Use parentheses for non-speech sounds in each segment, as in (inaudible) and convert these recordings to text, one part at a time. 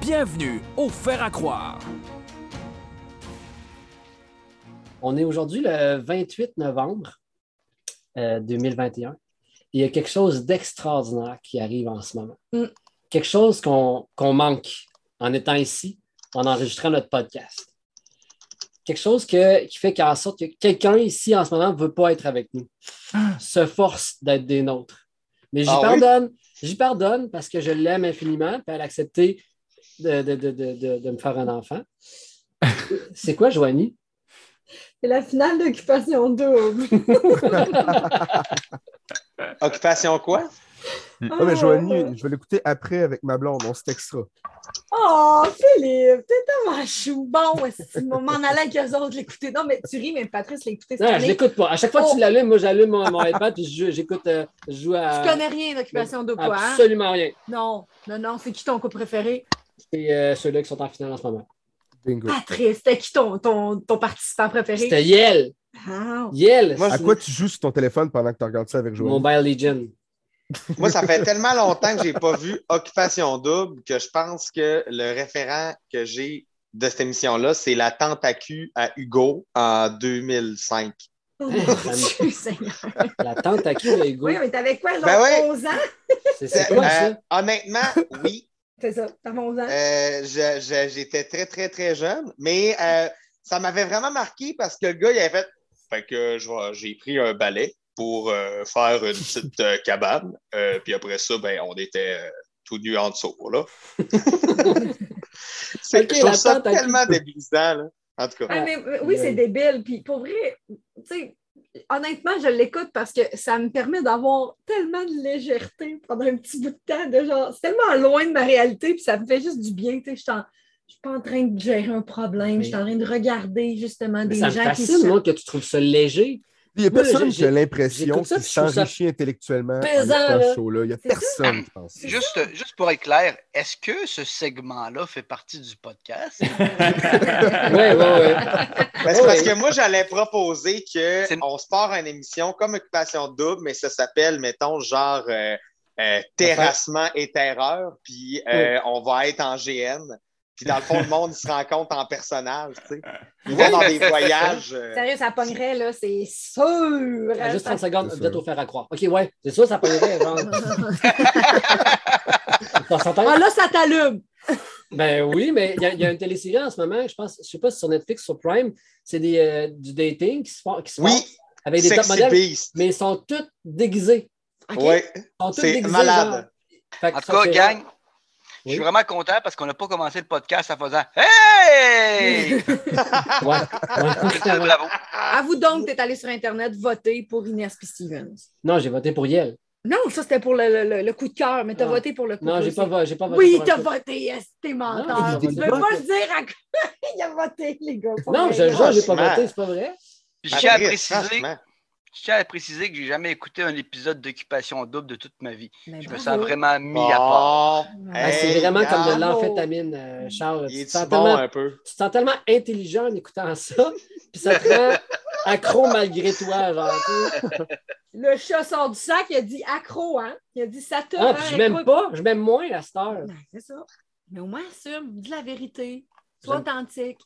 Bienvenue au Faire à croire. On est aujourd'hui le 28 novembre euh, 2021. Et il y a quelque chose d'extraordinaire qui arrive en ce moment. Mm. Quelque chose qu'on qu'on manque en étant ici, en enregistrant notre podcast. Quelque chose que- qui fait qu'en sorte que quelqu'un ici en ce moment ne veut pas être avec nous, se force d'être des nôtres. Mais j'y Ah oui? pardonne. J'y pardonne parce que je l'aime infiniment, puis elle a accepté de, de- de- de- de- de me faire un enfant. C'est quoi, Joanie? C'est la finale d'Occupation Double. (laughs) Occupation quoi? Oh. Ouais, Ah, mais Joanie, je vais l'écouter après avec ma blonde, on se textera. Oh, Philippe, t'es tellement chou. Bon, si on m'en allait avec eux autres l'écouter. Non, mais tu ris, mais Patrice l'a écouté cette Non, je année. l'écoute pas. À chaque fois que Oh. tu l'allumes, moi j'allume mon, mon iPad puis je joue- j'écoute, euh, je joue à Tu connais rien d'Occupation Double, quoi, hein? absolument rien. Non, non, non, c'est qui ton coup préféré? C'est euh, ceux-là qui sont en finale en ce moment. Bingo. Patrice, c'était qui ton, ton, ton participant préféré? C'était Yel. Ah, Yel, Moi, c'est À quoi tu joues sur ton téléphone pendant que tu regardes ça avec Joanie? Mobile Legion. Moi, ça fait tellement longtemps que j'ai pas vu Occupation Double que je pense que le référent que j'ai de cette émission-là, c'est la tentacu à Hugo en 2005. oh, Eh, mon Dieu, Seigneur. La tente à qui les goûts. Oui, mais t'avais quoi, genre Ben ouais. 11 ans? C'est- C'est quoi Euh, ça? honnêtement, oui, C'est ça, t'avais 11 ans? euh, je- je- j'étais très, très, très jeune, mais euh, ça m'avait vraiment marqué parce que le gars, il avait fait, fait que je vais- j'ai pris un balai pour euh, faire une petite euh, cabane. Euh, puis après ça, ben, on était euh, tout nus en dessous. Là. C'est Ok, je trouve la ça tentacu. tellement débilisant. là. En tout cas. Ah, mais, mais oui, c'est débile. Puis pour vrai, tu sais, honnêtement, je l'écoute parce que ça me permet d'avoir tellement de légèreté pendant un petit bout de temps. De genre, c'est tellement loin de ma réalité, puis ça me fait juste du bien. Tu sais, je suis en- je suis pas en train de gérer un problème, Mais- je suis en train de regarder justement Mais des ça me gens qui fascine, sont moi, que tu trouves ça léger. Il n'y a Moi, personne, j'ai- j'ai l'impression, j'écoute ça, qui puis je trouve ça s'enrichit intellectuellement pesant, à là. ce show-là. Il n'y a C'est personne, je pense. Juste, juste pour être clair, est-ce que ce segment-là fait partie du podcast? Oui, oui, oui. Ben, c'est Ouais. parce que moi, j'allais proposer C'est- qu'on se part une émission comme Occupation Double, mais ça s'appelle, mettons, genre euh, euh, Terrassement et Terreur, puis euh, on va être en GN. Puis dans le (laughs) fond, le monde il se rencontre en personnage, tu sais. Ils vont dans des voyages. euh. Sérieux, ça pognerait, là, c'est sûr. Ah, Juste 30 secondes, C'est vous êtes sûr. au fer à croire. OK, ouais, c'est ça, ça paraît. (laughs) Genre, (laughs) on s'entend? Ah là, ça t'allume. Ben oui, mais il y, a- il y a une télésérie en ce moment, je pense, je sais pas si sur Netflix, sur Prime, c'est des, euh, du dating qui se font, qui se Oui, passe avec des top Sexy modèles, Beast. mais ils sont tous déguisés. OK? Ouais. Ils sont tous C'est déguisés, malade. genre. Fait que En tout ça cas, fait- gang, je suis Oui. vraiment content parce qu'on n'a pas commencé le podcast en faisant (laughs) Hey! Ah, Ouais, (laughs) ouais, (laughs) justement. Bravo. Avoue donc, t'es allé sur Internet voter pour Inès P. Stevens. non, j'ai voté pour Yel. Non, ça c'était pour le, le- le- le coup de cœur, mais t'as Ah. voté pour le coup Non, j'ai pas, voté. vo- j'ai pas voté. Oui, pour t'as un- voté, yes, t'es Non, menteur. j'ai Tu dit veux pas pas que- le dire à quoi (laughs) il a voté, les gars. pour Non, vrai, je le non. jure, j'ai pas Franchement. voté, c'est pas vrai. Puis je tiens à Patrice, préciser, franchement. je tiens à préciser que j'ai jamais écouté un épisode d'Occupation Double de toute ma vie. Mais Je me bravo. sens vraiment mis à part. Bon. Mhm. Ah, Hey, c'est vraiment comme de regarde. l'amphétamine, euh, Charles. Il Tu te est sens bon tellement un peu. tu te sens tellement intelligent en écoutant ça, (laughs) puis ça te rend accro malgré toi, genre. tu sais. (laughs) Le chat sort du sac, il a dit accro, hein? Il a dit ça te Ah, rend puis je m'aime accro. pas, je m'aime moins à cette heure. Ben, c'est ça. Mais au moins assume, dis la vérité. Sois J'aime- authentique.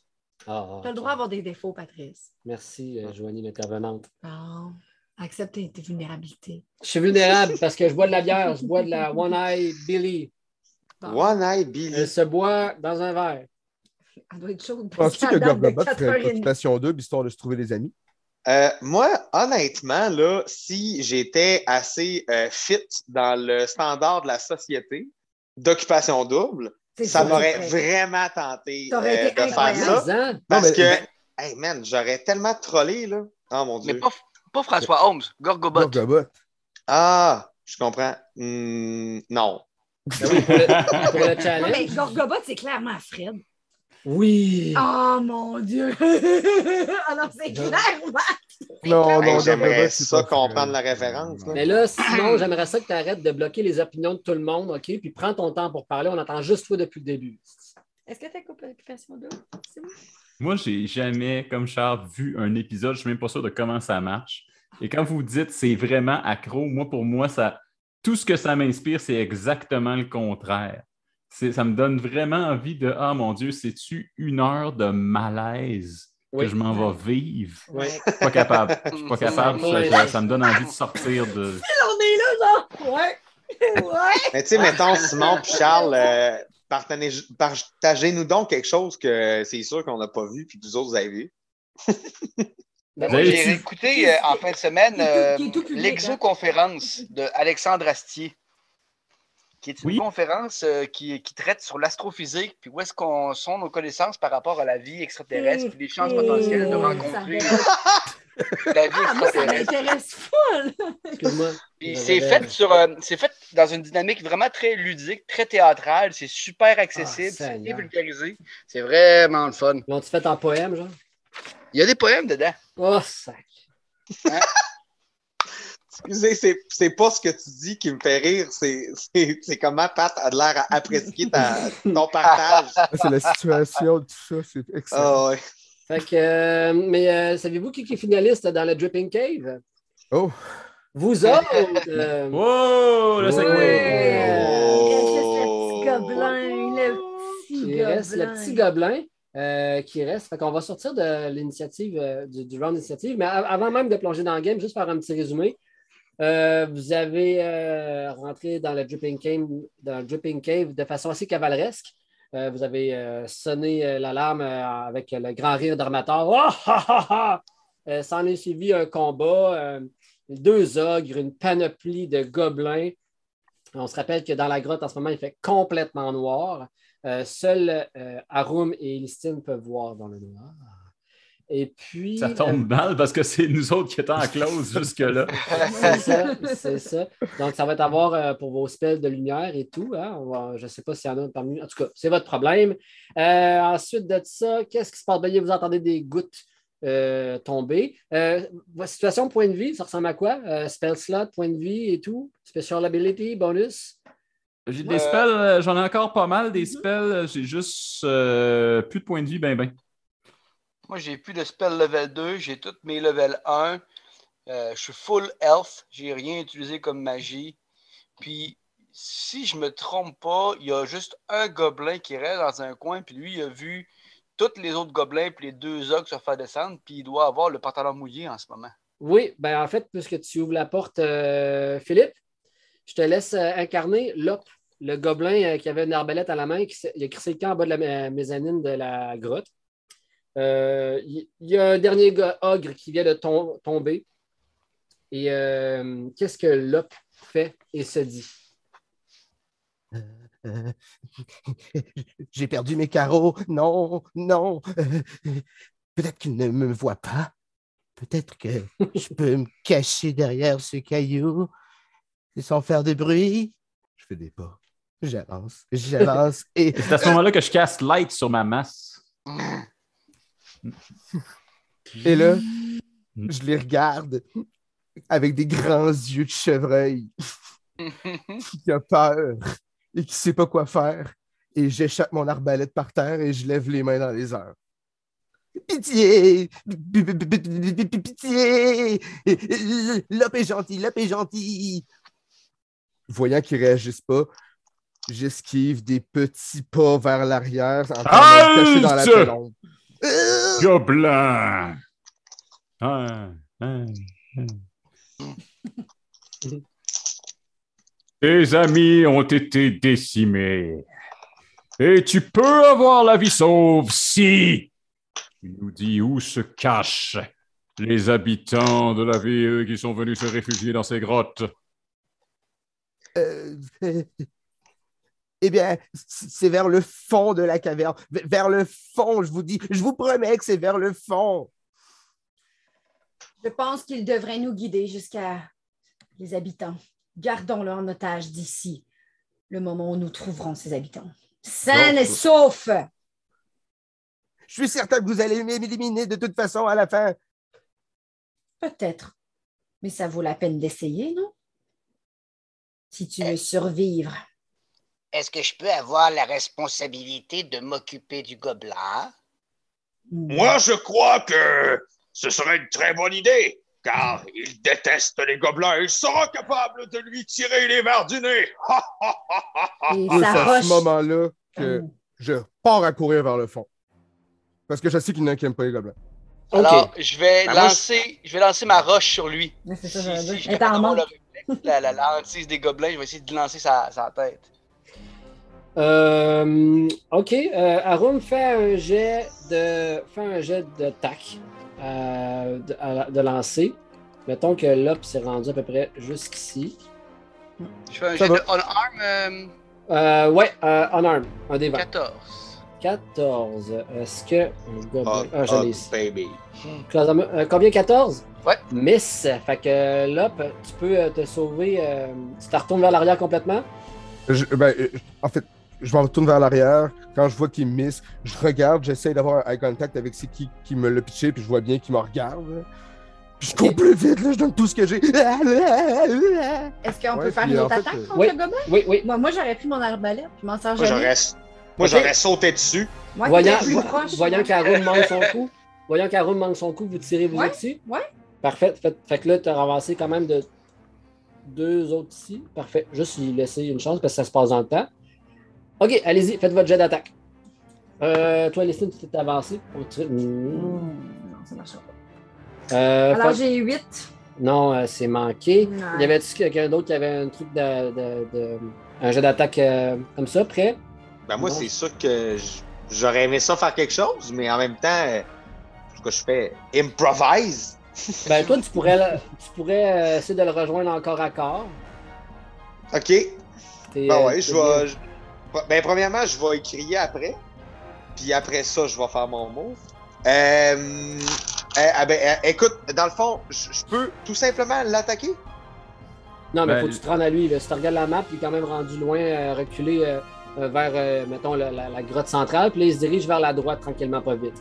Ah, T'as le droit d'avoir des défauts, Patrice. Merci, euh, Joanie, l'intervenante. Non. Accepte tes tes vulnérabilités. Je suis vulnérable parce que je bois de la bière, je bois de la One Eye Billy. Bon, One Eye Elle Billy. se boit dans un verre. Elle doit être chaude. parce Penses-tu que qu'elle date de Gorgobot 4 ferait heures une et demie. occupation double histoire de se trouver des amis? Euh, moi, honnêtement, là, si j'étais assez euh, fit dans le standard de la société d'occupation double, C'est ça sûr, m'aurait c'est vrai. vraiment tenté T'aurais euh, été de faire incroyable. ça. Ans. Parce Non, mais- que, hey man, j'aurais tellement trollé, là. Oh mon Mais Dieu. pas, pas François Holmes, Gorgobot. Gorgobot. Ah, je comprends. Hmm, non. Ben oui, pour, le, pour le Non, mais challenge. Eh. Gorgobot, c'est clairement Fred. Oui. Oh mon Dieu! (laughs) Alors, c'est Non. clairement. c'est Non, clairement- non, Hey, J'aimerais Gabriel, c'est ça pas comprendre la vrai. référence. là. Mais là, sinon, j'aimerais ça que tu arrêtes de bloquer les opinions de tout le monde, OK? Puis prends ton temps pour parler. On entend juste toi depuis le début. Est-ce que t'as coupé l'occupation d'eau? C'est bon? Moi, j'ai jamais, comme Charles, vu un épisode. Je suis même pas sûr de comment ça marche. Et quand vous dites c'est vraiment accro, moi, pour moi, ça, tout ce que ça m'inspire, c'est exactement le contraire. C'est- Ça me donne vraiment envie de Ah mon Dieu, c'est-tu une heure de malaise Oui. que je m'en vais vivre? Oui. Je suis pas capable. Je suis pas capable. Ouais. Ça, ça me donne envie de sortir de. On est là, genre! Ouais! ouais! (laughs) Mais tu sais, mettons, Simon puis Charles, euh, partenez- partagez-nous donc quelque chose que c'est sûr qu'on n'a pas vu puis que vous autres, vous avez vu. Ben, Vous Moi, avez- j'ai réécouté euh, en fin de semaine Qui est tout- euh, qui est tout public, hein. l'exoconférence de Alexandre Astier, qui est une Oui. conférence euh, qui, qui traite sur l'astrophysique, puis où est-ce qu'on sont nos connaissances par rapport à la vie extraterrestre, Mmh. puis les chances Mmh. potentielles de Ça rencontrer m'intéresse. euh, la vie Ah, moi, ça extraterrestre. m'intéresse full! Excuse-moi. Puis Vous c'est avez- fait sur euh, c'est fait dans une dynamique vraiment très ludique, très théâtrale, c'est super accessible, c'est Seigneur. bien vulgarisé, c'est vraiment le fun. L'ont-tu fait en poème, genre? Il y a des poèmes dedans. Oh, sac. Excusez, c'est- c'est pas ce que tu dis qui me fait rire, c'est c'est- c'est comment Pat a de l'air à apprécier ta- ton partage. Ah, C'est la situation, tout ça, c'est excellent. Ah ouais. Fait que, euh, mais euh, savez-vous qui qui est finaliste dans la Dripping Cave? Oh. Vous autres! euh, (laughs) Wow! Le Ouais. segway! Ouais. Oh. Il reste le petit gobelin, le petit Il gobelin. reste le petit gobelin euh, qui reste. Fait qu'on va sortir de l'initiative, euh, du, du round d'initiative. Mais a- avant même de plonger dans le game, juste faire un petit résumé. Euh, vous avez euh, rentré dans la Dripping Cave, dans le Dripping Cave de façon assez cavaleresque. Euh, vous avez euh, sonné euh, l'alarme euh, avec le grand rire d'Armator. Oh, ha, ha, ha! Euh, S'en est suivi un combat, euh, deux ogres, une panoplie de gobelins. On se rappelle que dans la grotte, en ce moment, il fait complètement noir. Euh, Seuls euh, Arum et Elistine peuvent voir dans le noir. Et puis. euh, Ça tombe mal parce que c'est nous autres qui étions en close jusque-là. C'est ça, c'est ça. Donc, ça va être à voir euh, pour vos spells de lumière et tout. hein. On va- je ne sais pas s'il y en a parmi nous. En tout cas, c'est votre problème. Euh, ensuite de ça, qu'est-ce qui se passe? Ben, vous entendez des gouttes euh, tomber. Euh, votre situation, point de vie, ça ressemble à quoi? Euh, spell slot, point de vie et tout? Special ability, bonus? J'ai Euh, des spells, euh, j'en ai encore pas mal des Mhm. spells, euh, j'ai juste euh, plus de points de vie, ben ben. Moi, j'ai plus de spell level 2, j'ai toutes mes level 1. Euh, je suis full health, j'ai rien utilisé comme magie. Puis, si je me trompe pas, il y a juste un gobelin qui reste dans un coin, puis lui, il a vu tous les autres gobelins puis les deux ogres se faire descendre, puis il doit avoir le pantalon mouillé en ce moment. Oui, ben en fait, puisque tu ouvres la porte, euh, Philippe, je te laisse euh, incarner Lop, le gobelin euh, qui avait une arbalète à la main, qui s'est- il a crissé le camp en bas de la mé- mezzanine de la grotte. Euh, Il il y, a un dernier go- ogre qui vient de tom- tomber. Et euh, qu'est-ce que Lop fait et se dit? Euh, (laughs) J'ai perdu mes carreaux. Non, non. Euh, Peut-être qu'il ne me voit pas. Peut-être que je peux me cacher derrière ce caillou et sans faire de bruit. Je fais des pas. J'avance, (laughs) j'avance et C'est à ce moment-là que je casse light sur ma masse. Et là, je les regarde avec des grands yeux de chevreuil qui a peur et qui sait pas quoi faire. Et j'échappe mon arbalète par terre et je lève les mains dans les airs. (laughs) Pitié! Pitié! L'op est gentil, l'op est gentil! Voyant qu'ils réagissent pas, j'esquive des petits pas vers l'arrière en train de me cacher dans la Halte! pénombre. Euh, Gobelin! Ah, ah, ah. Tes amis ont été décimés. Et tu peux avoir la vie sauve si tu nous dis où se cachent les habitants de la ville qui sont venus se réfugier dans ces grottes. Euh, (laughs) euh, eh bien, c- c'est vers le fond de la caverne. V- Vers le fond, je vous dis. Je vous promets que c'est vers le fond. Je pense qu'il devrait nous guider jusqu'à les habitants. Gardons-le en otage d'ici le moment où nous trouverons ces habitants. Sains Donc, et saufs! Je suis certain que vous allez m'éliminer de toute façon à la fin. Peut-être. Mais ça vaut la peine d'essayer, non? Si tu veux survivre. Est-ce que je peux avoir la responsabilité de m'occuper du gobelin? Moi, je crois que ce serait une très bonne idée, car il déteste les gobelins. Il sera capable de lui tirer les verres du nez. Ha, ha, ha, ha, ha. Et C'est ça à ce roche. moment-là que Hum. je pars à courir vers le fond. Parce que je sais qu'il y en a qui n'aiment pas les gobelins. Ok. Alors, je vais, Ben, moi, lancer, je... vais lancer ma roche sur lui. Ouais, C'est Si, ça, j'allais si dire. je Elle est peux en avoir manque. le réflexe, la, la, la hantise des gobelins, je vais essayer de lancer sa, sa tête. Euh, ok, euh, Arun fait un jet de, fait un jet de tac euh, de, à la- de lancer. Mettons que l'op s'est rendu à peu près jusqu'ici. Je fais un Ça jet va. de on-arm Euh, ouais, euh, on arm, un des 20. 14. 14. Est-ce que. un gobelin- Ah, je l'ai ici. baby. Classe en main. Euh, combien 14 Ouais. Miss. Fait que là, pe- tu peux euh, te sauver. euh, tu te retournes vers l'arrière complètement. Je- ben, euh, en fait, je m'en retourne vers l'arrière. Quand je vois qu'il miss, je regarde, j'essaie d'avoir un eye contact avec c'est qui qui me l'a pitché, puis je vois bien qu'il me regarde. Puis je cours plus vite, là, je donne tout ce que j'ai. Ah, ah, ah, ah. Est-ce qu'on Ouais, peut faire puis une en autre fait, attaque euh, contre oui. le gobelin? Oui, oui. Moi, moi, j'aurais pris mon arbalète, je m'en sers Moi, jamais. j'aurais, moi, Ok. j'aurais sauté dessus. Moi, qui voyant est plus vo- proche, voyant moi. qu'Arun manque son coup, voyant qu'Arun manque son coup, vous tirez vous Ouais, autres dessus. ouais. Parfait. Fait, fait que là, tu as avancé quand même de deux autres ici. Parfait. Juste lui laisser une chance parce que ça se passe dans le temps. Ok, allez-y, faites votre jet d'attaque. Euh, toi, Lestine, tu t'es avancé. On tire- Mm. Mmh, Non, ça marchera pas. Euh, Alors, fait- j'ai 8. Non, euh, c'est manqué. Ouais. Il Y avait-tu quelqu'un d'autre qui avait un truc de. de- de- un jeu d'attaque euh, comme ça, prêt? Ben, moi, Non. c'est sûr que j- j'aurais aimé ça faire quelque chose, mais en même temps, euh, ce que je fais, improvise. Ben, toi, tu pourrais, tu pourrais euh, essayer de le rejoindre encore à corps. OK. T'es, Ben euh, ouais, t'es je bien. vais. je- Ben, premièrement, je vais crier après. Puis après ça, je vais faire mon mot. Euh, euh, ah ben, euh, écoute, dans le fond, je je peux tout simplement l'attaquer? Non, mais Ben, faut que tu te rendes à lui. là. Si tu regardes la map, il est quand même rendu loin, euh, reculé euh, euh, vers, euh, mettons, la, la- la grotte centrale. Puis là, il se dirige vers la droite tranquillement, pas vite.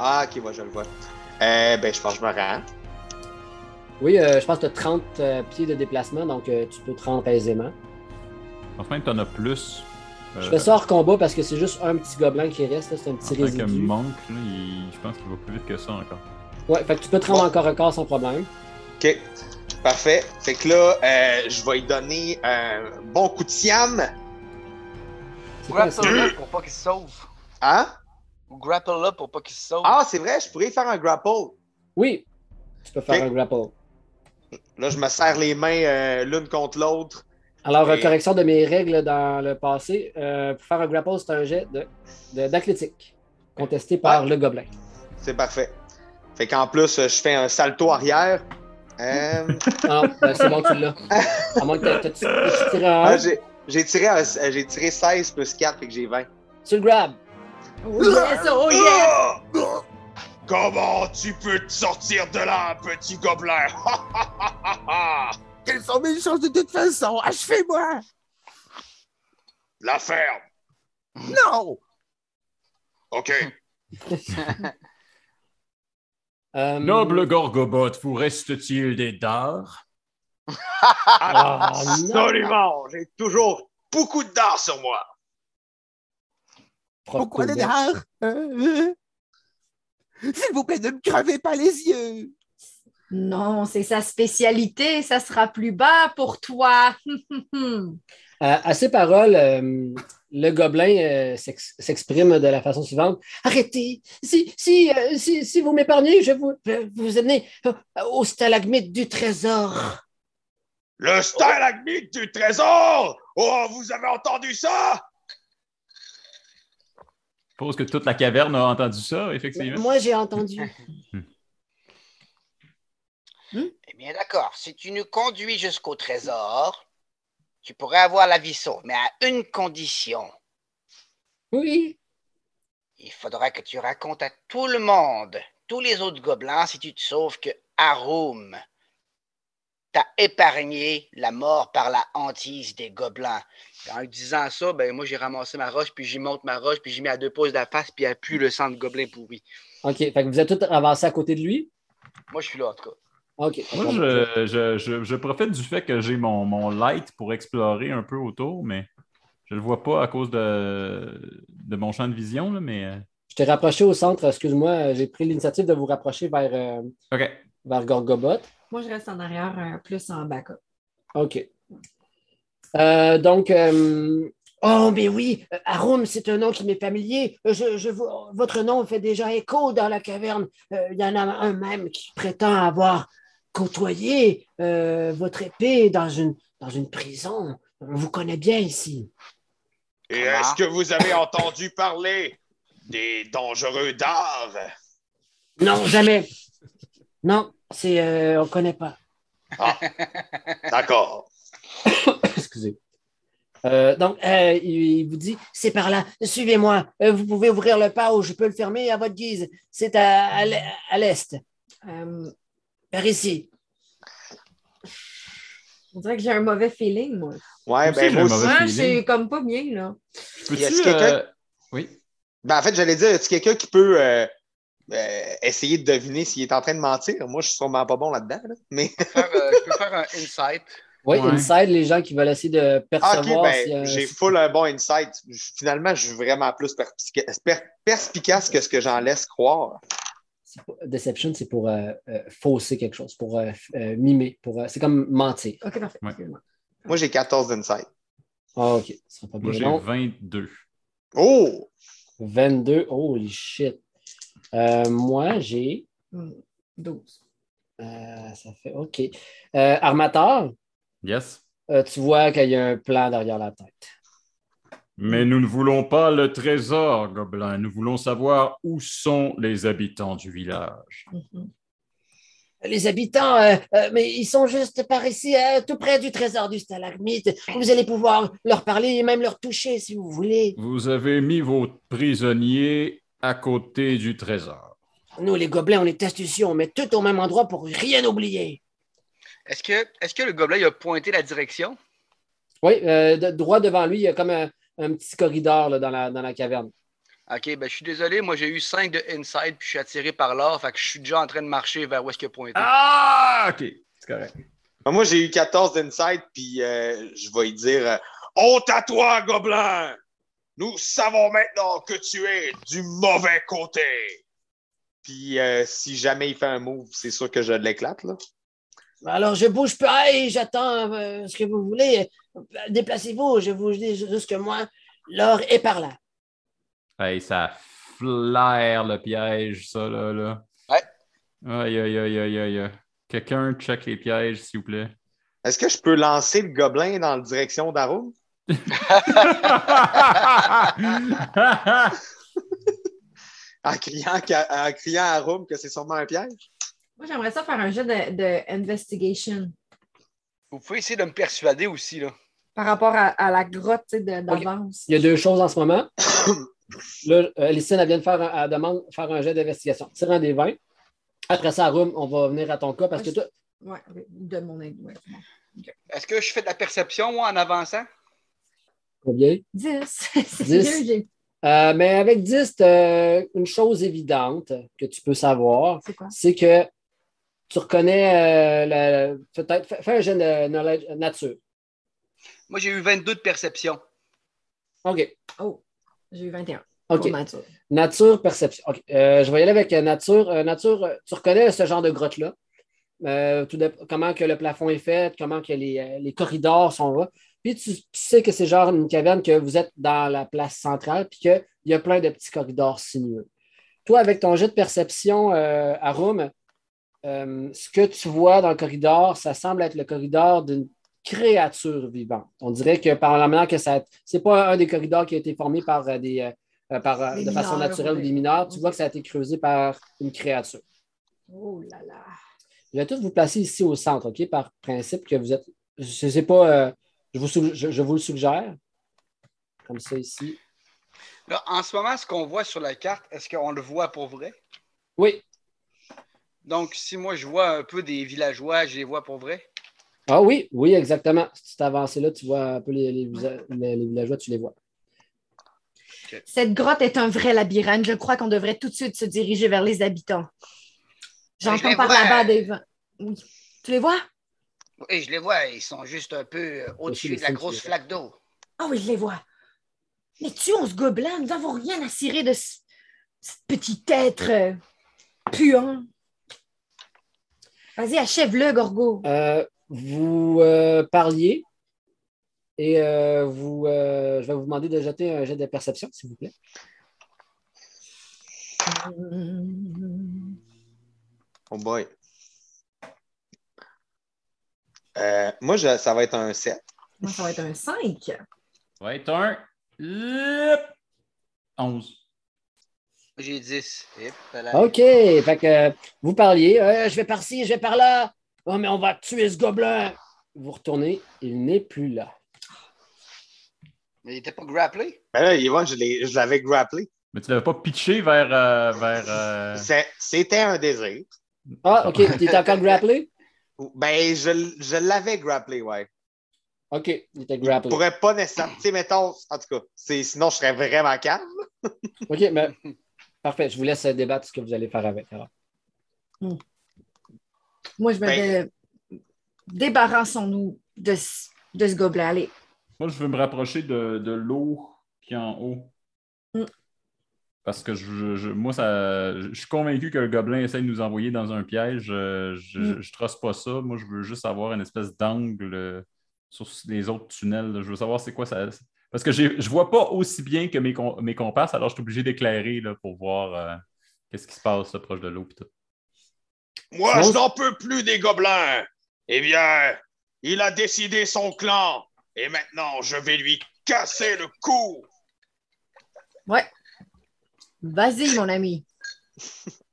Ah, ok, moi je le vois. Euh, ben, je pense que je me rends. Oui, euh, je pense que tu as 30 euh, pieds de déplacement, donc euh, tu peux te rendre aisément. Enfin, t'en as plus. Euh, Je fais ça hors combat parce que c'est juste un petit gobelin qui reste. là. C'est un En petit tant que résidu. monk, là, il- je pense qu'il va plus vite que ça encore. Ouais, fait que tu peux te rendre encore à corps sans problème. Ok, parfait. Fait que là, euh, je vais lui donner un bon coup de siam. C'est quoi ça? Grapple-le pour pas qu'il se sauve. Hein? Ou grapple-le pour pas qu'il se sauve. Ah, c'est vrai, je pourrais faire un grapple. Oui, tu peux faire un Ok. grapple. Là, je me serre les mains euh, l'une contre l'autre. Alors, euh, Et- correction de mes règles dans le passé, euh, pour faire un grapple, c'est un jet de- de- d'athlétique contesté par le gobelin. C'est parfait. Fait qu'en plus, euh, je fais un salto arrière. Euh, (laughs) Ah, ben, c'est bon, tu l'as. À moins que t'a- t'as- tu tu tires un ah, un. j'ai- j'ai tiré, un- euh, j'ai tiré 16 plus 4, fait que j'ai 20. Tu le grab. Oh yes, oh yes! Ah! Comment tu peux te sortir de là, petit gobelin? Quelles sont mes chances de Ah, toute façon? Achevez-moi! La ferme! Non! OK. Euh, Noble Gorgobot, vous reste-t-il des dards? (laughs) Ah, non. Absolument! J'ai toujours beaucoup de dards sur moi. Propre Pourquoi coup le de- dard? Hein? Hein? (laughs) S'il vous plaît, ne me crevez pas les yeux! Non, c'est sa spécialité, ça sera plus bas pour (laughs) toi. À, à ces paroles, euh, le gobelin euh, s'ex- s'exprime de la façon suivante. Arrêtez! Si, si, euh, si, si vous m'épargnez, je vous, je vous amenez euh, au stalagmite du trésor. Le stalagmite du trésor! Oh, vous avez entendu ça? Je suppose que toute la caverne a entendu ça, effectivement. Moi, j'ai entendu. Hmm? Eh bien, d'accord. Si tu nous conduis jusqu'au trésor, tu pourrais avoir la visseau, mais à une condition. Oui. Il faudra que tu racontes à tout le monde, tous les autres gobelins, si tu te sauves, que Harum T'as épargné la mort par la hantise des gobelins. En disant ça, ben moi j'ai ramassé ma roche, puis j'y monte ma roche, puis j'y mets à deux pouces de la face, puis elle pue le sang de gobelin pourri. OK. Fait que vous êtes tous avancés à côté de lui. Moi je suis là en tout cas. OK. Moi, je, je- je- je profite du fait que j'ai mon, mon light pour explorer un peu autour, mais je le vois pas à cause de, de mon champ de vision, là, mais. euh, Je t'ai rapproché au centre, excuse-moi, euh, j'ai pris l'initiative de vous rapprocher vers, euh, OK. vers Gorgobot. Moi, je reste en arrière, euh, plus en backup. OK. (laughs) Euh, donc, euh, oh, mais oui, euh, Arum, c'est un nom qui m'est familier. Euh, Je, je vois- votre nom fait déjà écho dans la caverne. Euh, Il y en a un même qui prétend avoir côtoyé euh, votre épée dans une, dans une prison. On vous connaît bien ici. Et Comment? est-ce que vous avez entendu parler des dangereux dards? Non, jamais. Non, c'est, euh, on ne connaît pas. Ah. (laughs) D'accord. Excusez. Euh, donc, euh, il, il vous dit, c'est par là, suivez-moi. Euh, vous pouvez ouvrir le pas ou je peux le fermer à votre guise. C'est à, à l'e- à l'est, Euh, par ici. on dirait que j'ai un mauvais feeling, moi. Moi Ouais, aussi, ben moi j'ai un aussi. mauvais Moi, feeling. j'ai comme pas bien, là. Peux-tu, Y a-t-il quelqu'un- euh, Oui. Ben, en fait, j'allais dire, est-ce quelqu'un qui peut euh, euh, essayer de deviner s'il est en train de mentir? Moi, je suis sûrement pas bon là-dedans. là. Mais (laughs) Je peux faire, euh, je peux faire un insight. Oui, Ouais. inside, les gens qui veulent essayer de Ah, ok, percevoir. euh, s'il y a- ben, j'ai full un bon insight. Je- Finalement, je suis vraiment plus perspica- per- perspicace que ce que j'en laisse croire. c'est pour- Deception, c'est pour euh, euh, fausser quelque chose, pour euh, f- euh, mimer, pour, euh, c'est comme mentir. OK, parfait. Ouais. Excuse-moi. Moi, j'ai 14 d'insight. Ah, OK, ce sera pas Moi, bien j'ai long. 22. Oh! 22, holy shit. Euh, moi, j'ai... Hmm, 12. euh, ça fait... OK. Euh, Armateur, Yes. euh, tu vois qu'il y a un plan derrière la tête. Mais nous ne voulons pas le trésor, gobelin. Nous voulons savoir où sont les habitants du village. Mhm. Les habitants, euh, euh, mais ils sont juste par ici, euh, tout près du trésor du stalagmite. Vous allez pouvoir leur parler et même leur toucher si vous voulez. Vous avez mis vos prisonniers à côté du trésor. Nous, les gobelins, on est astucieux, on met tout au même endroit pour rien oublier. Est-ce que, est-ce que le gobelin il a pointé la direction? Oui, euh, de- droit devant lui, il y a comme un, un petit corridor là, dans, la, dans la caverne. Ok, ben je suis désolé, moi j'ai eu 5 de insight, puis je suis attiré par l'or, fait que je suis déjà en train de marcher vers où est-ce qu'il a pointé. Ah, OK. C'est correct. Ben, Moi, j'ai eu 14 d'insight, puis euh, je vais lui dire euh, Honte à toi, gobelin! Nous savons maintenant que tu es du mauvais côté! Puis euh, si jamais il fait un move, c'est sûr que je l'éclate, là. Bah, Alors, je bouge pas et j'attends euh, ce que vous voulez. Déplacez-vous, je vous dis juste que moi, l'or est par là. Hey, ça flaire le piège, ça, là. là. Ouais. Aïe, aïe, aïe, aïe, aïe, aïe. Quelqu'un check les pièges, s'il vous plaît. Est-ce que je peux lancer le gobelin dans la direction (laughs) d'Arum? En criant, qu'à- en criant à Arum que c'est sûrement un piège? Moi, j'aimerais ça faire un jeu de, de investigation Vous pouvez essayer de me persuader aussi, là. par rapport à, à la grotte tu sais, de- d'avance. Il y a deux choses en ce moment. Là, euh, Lysine, elle vient de faire, un- elle demande de faire un jet d'investigation. Tire un des 20. Après ça, Arum, on va venir à ton cas parce que toi, Ouais, de mon aide. ouais, c'est bon. Est-ce que je fais de la perception, moi, en avançant? combien? 10. (laughs) C'est Dix. mieux, j'ai- Euh, mais avec 10, t'as une chose évidente que tu peux savoir, C'est quoi? c'est que tu reconnais euh, la- peut-être. Fais fais un jet de knowledge- nature. Moi, j'ai eu 22 de perception. OK. Oh, j'ai eu 21. OK. Pour nature. Nature, perception. Ok, euh, je vais y aller avec euh, nature. Euh, nature, euh, tu reconnais ce genre de grotte-là. Euh, tout dép- comment que le plafond est fait, comment que les, euh, les corridors sont là. Puis tu, tu sais que c'est genre une caverne que vous êtes dans la place centrale, puis qu'il y a plein de petits corridors sinueux. Toi, avec ton jet de perception euh, à Rome, euh, ce que tu vois dans le corridor, ça semble être le corridor d'une créature vivante. On dirait que par la manière que ça. C'est pas un des corridors qui a été formé par euh, des. euh, euh, par, euh, Des de façon mineurs, naturelle ou oui. des mineurs, tu Ok. vois que ça a été creusé par une créature. Oh là là. Je vais tous vous placer ici au centre, OK, par principe que vous êtes. Je sais pas, euh, je, vous sug- je- je vous le suggère. Comme ça ici. Là, en ce moment, ce qu'on voit sur la carte, est-ce qu'on le voit pour vrai? Oui, Donc, si moi, je vois un peu des villageois, je les vois pour vrai? Ah oui, oui, exactement. Si tu t'avances là, tu vois un peu les, les visa- les- les villageois, tu les vois. Cette grotte est un vrai labyrinthe. Je crois qu'on devrait tout de suite se diriger vers les habitants. Je J'entends les par vois. là-bas des vents. Oui. Tu les vois? Oui, je les vois, ils sont juste un peu euh, au-dessus les de la cinq, grosse tu les flaque d'eau. Ah oui, je les vois. Mais tuons ce gobelin. Nous n'avons rien à cirer de ce, ce petit être euh, puant. Vas-y, achève-le, Gorgo. Euh, vous euh, parliez et euh, vous, euh, je vais vous demander de jeter un jet de perception, s'il vous plaît. Oh boy. Euh, moi, je- ça va être un 7. Moi, ça va être un 5. Ça va être un. Lip. 11. J'ai 10. Hip, voilà. OK. Fait que euh, vous parliez, Euh, je vais par-ci, je vais par-là. Oh, mais on va tuer ce gobelin. Vous retournez, il n'est plus là. Mais il était pas grapplé. Ben là, Yvonne, je l'ai- je l'avais grapplé. Mais tu l'avais pas pitché vers. euh, vers euh, C'est- C'était un désir. Ah, OK. Il est encore grapplé? Ben, je, l- je l'avais grapplé, ouais. OK. Il était Je grapplé. pourrais pas nécessairement. Tu sais, mettons, en tout cas, c'est- sinon je serais vraiment calme. OK, mais parfait. Je vous laisse euh, débattre ce que vous allez faire avec. alors. Moi, je me Ben- dé- débarrassons-nous de, ce- de ce gobelin. Allez. Moi, je veux me rapprocher de, de l'eau qui est en haut. Mm. Parce que je, je- moi, ça, je suis convaincu que le gobelin essaie de nous envoyer dans un piège. Euh, Je ne Mm. trosse pas ça. Moi, je veux juste avoir une espèce d'angle euh, sur les autres tunnels. là. Je veux savoir c'est quoi ça. Parce que j'ai- je ne vois pas aussi bien que mes, com- mes comparses, alors je suis obligé d'éclairer là, pour voir euh, qu'est-ce qui se passe là, proche de l'eau. pis tout. Moi, Non. je n'en peux plus des gobelins. Eh bien, il a décidé son clan. Et maintenant, je vais lui casser le cou. Vas-y, mon ami.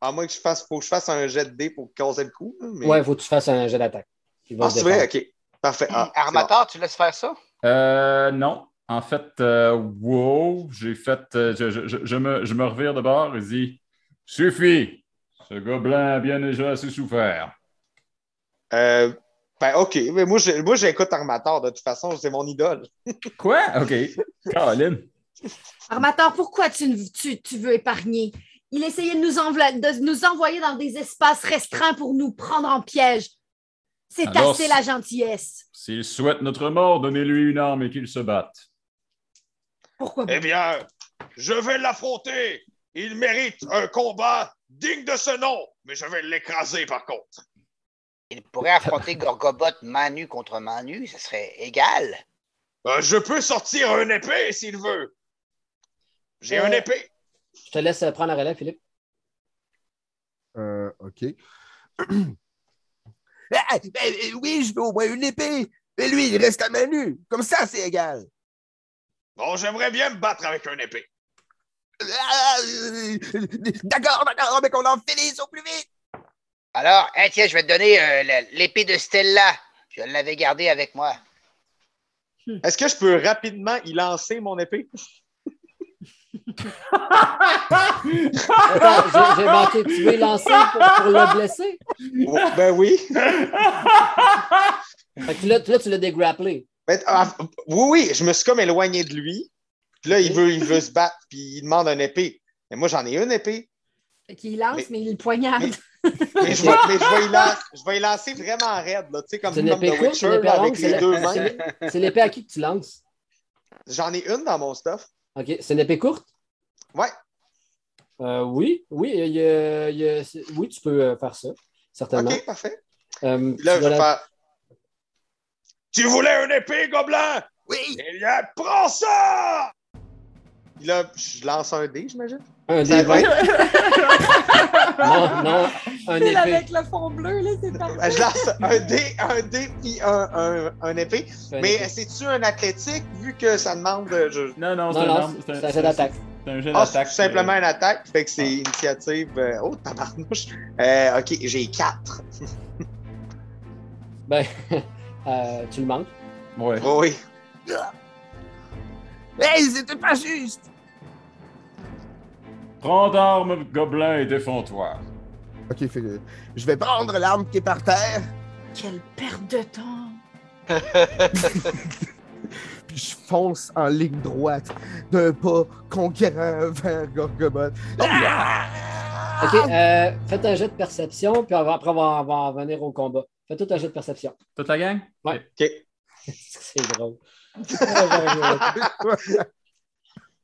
À moins que je fasse, faut que je fasse un jet de dés pour casser le coup. là, Mais... Ouais, il faut que tu fasses un jet d'attaque. Il va ah, se c'est vrai, défendre. ok. Parfait. Ah, c'est bon. Armateur, tu laisses faire ça? Euh, non. En fait, euh, wow, j'ai fait. euh, je, je- je- je me, je me revire de bord et dis Suffit Ce gobelin a bien déjà assez souffert. Euh, ben, ok. Mais moi, je- moi, j'écoute Armator. De toute façon, c'est mon idole. Quoi Ok. Caroline. Armateur, pourquoi tu, ne- tu, tu veux épargner? Il essayait de nous, envla- de nous envoyer dans des espaces restreints pour nous prendre en piège. C'est Alors, assez c'est- la gentillesse. S'il souhaite notre mort, donnez-lui une arme et qu'il se batte. Pourquoi Eh bien, je vais l'affronter. Il mérite un combat digne de ce nom. Mais je vais l'écraser, par contre. Il pourrait (laughs) affronter Gorgobot main nue contre main nue, ce serait égal. Euh, je peux sortir un épée s'il veut. J'ai Euh, un épée. Je te laisse euh, prendre la relève, Philippe. Euh, (clears throat) OK. Ah, ben, euh, oui, je veux au moins une épée. Mais lui, il reste à main nue. Comme ça, c'est égal. Bon, j'aimerais bien me battre avec un épée. Ah, euh, d'accord, d'accord, mais qu'on en finisse au plus vite. Alors, hey, tiens, je vais te donner euh, la- l'épée de Stella. Je l'avais gardée avec moi. Est-ce que je peux rapidement y lancer mon épée? Attends, j'ai- j'ai manqué. Tu veux lancer pour, pour le blesser? Oh, (laughs) ben oui. Fait que là, tu- là, tu l'as dégrapplé. Ben, ah, oui, oui, je me suis comme éloigné de lui. Puis là, il Ok. veut, il veut se battre, puis il demande un épée. Mais moi, j'en ai une épée. Qu'il lance, mais, Mais- il le poignarde. Mais je vais, mais je vais y lancer, je vais y lancer vraiment raide, là, tu sais, comme, C'est une comme épée The courte, c'est une Witcher, épée là, longue. avec C'est les la- deux mains. c'est l'é- c'est l'épée à qui que tu lances? J'en ai une dans mon stuff. OK. C'est une épée courte? Ouais. Euh, oui, oui, il y a- il y a- c'est- oui, tu peux euh, faire ça, certainement. OK, parfait. Euh, Puis là, tu je vas vais la- faire... Tu voulais une épée, gobelin? Oui. Eh bien, prends ça! Puis là, je lance un dé, j'imagine. Un Ça dé va vingt. (laughs) être- Non, non, un Celle épée. avec le fond bleu, là, c'est parfait. Euh, Je lance un dé, un dé, puis un, un, un épée. Un Mais épée. c'est-tu un athlétique, vu que ça demande... euh, Je... Non, non, c'est Non, un non, arme- c'est c'est un jet d'attaque. c'est un jet Ah, c'est d'attaque. tout simplement euh, une attaque, fait que c'est initiative... euh, Oh, tabarnouche! Euh, OK, j'ai quatre. (laughs) Ben, (laughs) euh, tu le manques. Ouais. Oh oui. Hey, c'était pas juste. Prends d'armes, gobelin, et défends-toi. euh, OK, fait que je vais prendre l'arme qui est par terre. Quelle perte de temps. (laughs) Puis je fonce en ligne droite d'un pas conquérant vers Gorgobot. OK, euh, faites un jet de perception, puis après, on va, on va en venir au combat. Faites tout un jet de (laughs) perception. Toute la gang? Ouais. OK. (laughs) C'est drôle.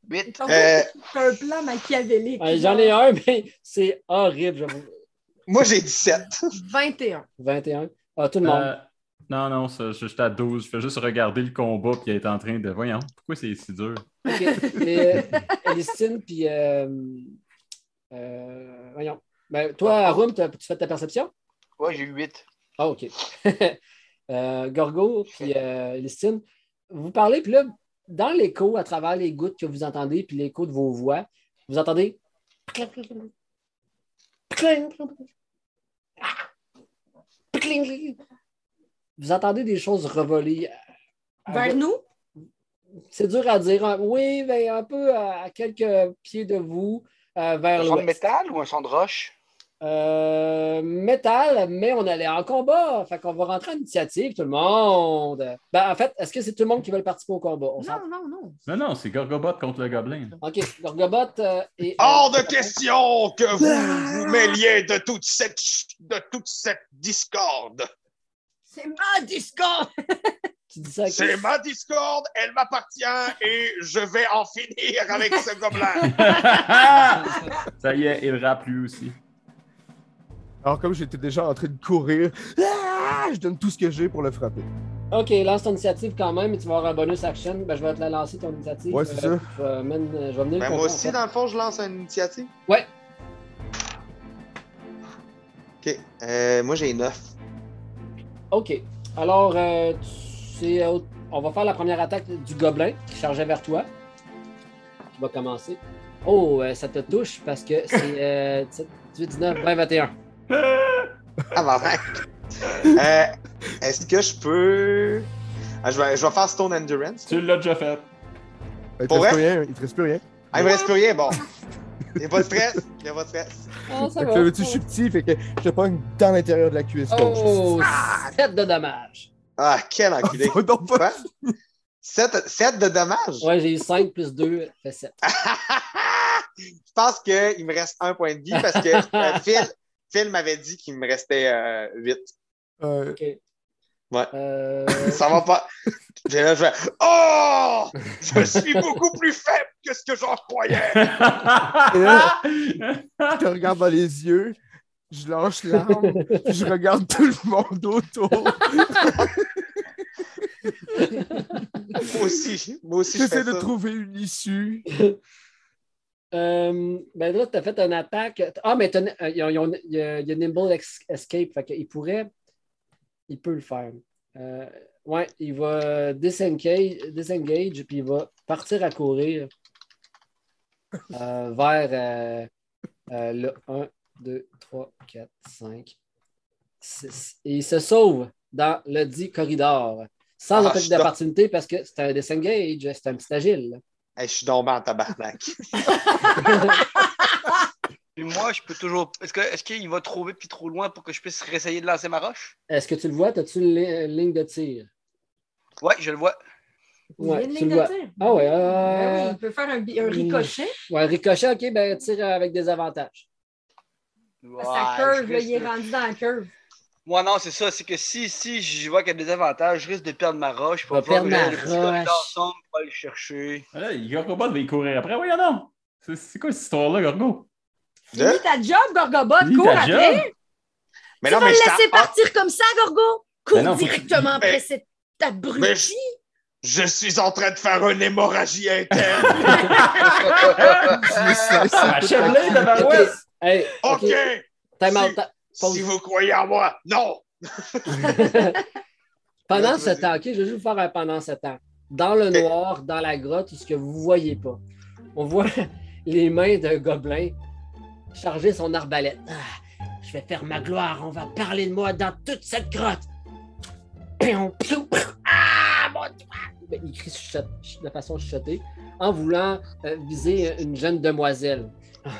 8. Euh, C'est un plan machiavélique. Ouais, Euh, J'en ai un, mais c'est horrible. j'avoue. moi, j'ai 17. 21. 21. Ah, tout le monde. Euh, non, non, ça, je, j'étais à 12. Je fais juste regarder le combat puis être en train de. Voyons, pourquoi c'est si dur? OK. Et, euh, Elistine, puis. euh, euh, voyons. Ben, toi, Arum, t'as- tu fais ta perception? Ah. Ouais, j'ai 8. Ah, OK. (laughs) Euh, Gorgo, puis euh, Elistine, vous parlez, puis là, dans l'écho, à travers les gouttes que vous entendez, puis l'écho de vos voix, vous entendez. Ah. Vous entendez des choses revoler. euh, Vers nous? c'est dur à dire. hein. Oui, mais un peu à, à quelques pieds de vous, euh, vers Un son de l'ouest. métal ou un son de roche? Euh, métal, mais on allait en combat. Fait qu'on va rentrer en initiative, tout le monde. Ben, en fait, est-ce que c'est tout le monde qui veut participer au combat? On s'en- Non, non, non. Non, non, c'est Gorgobot contre le gobelin. OK, Gorgobot euh, et... Hors de question que vous vous mêliez de toute cette, ch- de toute cette discorde. C'est ma discorde! (laughs) Tu dis ça à qui? C'est ma discorde, elle m'appartient et je vais en finir avec ce gobelin. (laughs) ça y est, il rappe lui aussi. Alors, comme j'étais déjà en train de courir, ah, je donne tout ce que j'ai pour le frapper. Euh, OK, lance ton initiative quand même et tu vas avoir un bonus action. Ben, je vais te la lancer, ton initiative. Ouais, c'est Euh, ça. Je vais, mène- je vais venir Ben, le moi compter, aussi, en fait. dans le fond, je lance une initiative. Ouais. OK. Euh, moi, j'ai 9. OK. Alors, euh, tu- c'est, euh, on va faire la première attaque du gobelin qui chargeait vers toi. Qui va commencer. Oh, euh, ça te touche parce que (laughs) c'est euh, 17, 18, 19, 20, 21. Ah, bah, ouais. (laughs) Euh, Est-ce que je peux. Ah, je, vais, je vais faire Stone Endurance. Tu l'as déjà fait. Il te Pour reste vrai? plus rien. Il te reste plus rien. Ah, il me reste plus rien, bon. Il n'y a pas de stress. Il n'y a pas de stress. Ah, ça Fait que, va. là, tu, je suis petit, fait que je te pogne dans l'intérieur de la cuisse. gauche. Oh, 7 de dommages. Ah, quel (laughs) enculé. Faut donc pas- 7, de dommages. Ouais, j'ai eu 5 plus 2, ça fait (laughs) 7. je pense qu'il me reste un point de vie parce que (laughs) euh, Phil, Phil m'avait dit qu'il me restait 8. Euh, Euh, (laughs) Ça va (laughs) pas. Puis là, je vais. (laughs) Oh! Je suis beaucoup plus faible que ce que j'en croyais! je te regarde dans les yeux, je lâche l'arme, puis je regarde tout le monde autour. Moi aussi, moi aussi, je fais J'essaie de ça. trouver une issue. euh, ben là, t'as fait une attaque. Ah, mais t'as- euh, il y, a- il y a- il y a il y a Nimble Ex- Escape, fait qu'il pourrait. Il peut le faire. Euh, ouais, il va disengage, disengage, puis il va partir à (laughs) courir euh, vers euh, euh, le 1, 2, 3, 4, 5, 6. Et il se sauve dans le dit corridor. Sans Ah, attaque je t'en- d'opportunité parce que c'est un disengage, c'est un petit agile. Hey, je suis tombé en tabarnak. Et moi, je peux toujours. Est-ce que- est-ce qu'il va trouver puis trop loin pour que je puisse réessayer de lancer ma roche? Est-ce que tu le vois? As-tu une li- une ligne de tir? Ouais, je le vois. il Ouais, y a tu une le ligne de vois. tir. Ah ouais, Ben euh, oui, il peut faire un, bi- un ricochet. ouais, ricochet, ok, ben tire avec des avantages. ça Ouais, curve, je là, risque il est de- rendu dans la curve. Moi, non, c'est ça. C'est que si, si je vois qu'il y a des avantages, je risque de perdre ma roche. Pour Va perdre ma le petit roche. corridor sombre, pas le chercher. Voilà, Gorgobot va y courir après. Voyons non! C'est- C'est quoi cette histoire-là, Gorgo? Hein? Deux? Finis ta job, Gorgobot, Finis cours ta après. Mais tu non, vas Hein? mais le je laisser t'en- partir comme ça, Gorgo? Cours Ben non, faut que- directement après Mais- cette Mais abrutie. je- Je suis en train de faire une hémorragie (laughs) interne. Achève-le, Ok, tabarouette! hey, OK! ok, time out, ta- Pause. Si vous croyez en moi, non! (laughs) Pendant Vas-y, ce vas-y. temps, ok, je vais juste vous faire un pendant ce temps. Dans le Ok. noir, dans la grotte, tout ce que vous voyez pas. On voit (laughs) les mains d'un gobelin charger son arbalète. Ah, je vais faire ma gloire, on va parler de moi dans toute cette grotte. Pion, piou, piou. Ah, mon doigt! Ben, il crie chuchote- ch- de façon chuchotée en voulant euh, viser (laughs) une jeune demoiselle. Ah,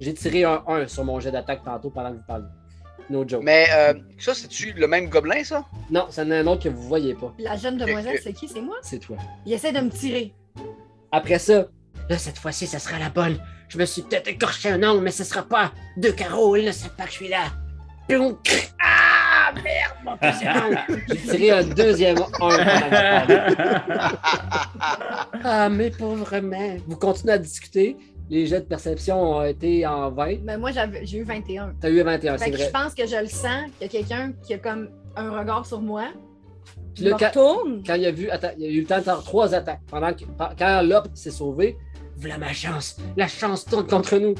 J'ai tiré un 1 sur mon jet d'attaque tantôt pendant que vous parliez. No joke. Mais euh, ça, c'est-tu le même gobelin, ça? Non, c'en est un autre que vous voyez pas. La jeune Eh, demoiselle, c'est qui? C'est moi? C'est (laughs) toi. Il essaie de me tirer. Après ça, là, cette fois-ci, ça sera la bonne. Je me suis peut-être écorché un ongle, mais ce sera pas deux carreaux. Il ne sait pas que je suis là. Pioum, cric. Ah, merde, mon deuxième (laughs) ongle. (laughs) J'ai tiré un deuxième ongle. pendant que je parlais. Ah, mais pas vraiment. Vous continuez à discuter. Les jets de perception ont été en 20. Mais moi, j'avais- j'ai eu 21. T'as eu 21, c'est Fait que je vrai. pense que je le sens, qu'il y a quelqu'un qui a comme un regard sur moi. Puis Je me là, quand, retourne. quand il a vu, atta- il a eu le temps de faire trois attaques. Pendant que, par- quand l'op s'est sauvé, voilà ma chance. La chance tourne contre nous.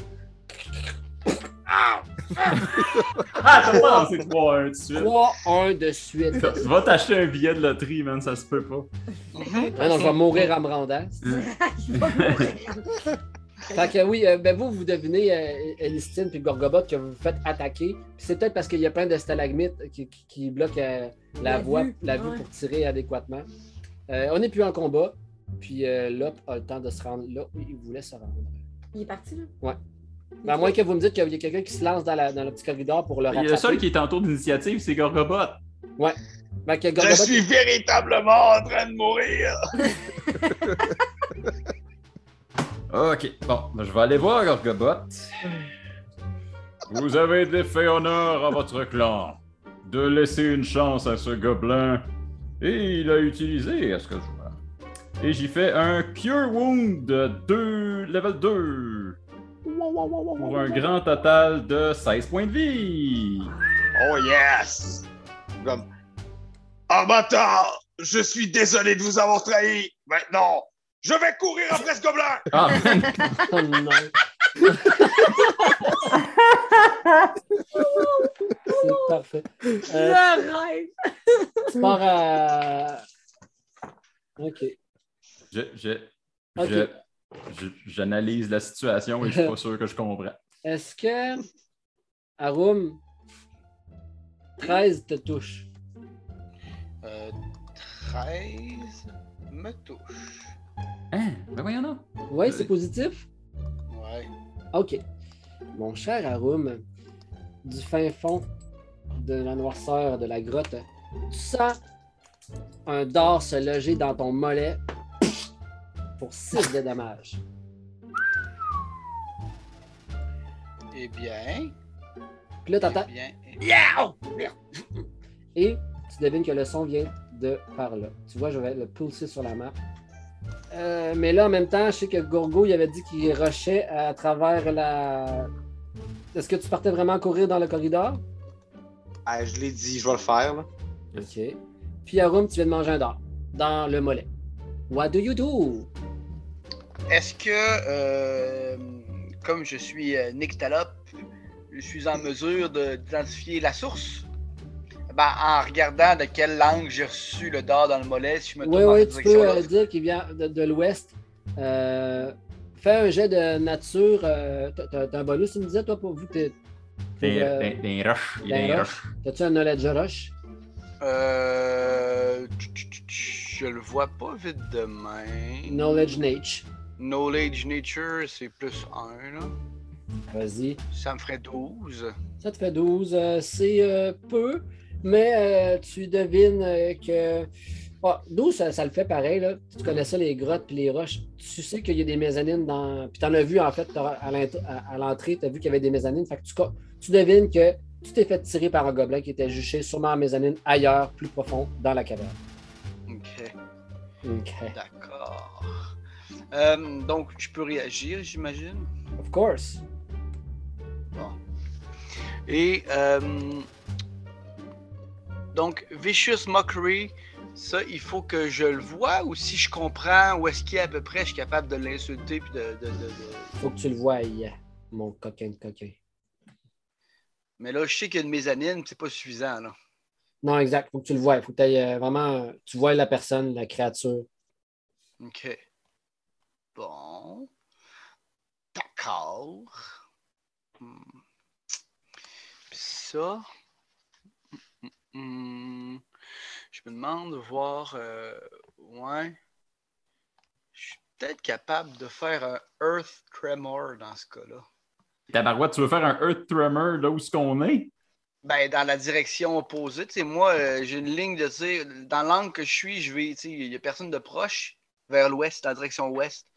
Ah, t'as pas lancé 3-1 de suite. 3-1 de suite. Ça, Tu vas t'acheter un billet de loterie, man, ça se peut pas. Ah non, je vais mourir en me rendant. Fait que oui, euh, ben vous, vous devinez, euh, Elistine puis Gorgobot, que vous vous faites attaquer. Puis c'est peut-être parce qu'il y a plein de stalagmites qui, qui- qui bloquent euh, la, La voie, vue, la vue ouais. pour tirer adéquatement. Euh, on n'est plus en combat. Puis euh, Lop a le temps de se rendre là où il voulait se rendre. Il est parti, là. Ouais. Ben, à moins que vous me dites qu'il y a quelqu'un qui se lance dans, la- dans le petit corridor pour Il y le a rattraper. le seul qui est en tour d'initiative, c'est Gorgobot. Ben, que Je Gorgobot- suis véritablement en train de mourir. Ok, bon, ben, je vais aller voir Gorgobot. Vous avez dé- fait honneur à votre clan de laisser une chance à ce gobelin. Et il a utilisé, à ce que je vois. Et j'y fais un Cure Wound de 2, level 2. Pour un grand total de 16 points de vie. Oh yes! Comme. Armatar, je suis désolé de vous avoir trahi. Maintenant, je vais courir après ce gobelin. Ah, (laughs) Oh non. C'est parfait. Euh, Le rêve! tu pars à. Ok. je, je, Ok. je- je- j'analyse la situation et je suis pas sûr que je comprends. Est-ce que. Arum. 13 te touche. Euh, 13 me touche. Hein? Ben voyons donc. Oui, c'est positif? Ouais. Ok. Mon cher Arum, du fin fond de la noirceur de la grotte, tu sens un dard se loger dans ton mollet pour 6 de dommages. Eh bien. Puis là, t'entends. Eh bien. eh- Et tu devines que le son vient de par là. Tu vois, je vais le pulser sur la map. Euh, mais là, en même temps, je sais que Gorgo, il avait dit qu'il rushait à travers la. Est-ce que tu partais vraiment courir dans le corridor? Ah, je l'ai dit, je vais le faire. là. OK. Puis, Arum, tu viens de manger un dard dans le mollet. What do you do? Est-ce que, euh, comme je suis euh, nyctalope, je suis en mesure de- d'identifier la source? Ben, en regardant de quel langue j'ai reçu le dard dans le mollet, si je me Oui, tourne oui, dans tu cette peux direction-là. euh, dire qu'il vient de, de l'ouest. Euh, fais un jet de nature. euh, t'as- t'as t'as un bonus, tu me disais, toi, pour vous. t'es- pour, Des, euh, des- des roches. Il y a des des roches. roches. Ben, T'as-tu un knowledge rush? Euh, tch, tch, tch, tch, je le vois pas vite de même. Knowledge Nature. Knowledge Nature, c'est plus 1, là. Vas-y. Ça me ferait 12. Ça te fait 12. euh, c'est euh, peu, mais euh, tu devines euh, que. Ah, 12, ça, ça le fait pareil. Là. Tu connais ça, les grottes puis les roches. Tu sais qu'il y a des mezzanines dans. Puis t'en as vu, en fait, t'as- à l'int- à à l'entrée, tu as vu qu'il y avait des mezzanines. Fait que tu, co- tu devines que tu t'es fait tirer par un gobelin qui était juché sûrement en mezzanine ailleurs, plus profond, dans la caverne. Ok, OK. d'accord. Euh, donc, je peux réagir, j'imagine. Of course. Et euh, donc, Vicious Mockery, ça, il faut que je le vois ou si je comprends où est-ce qu'il est à peu près, je suis capable de l'insulter puis de, de- de- de- Faut que tu le voies, mon coquin de coquin. Mais là, je sais qu'il y a une mezzanine, puis c'est pas suffisant, là. Non, exact. Faut que tu le vois. Faut que t'ailles, euh, vraiment. euh, Tu vois la personne, la créature. OK. Bon. D'accord. Hmm. Puis ça. hmm, Je me demande de voir. euh, ouais. Je suis peut-être capable de faire un Earth Tremor dans ce cas-là. Tabarouette, tu veux faire un Earth Tremor là où ce qu'on est? Ben, dans la direction opposée. Tu sais, moi, euh, j'ai une ligne de, tu sais, dans l'angle que je suis, je vais, tu sais, il n'y a personne de proche, vers l'ouest, dans la direction ouest.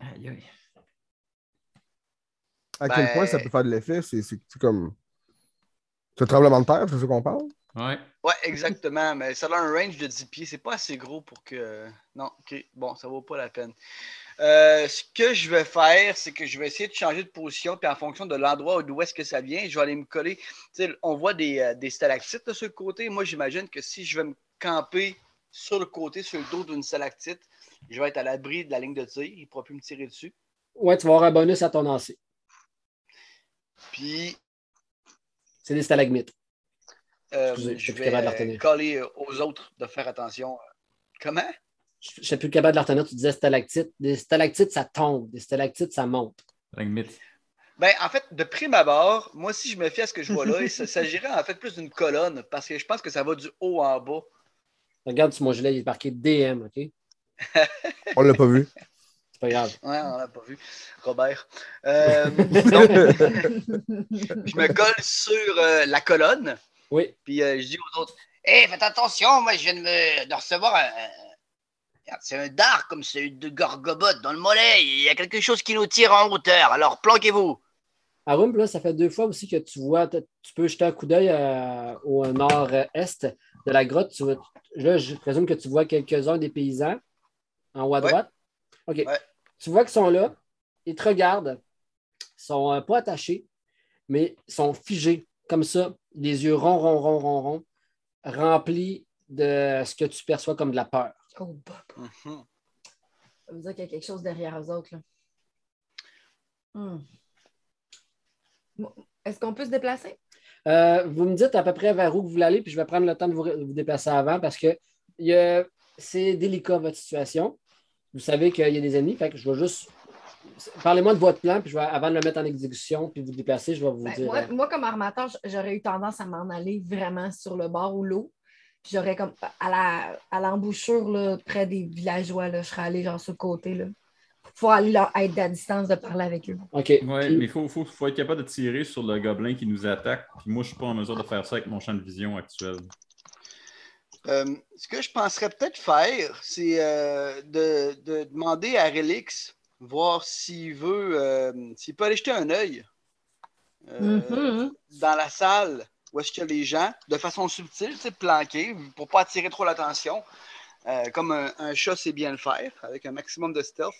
Aïe, aïe. À quel Ben- point ça peut faire de l'effet? C'est c'est- c'est comme. C'est un tremblement de terre, c'est ça qu'on parle? Ouais. Ouais, exactement, mais ça a un range de 10 pieds. C'est pas assez gros pour que. Non, ok, bon, ça vaut pas la peine. Euh, ce que je vais faire, c'est que je vais essayer de changer de position, puis en fonction de l'endroit d'où est-ce que ça vient, je vais aller me coller. Tu sais, on voit des, euh, des stalactites de ce côté. Moi, j'imagine que si je vais me camper sur le côté, sur le dos d'une stalactite, je vais être à l'abri de la ligne de tir. Il ne pourra plus me tirer dessus. Ouais, tu vas avoir un bonus à ton lancer. Puis, C'est des stalagmites. euh, Excusez, je j'étais plus capable de la vais retenir. coller euh, aux autres de faire attention. Comment? Je n'étais plus capable de la retenir. Tu disais stalactites. Des stalactites, ça tombe. Des stalactites, ça monte. Stalagmite. Ben, en fait, de prime abord, moi, si je me fie à ce que je vois là, il s- s'agirait en fait plus d'une colonne, parce que je pense que ça va du haut en bas. Regarde sur mon gilet, il est marqué DM, OK? C'est On l'a pas vu. pas grave. Ouais, on l'a pas vu, Robert. Euh, donc, je me colle sur euh, la colonne, Oui. puis euh, je dis aux autres, Hé, Eh, faites attention, moi je viens de, me, de recevoir un. un- Regarde, C'est un dard comme celui de Gorgobot dans le mollet. Il y a quelque chose qui nous tire en hauteur, alors planquez-vous. Arum, là, ça fait deux fois aussi que tu vois, t- tu peux jeter un coup d'œil euh, au nord-est de la grotte. Tu vois- là, je présume que tu vois quelques-uns des paysans en haut à Ouais. droite. OK. Ouais. Tu vois qu'ils sont là, ils te regardent, ils sont euh, pas attachés, mais ils sont figés comme ça, les yeux ronds, ronds, ronds, ronds, ronds, remplis de ce que tu perçois comme de la peur. Oh, Bob. Mhm. Ça veut dire qu'il y a quelque chose derrière eux autres. là. Hmm. Bon, Est-ce qu'on peut se déplacer? Euh, vous me dites à peu près vers où vous voulez aller, puis je vais prendre le temps de vous, de vous déplacer avant parce que il y a- c'est délicat votre situation. Vous savez qu'il y a des ennemis, fait que je vais juste. Parlez-moi de votre plan, puis je vais, avant de le mettre en exécution, puis de vous déplacer, je vais vous Ben, dire. moi, euh, moi, comme armateur, j- j'aurais eu tendance à m'en aller vraiment sur le bord ou l'eau. Puis j'aurais comme à la à l'embouchure là, près des villageois, là, je serais allée genre sur le côté là, pour pouvoir aller leur être à distance de parler avec eux. OK. Ouais, Puis- mais il faut, faut, faut être capable de tirer sur le gobelin qui nous attaque. Puis moi, je suis pas en mesure de faire ça avec mon champ de vision actuel. Euh, ce que je penserais peut-être faire, c'est euh, de, de demander à Relix, voir s'il veut, euh, s'il peut aller jeter un œil euh, Mhm. dans la salle où est-ce que les gens, de façon subtile, tu sais, planqués, pour pas attirer trop l'attention, euh, comme un, un chat sait bien le faire, avec un maximum de stealth,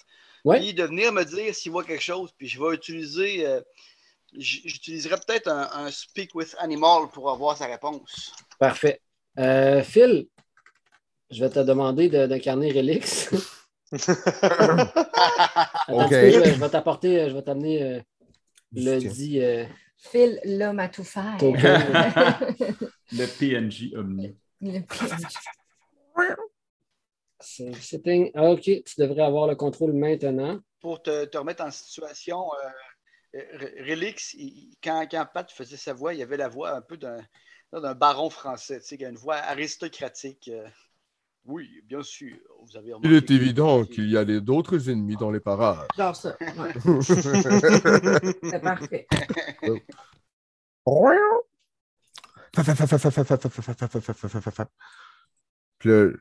Ouais. puis de venir me dire s'il voit quelque chose, puis je vais utiliser, euh, j- j'utiliserai peut-être un, un Speak with Animal pour avoir sa réponse. Parfait. Euh, Phil, je vais te demander de- d'incarner Relix. (laughs) Attends, OK. un petit peu, je, je vais t'apporter, euh, je vais t'amener euh, le Tiens. dit euh, Phil, l'homme à tout faire. token. Le PNJ Omni. (laughs) Le petit- C'est- c'était- ah, OK, tu devrais avoir le contrôle maintenant. pour te, te remettre en situation, euh, R- Relix, il- il- quand, quand Pat faisait sa voix, il y avait la voix un peu d'un d'un baron français, tu sais, qui a une voix aristocratique. euh. oui, bien sûr, vous avez remarqué Il est que- évident qu'il y a des- d'autres ennemis dans les parages. Genre ça. Ouais, c'est (laughs) (laughs) parfait. Puis le,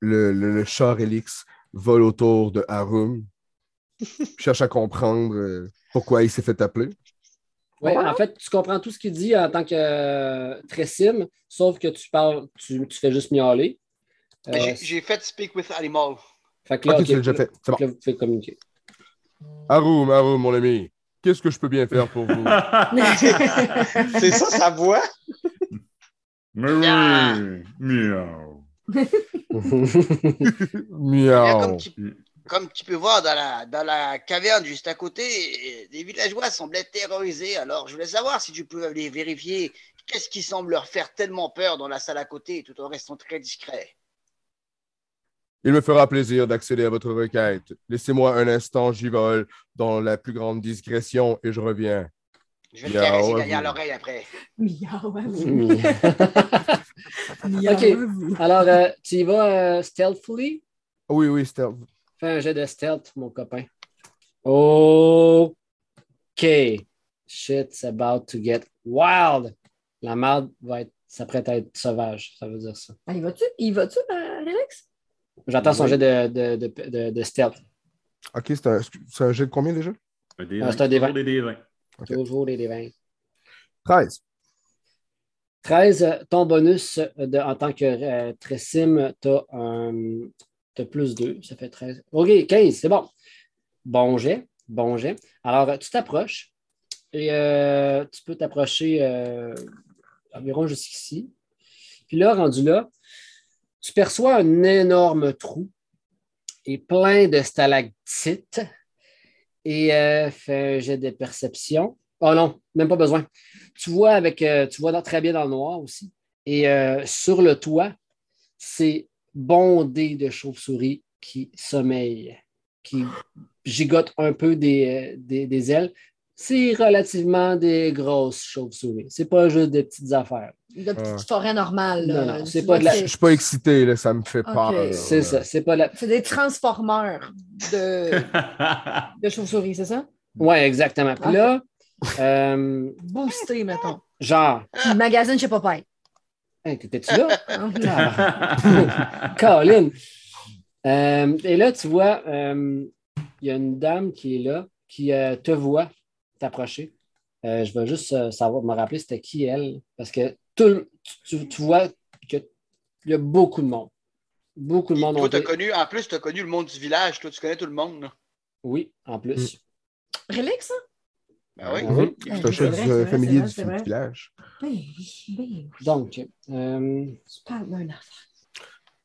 le, le, le chat Relix vole autour de (laughs) Harum, cherche à comprendre euh, pourquoi il s'est fait appeler. Oui, en fait, tu comprends tout ce qu'il dit en tant que euh, Tressim, sauf que tu parles, tu, tu fais juste miauler. Euh, Mais Ben, j'ai- J'ai fait Speak with Animal. fait que là, Ok, ok, tu l'as déjà fait. C'est fait bon. que là, vous pouvez communiquer. Harum, Harum, mon ami, qu'est-ce que je peux bien faire (laughs) pour vous? (laughs) C'est ça sa voix? Miaou. Miaou. Miaou. Comme, tu, comme tu peux voir dans la, dans la caverne juste à côté, euh, les villageois semblaient terrorisés. Alors je voulais savoir si tu pouvais aller vérifier qu'est-ce qui semble leur faire tellement peur dans la salle à côté tout en restant très discret. Il me fera plaisir d'accéder à votre requête. Laissez-moi un instant, j'y vole dans la plus grande discrétion et je reviens. Je vais te Bien, caresser ouais, derrière vous. l'oreille après. Miaou, hein, miaou. (laughs) ok, alors euh, tu y vas euh, stealthily. Oui, oui, Steph. Fais un jet de stealth, mon copain. OK. Shit's about to get wild, la marde va être, s'apprête à être sauvage. Ça veut dire ça. Ben, Ah, il va-tu, il va-tu, euh, Alex? J'attends son Oui. jet de, de, de, de- de stealth. Ok, c'est un, c'est un jet de combien déjà Un des Ah, c'est un des vingt. Toujours des vingt. Ok. Toujours les les 20. 13. 13, euh, ton bonus de- en tant que euh, Tressim, tu as, plus 2, ça fait 13. OK, 15, c'est bon. Bon jet, bon jet. Alors, euh, tu t'approches et euh, tu peux t'approcher euh, environ jusqu'ici. Puis là, rendu là, tu perçois un énorme trou et plein de stalactites. Et euh, fais un jet de perception. Oh non, même pas besoin tu vois avec euh, tu vois dans- très bien dans le noir aussi. Et euh, sur le toit, c'est bondé de chauves-souris qui sommeillent, qui gigotent un peu des, euh, des, des ailes. C'est relativement des grosses chauves-souris. C'est pas juste des petites affaires. De petite Ouais. forêt normale. Non, là. non, c'est Tu pas vois de la- que Je c'est- suis pas excité, là, ça me fait Ok. peur. là. C'est ça. C'est pas la. C'est des transformeurs de, de chauves-souris, c'est ça? Ouais, exactement. Puis là, euh, Boosté, mettons. genre, Qui magasinent chez Popeye. Hey, t'étais-tu là? Ah. Ah. (laughs) Colin! Euh, et là, tu vois, euh, il y a une dame qui est là, qui euh, te voit t'approcher. Euh, je veux juste euh, savoir, me rappeler c'était qui elle, parce que tout le- tu, tu- tu vois qu'il y a beaucoup de monde. Beaucoup de Puis monde. ont Toi, t'as été- connu, en plus, t'as connu le monde du village. Toi, tu connais tout le monde. là. Oui, en plus. Relix, hein? Ben oui. Oui. C'est un C'est chat vrai, du- c'est vrai, c'est familier du vrai, c'est vrai. village. Ben oui, ben oui. Donc, euh, Tu parles d'un affaire.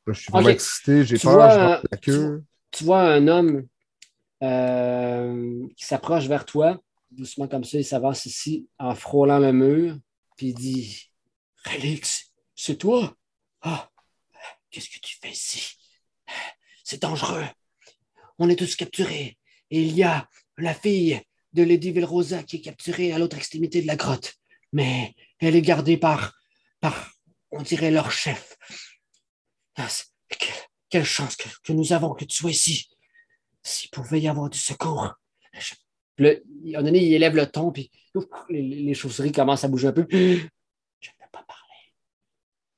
Là, je suis Ok. vraiment excité, j'ai Tu vois, peur, je euh, mange la tu- queue. tu vois un homme euh, qui s'approche vers toi, doucement comme ça, il s'avance ici en frôlant le mur, puis il dit Relix, c'est toi Ah, qu'est-ce que tu fais ici C'est dangereux. On est tous capturés. Et il y a la fille de Lady Villerosa qui est capturée à l'autre extrémité de la grotte. Mais elle est gardée par, par on dirait, leur chef. Ah, c'est- quelle, quelle chance que- que nous avons que tu sois ici. S'il pouvait y avoir du secours. Je- Puis là, il- à un moment donné, il élève le ton, puis ouf, les, les chauves-souris commencent à bouger un peu. Je ne peux pas parler.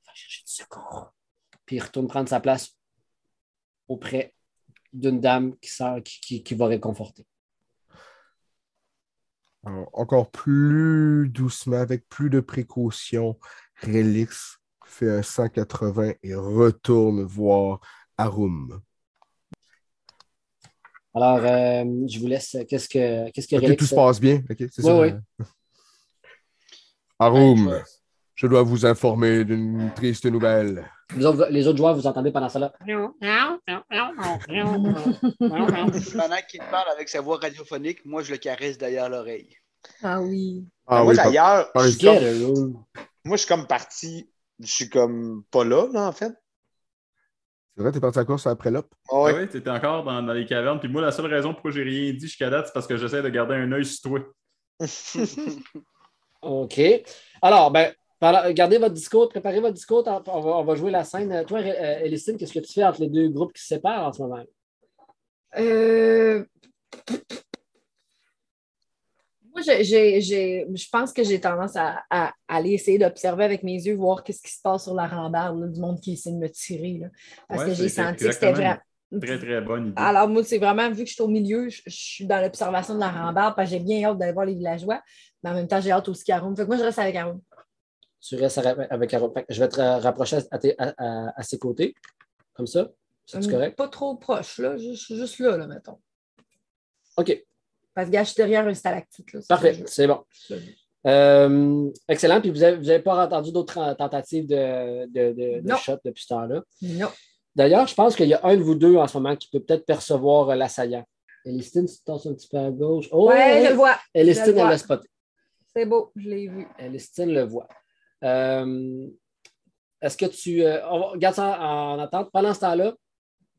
Va chercher du secours. Puis il retourne prendre sa place auprès d'une dame qui, sort- qui, qui- qui va réconforter. Alors, encore plus doucement, avec plus de précaution, Relix fait un 180 et retourne voir Arum. Alors, euh, je vous laisse. Qu'est-ce que, qu'est-ce que Ok, Relix- euh, tout se passe bien. Ok, c'est ça. Ouais, (laughs) Arum, Ouais. je dois vous informer d'une triste nouvelle. les, autres, les autres joueurs, vous entendez pendant ça là. Pendant qu'il parle avec sa voix radiophonique, moi, je le caresse derrière l'oreille. Ah oui. Ah Ben, moi, oui, papa. d'ailleurs, par je suis Get comme- a room. moi, je suis comme parti. Je suis comme pas là, là, en fait. c'est vrai, t'es parti à la course après l'op. Ah ouais. Ah oui, t'étais encore dans, dans les cavernes. Puis moi, la seule raison pourquoi j'ai rien dit jusqu'à date, c'est parce que j'essaie de garder un œil sur toi. OK. Alors, ben, pendant- gardez votre discours, préparez votre discours. t'en- On va, on va jouer la scène. Euh, Toi, euh, Elistine, qu'est-ce que tu fais entre les deux groupes qui se séparent en ce moment? Euh, Moi, j'ai- j'ai- j'ai- je pense que j'ai tendance à, à aller essayer d'observer avec mes yeux, voir qu'est-ce qui se passe sur la rambarde là, du monde qui essaie de me tirer. là. Parce Ouais, que j'ai c'est- senti c'est que c'était exactement vraiment. Ah, une Très, très bonne idée. Alors, moi, c'est vraiment, vu que je suis au milieu, je, je suis dans l'observation de la rambarde, parce que j'ai bien hâte d'aller voir les villageois, mais en même temps, j'ai hâte aussi qu'à Rome. Fait que moi, je reste avec Arum. Tu restes à- avec Aaron. Fait que Je vais te ra- rapprocher à, tes- à- à- à ses côtés, comme ça. C'est-tu Hum, correct? Pas trop proche, là. Je, je suis juste là, là, mettons. OK, Parce que, gars, je suis derrière un stalactite, là. c'est ça que parfait. je veux. C'est bon. Euh, excellent. Puis vous n'avez pas entendu d'autres euh, tentatives de, de, de- de Non. shot depuis ce temps-là. Non. D'ailleurs, je pense qu'il y a un de vous deux en ce moment qui peut peut-être percevoir euh, l'assaillant. Elistine, tu te tasses un petit peu à gauche. Oh, ouais, je le vois. je le Elistine, elle vois. l'a spoté. C'est beau, je l'ai vu. Elistine le voit. Euh, Est-ce que tu. euh, on va- garde ça en, en attente. Pendant ce temps-là,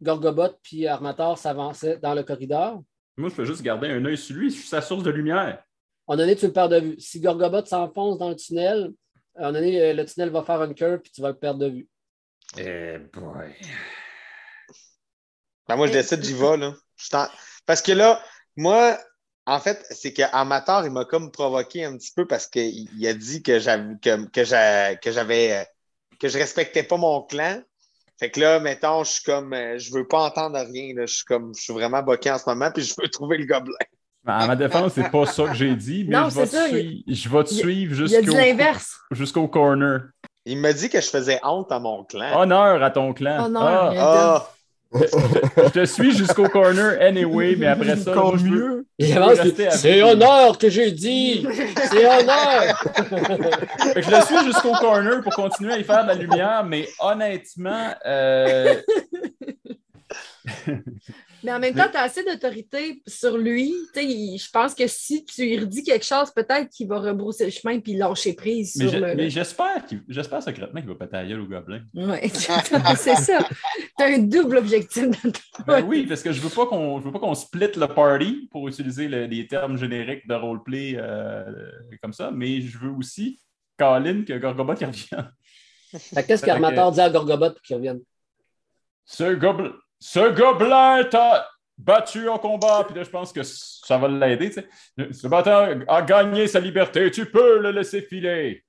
Gorgobot puis Armator s'avançaient dans le corridor. Moi, je peux juste garder un œil sur lui. Je suis sa source de lumière. On a donné, tu le perds de vue. Si Gorgobot s'enfonce dans le tunnel, on a donné, euh, le tunnel va faire une curve puis tu vas le perdre de vue. Eh boy. Ben, moi, je décide, j'y vais, là. Je suis en- Parce que là, moi, En fait, c'est qu'Amateur, il m'a comme provoqué un petit peu parce qu'il il a dit que j'avais que, que j'a- que j'avais euh, que je respectais pas mon clan. Fait que là, mettons, je suis comme euh, je veux pas entendre rien. là. Je suis comme je suis vraiment boqué en ce moment, puis je veux trouver le gobelin. Ben, À ma défense, c'est pas ça que j'ai dit, mais Non, je, vais c'est ça, te il- sui- je vais te il- suivre Il a dit jusqu'au l'inverse. jusqu'au corner. Il m'a dit que je faisais honte à mon clan. Honneur à ton clan. Honneur, Ah, mais- Ah! je te suis jusqu'au corner anyway, mais après ça, moi, Encore je veux- mieux. Il peux avance, rester puis, avec C'est lui. honneur que j'ai dit! C'est honneur! (laughs) Fait que je le suis jusqu'au corner pour continuer à y faire de la lumière, mais honnêtement, euh, Mais en même temps, tu as assez d'autorité sur lui. Tu sais, il- je pense que si tu lui redis quelque chose, peut-être qu'il va rebrousser le chemin puis lâcher prise mais sur je- le. mais j'espère qu'il- j'espère secrètement qu'il va péter la gueule au gobelin. Ouais, (laughs) c'est ça. Tu as un double objectif dans ta (laughs) Ben oui, parce que je veux pas qu'on je veux pas qu'on split le party pour utiliser le- les termes génériques de roleplay euh, comme ça, mais je veux aussi Colin que Gorgobot qui revienne. Fait que qu'est-ce qu'Armateur dit à Gorgobot pour qu'il revienne? Ce gobelin, ce gobelin t'a battu en combat, puis là je pense que ça va l'aider, tu sais. Ce bâtard a gagné sa liberté, tu peux le laisser filer.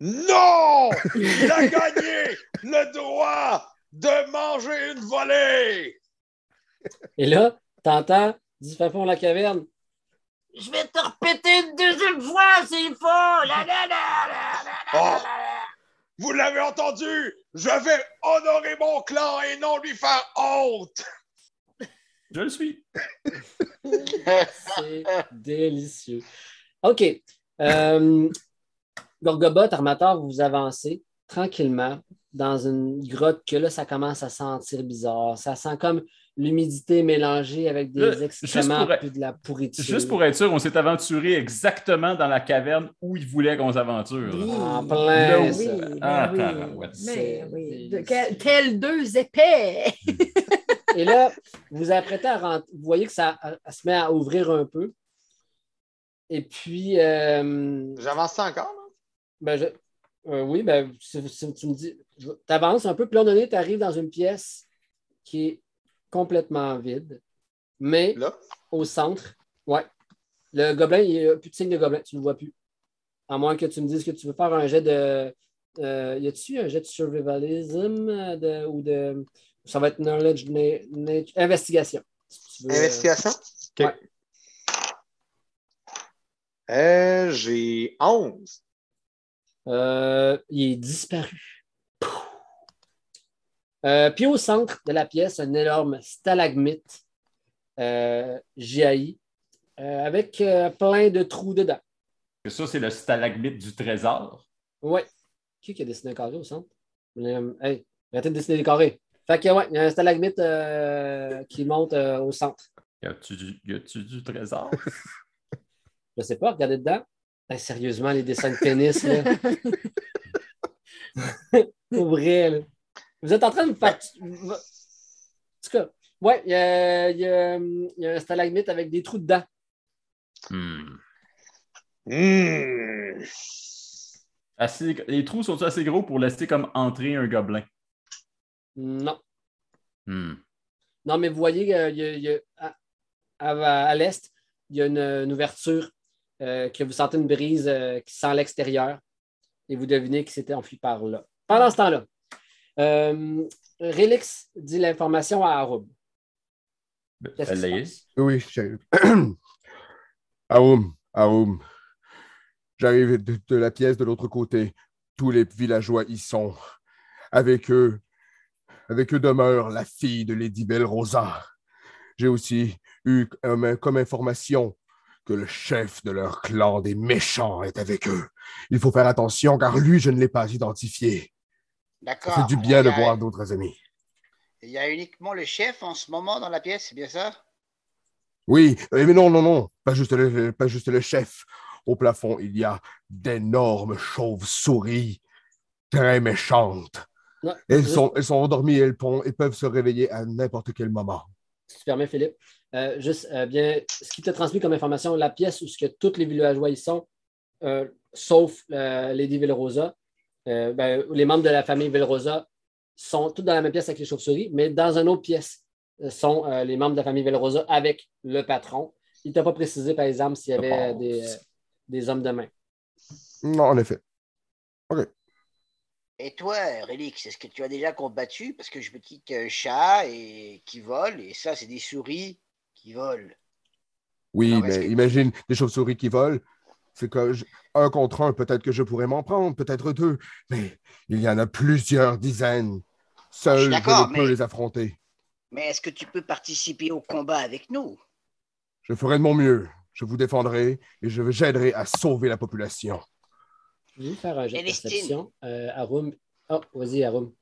Non! Il a gagné le droit de manger une volée! Et là, t'entends, dis fais fond la caverne. Je vais te répéter une deuxième fois s'il faut. La, la, la, la, la. Oh! Vous l'avez entendu? Je vais honorer mon clan et non lui faire honte! Je le suis. C'est délicieux. OK. Euh, Gorgobot, Armateur, vous avancez tranquillement dans une grotte que là, ça commence à sentir bizarre. Ça sent comme l'humidité mélangée avec Là, des Euh, juste excréments pour- puis de la pourriture. Juste pour être sûr, on s'est aventuré exactement dans la caverne où il voulait qu'on s'aventure. Oui. En plein, Ben ça. oui, Ah, ben oui. tabarouette. Mais oui. De C'est- quel- Tels deux épais! Et là, vous vous apprêtez à rentrer. Vous voyez que ça elle se met à ouvrir un peu. Et puis, euh, J'avance ça encore? là? ben, je- euh, oui, ben, si- si tu me dis, tu avances un peu, puis là, à un moment donné, tu arrives dans une pièce qui est complètement vide, mais Là? au centre, ouais, le gobelin, il n'y a plus de signe de gobelin, tu ne le vois plus. À moins que tu me dises que tu veux faire un jet de. euh, y a-tu un jet de survivalism euh, de- ou de. Ça va être knowledge, na- nat- investigation. si tu veux, euh, Investigation? OK. ouais. Euh, j'ai 11. Euh, il est disparu. Euh, puis au centre de la pièce, un énorme stalagmite euh, jaillit euh, avec euh, plein de trous dedans. Ça, c'est le stalagmite du trésor. Ouais. Qui qui a dessiné un carré au centre? Euh, hey, arrêtez de dessiner des carrés. Fait que ouais, il y a un stalagmite euh, qui monte euh, au centre. Y a-tu du, y a-tu du trésor? (laughs) Je sais pas, regardez dedans. Hey, sérieusement, les dessins de pénis, là. Pour vrai, là. Vous êtes en train de vous faire. En tout cas, ouais, il y, a- il y a- il y a un stalagmite avec des trous dedans. Hmm. Hmm. Assez- les trous sont assez gros pour laisser comme entrer un gobelin. Non. Hmm. Non, mais vous voyez, euh, il y a- il y a- à, à- à l'est, il y a une, une ouverture euh, que vous sentez une brise euh, qui sent l'extérieur et vous devinez qu'il s'était enfui par là. Pendant ce temps-là, euh, Relix dit l'information à Arub. Qu'est-ce qui se Allez. passe? Oui, j'arrive. (clears throat) Aoum, Aoum. J'arrive de, de la pièce de l'autre côté. Tous les villageois y sont. Avec eux, avec eux demeure la fille de Lady Belle Rosa. J'ai aussi eu comme, comme information que le chef de leur clan des méchants est avec eux. Il faut faire attention car lui, je ne l'ai pas identifié. Ça D'accord. fait du bien de Alors, il y a- voir d'autres amis. Il y a uniquement le chef en ce moment dans la pièce, c'est bien ça Oui, euh, mais non, non, non, pas juste le, pas juste le chef. Au plafond, il y a d'énormes chauves-souris très méchantes. Non, Elles Euh. juste- sont, elles sont endormies et elles, pon- elles peuvent se réveiller à n'importe quel moment. si tu permets, Philippe, euh, juste euh, bien, ce qui t'a transmis comme information, la pièce où ce que tous les villageois y sont, euh, sauf euh, Lady Villerosa, euh, ben, les membres de la famille Villerosa sont tous dans la même pièce avec les chauves-souris, mais dans une autre pièce euh, sont euh, les membres de la famille Villerosa avec le patron Il n'était pas précisé, par exemple, s'il y Je avait euh, pense. des, des hommes de main. Non, en effet. Et toi, Relix, est-ce que tu as déjà combattu Parce que je me dis qu'un chat et... qui vole, et ça, c'est des souris qui volent. Oui, Alors, est-ce mais que- imagine des chauves-souris qui volent. C'est que je- un contre un, peut-être que je pourrais m'en prendre, peut-être deux, mais il y en a plusieurs dizaines. Seul, je d'accord, ne peux mais- les affronter. Mais est-ce que tu peux participer au combat avec nous Je ferai de mon mieux. Je vous défendrai et je j'aiderai à sauver la population. Je vais vous faire un jet de Elistine. perception. Euh, Arum. Oh, vas-y, Arum.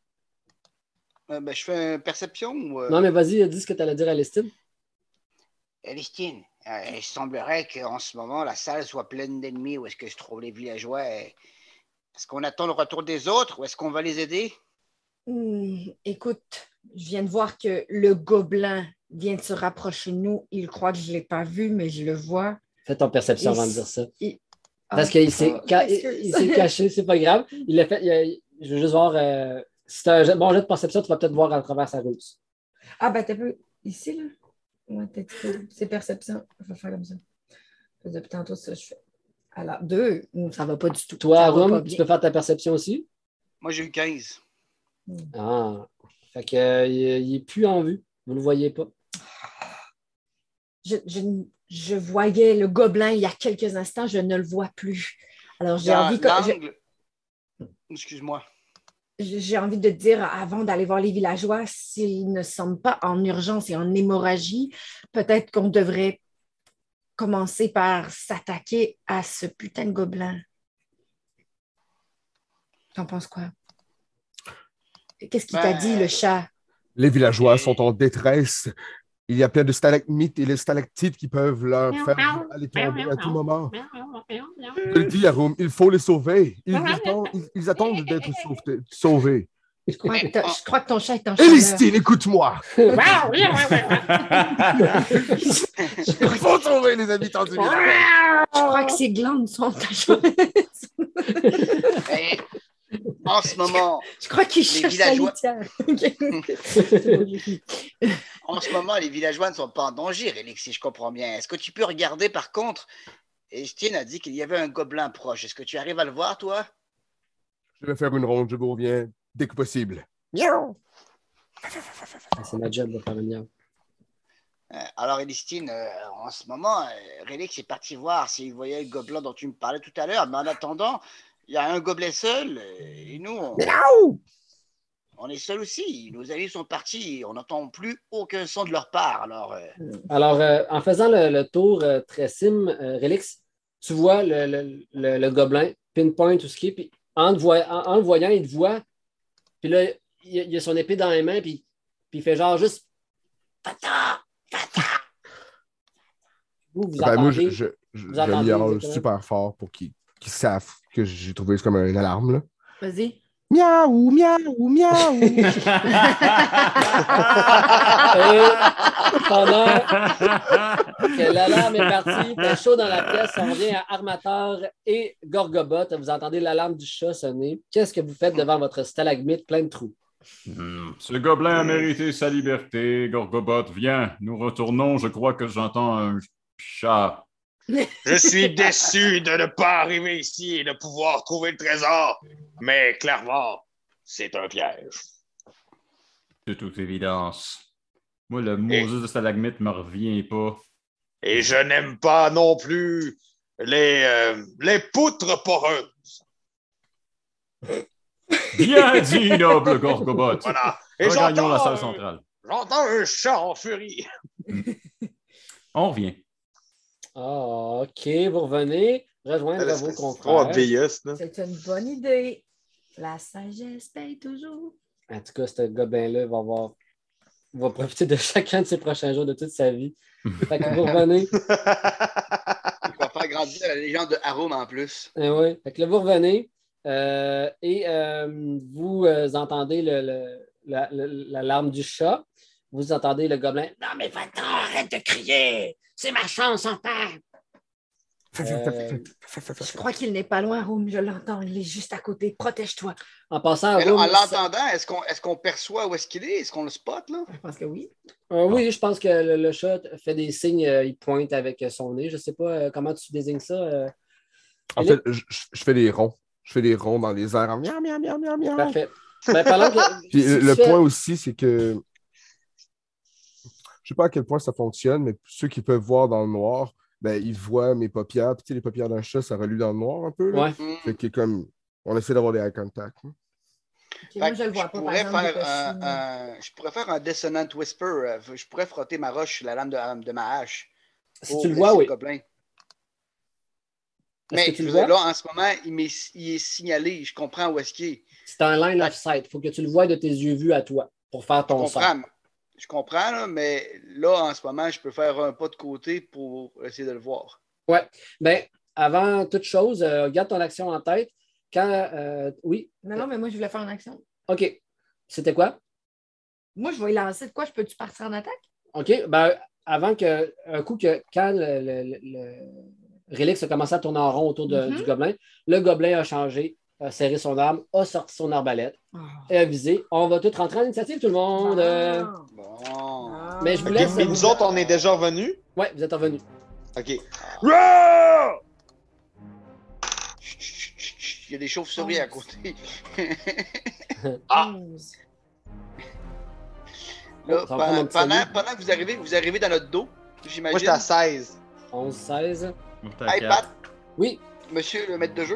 Euh, ben, je fais une perception ou. euh, Non, mais vas-y, dis ce que tu allais dire à Elistine. Elistine, euh, il semblerait qu'en ce moment, la salle soit pleine d'ennemis. Où est-ce que se trouvent les villageois euh, Est-ce qu'on attend le retour des autres ou est-ce qu'on va les aider Hmm, écoute, je viens de voir que le gobelin vient de se rapprocher de nous. Il croit que je ne l'ai pas vu, mais je le vois. Fais ton perception Il- avant de dire ça. Ah, Parce qu'il s'est ah, ca- excuse. il- il s'est caché, c'est pas grave. Il a fait. il a- je veux juste voir. euh, si t'as un jet- bon jet de perception, tu vas peut-être voir à travers sa ruse. Ah, ben, t'as peu. Ici, là. Ouais, t'as dit que C'est perception. Je vais faire comme ça. Depuis tantôt, ça, je fais. Alors, deux, hmm, ça va pas du tout. Toi, Ça va pas Arum, tu bien. peux faire ta perception aussi? Moi, j'ai eu 15. Ah. Fait que, euh, il, il est plus en vue. Vous le voyez pas. Je, je, je voyais le gobelin il y a quelques instants, je ne le vois plus. Alors, j'ai Dans envie que. je- l'angle. Excuse-moi. j'ai envie de dire, avant d'aller voir les villageois, s'ils ne semblent pas en urgence et en hémorragie, peut-être qu'on devrait commencer par s'attaquer à ce putain de gobelin. T'en penses quoi? Qu'est-ce qu'il t'a Ben, dit, le chat? Les villageois Et- sont en détresse. Il y a plein de stalagmites et de stalactites qui peuvent leur faire aller tomber à tout moment. ah. Je le dis, Yaroum, il faut les sauver. Ils attendent, ils- ils attendent (laughs) d'être sauvetés- sauvés. Je Je crois que, t'as- je crois que ton chat est en chaleur. (laughs) (laughs) Elistine, écoute-moi. Il (laughs) faut sauver les habitants du village. Je crois que ses glandes sont en chaleur. Eh, En ce moment, (laughs) Je crois qu'il Les cherche sa villageois. litière. (laughs) Ok. en ce moment, les villageois ne sont pas en danger, Relix, si je comprends bien. Est-ce que tu peux regarder par contre Elistine a dit qu'il y avait un gobelin proche. Est-ce que tu arrives à le voir, toi Je vais faire une ronde, je vous reviens dès que possible. Ah, c'est ma job de faire une miaou. Euh, Alors, Elistine, euh, en ce moment, euh, Relix est parti voir s'il voyait le gobelin dont tu me parlais tout à l'heure, mais en attendant, il y a un gobelet seul, euh, et nous, on, on est seuls aussi. Nos amis sont partis, on n'entend plus aucun son de leur part. Alors, euh, Alors, euh, en faisant le, le tour euh, Tressim, euh, Relix, tu vois le, le- le- le gobelin, pinpoint tout ce qui est, puis en, le voy- en- en le voyant, il te voit, puis là, il, a- il a son épée dans les mains, puis, puis il fait genre juste Fata! Fata! Vous, vous Ben, moi, je, entendez- je, je, Vous je entendez, miaule exactement. super fort pour qu'ils qu'ils savent que j'ai trouvé ça comme une alarme. Là. Vas-y. Miaou, miaou, miaou. (laughs) Et Euh, pendant que l'alarme est partie, t'es chaud dans la pièce, on revient à Armateur et Gorgobot. Vous entendez l'alarme du chat sonner. Qu'est-ce que vous faites devant votre stalagmite plein de trous? Hmm, Ce gobelin a mérité sa liberté. Gorgobot, viens, nous retournons. Je crois que j'entends un chat. Je suis déçu de ne pas arriver ici et de pouvoir trouver le trésor, mais clairement, c'est un piège. De toute évidence. Moi, le Moses de stalagmite me revient pas. Et je n'aime pas non plus les, euh, les poutres poreuses. (laughs) Bien dit, noble Gorgobot. Voilà. Et Regagnons la j'entends salle un, centrale. j'entends un chat en furie. On revient. Ah, OK, vous revenez, rejoindre vos confrères. BS, là. C'est une bonne idée. La sagesse paye toujours. En tout cas, ce gobelin-là va avoir va profiter de (laughs) chacun de ses prochains jours de toute sa vie. Fait que vous revenez. Il va faire grandir la légende de Harum en plus. Eh oui. Fait que là, vous revenez euh, et euh, vous euh, entendez le, le- la, la- l'alarme du chat. Vous entendez le gobelin. Non, mais va-t'en, arrête de crier! C'est ma chance, enfin! Euh, Je crois qu'il n'est pas loin, Room. Je l'entends. Il est juste à côté. Protège-toi. en passant à Mais là, en Room, ça- l'entendant, est-ce qu'on est-ce qu'on perçoit où est-ce qu'il est? Est-ce qu'on le spot, là? Je pense que oui. euh, oui, je pense que le, le chat fait des signes, euh, il pointe avec euh, son nez. Je ne sais pas euh, comment tu désignes ça. euh, En fait, je, je- je fais des ronds. Je fais des ronds dans les airs. en miam, miam, miam, miam, miam. Parfait. Ben, pendant (laughs) que- Puis si le, tu le fais- point aussi, c'est que je sais pas à quel point ça fonctionne, mais ceux qui peuvent voir dans le noir, ben, ils voient mes paupières. Puis tu sais, les paupières d'un chat, ça relue dans le noir un peu. là. Ouais. Hmm. Fait que comme on essaie d'avoir des eye contact. hein. Ok, Fait moi, que je le vois pas. par pourrais exemple, faire j'ai pas un, su. un- je pourrais faire un dissonant whisper. euh, Je pourrais frotter ma roche sur la lame de, de ma hache. Si pour tu le blesser vois, oui. gobelin. Est-ce Mais que tu le je veux dire, vois? là, en ce moment, il, m'est- il est signalé. Je comprends où est-ce qu'il est. C'est en line of sight. Il faut que tu le vois de tes yeux vus à toi pour faire Je ton sort. comprends. Je comprends, là, mais là, en ce moment, je peux faire un pas de côté pour essayer de le voir. Ben, avant toute chose, euh, garde ton action en tête. Quand. euh, oui, Non, non, mais moi, je voulais faire une action. OK. C'était quoi? Moi, je vais y lancer de quoi? Je peux-tu partir en attaque? OK. Ben, avant que. Un coup que. Quand le, le, le- le Relix a commencé à tourner en rond autour de- Mhm. du gobelin, le gobelin a changé, a serré son arme, a sorti son arbalète Oh. et a visé. On va tout rentrer en initiative, tout le monde. Euh, Bon. Bon. Mais je vous Ok, laisse. Mais nous autres, on est déjà revenus. Ouais, vous êtes revenus. OK. Chut, chut, chut, chut, Il y a des chauves-souris à côté. Ah! Onze. Là, Oh, ça va prendre un pendant, petit salut. pendant- pendant que vous arrivez, vous arrivez dans notre dos, Moi, j'étais j'imagine. à 16. 11, 16. Monte à Hey, quatre. Pat, Oui. Monsieur le maître de jeu,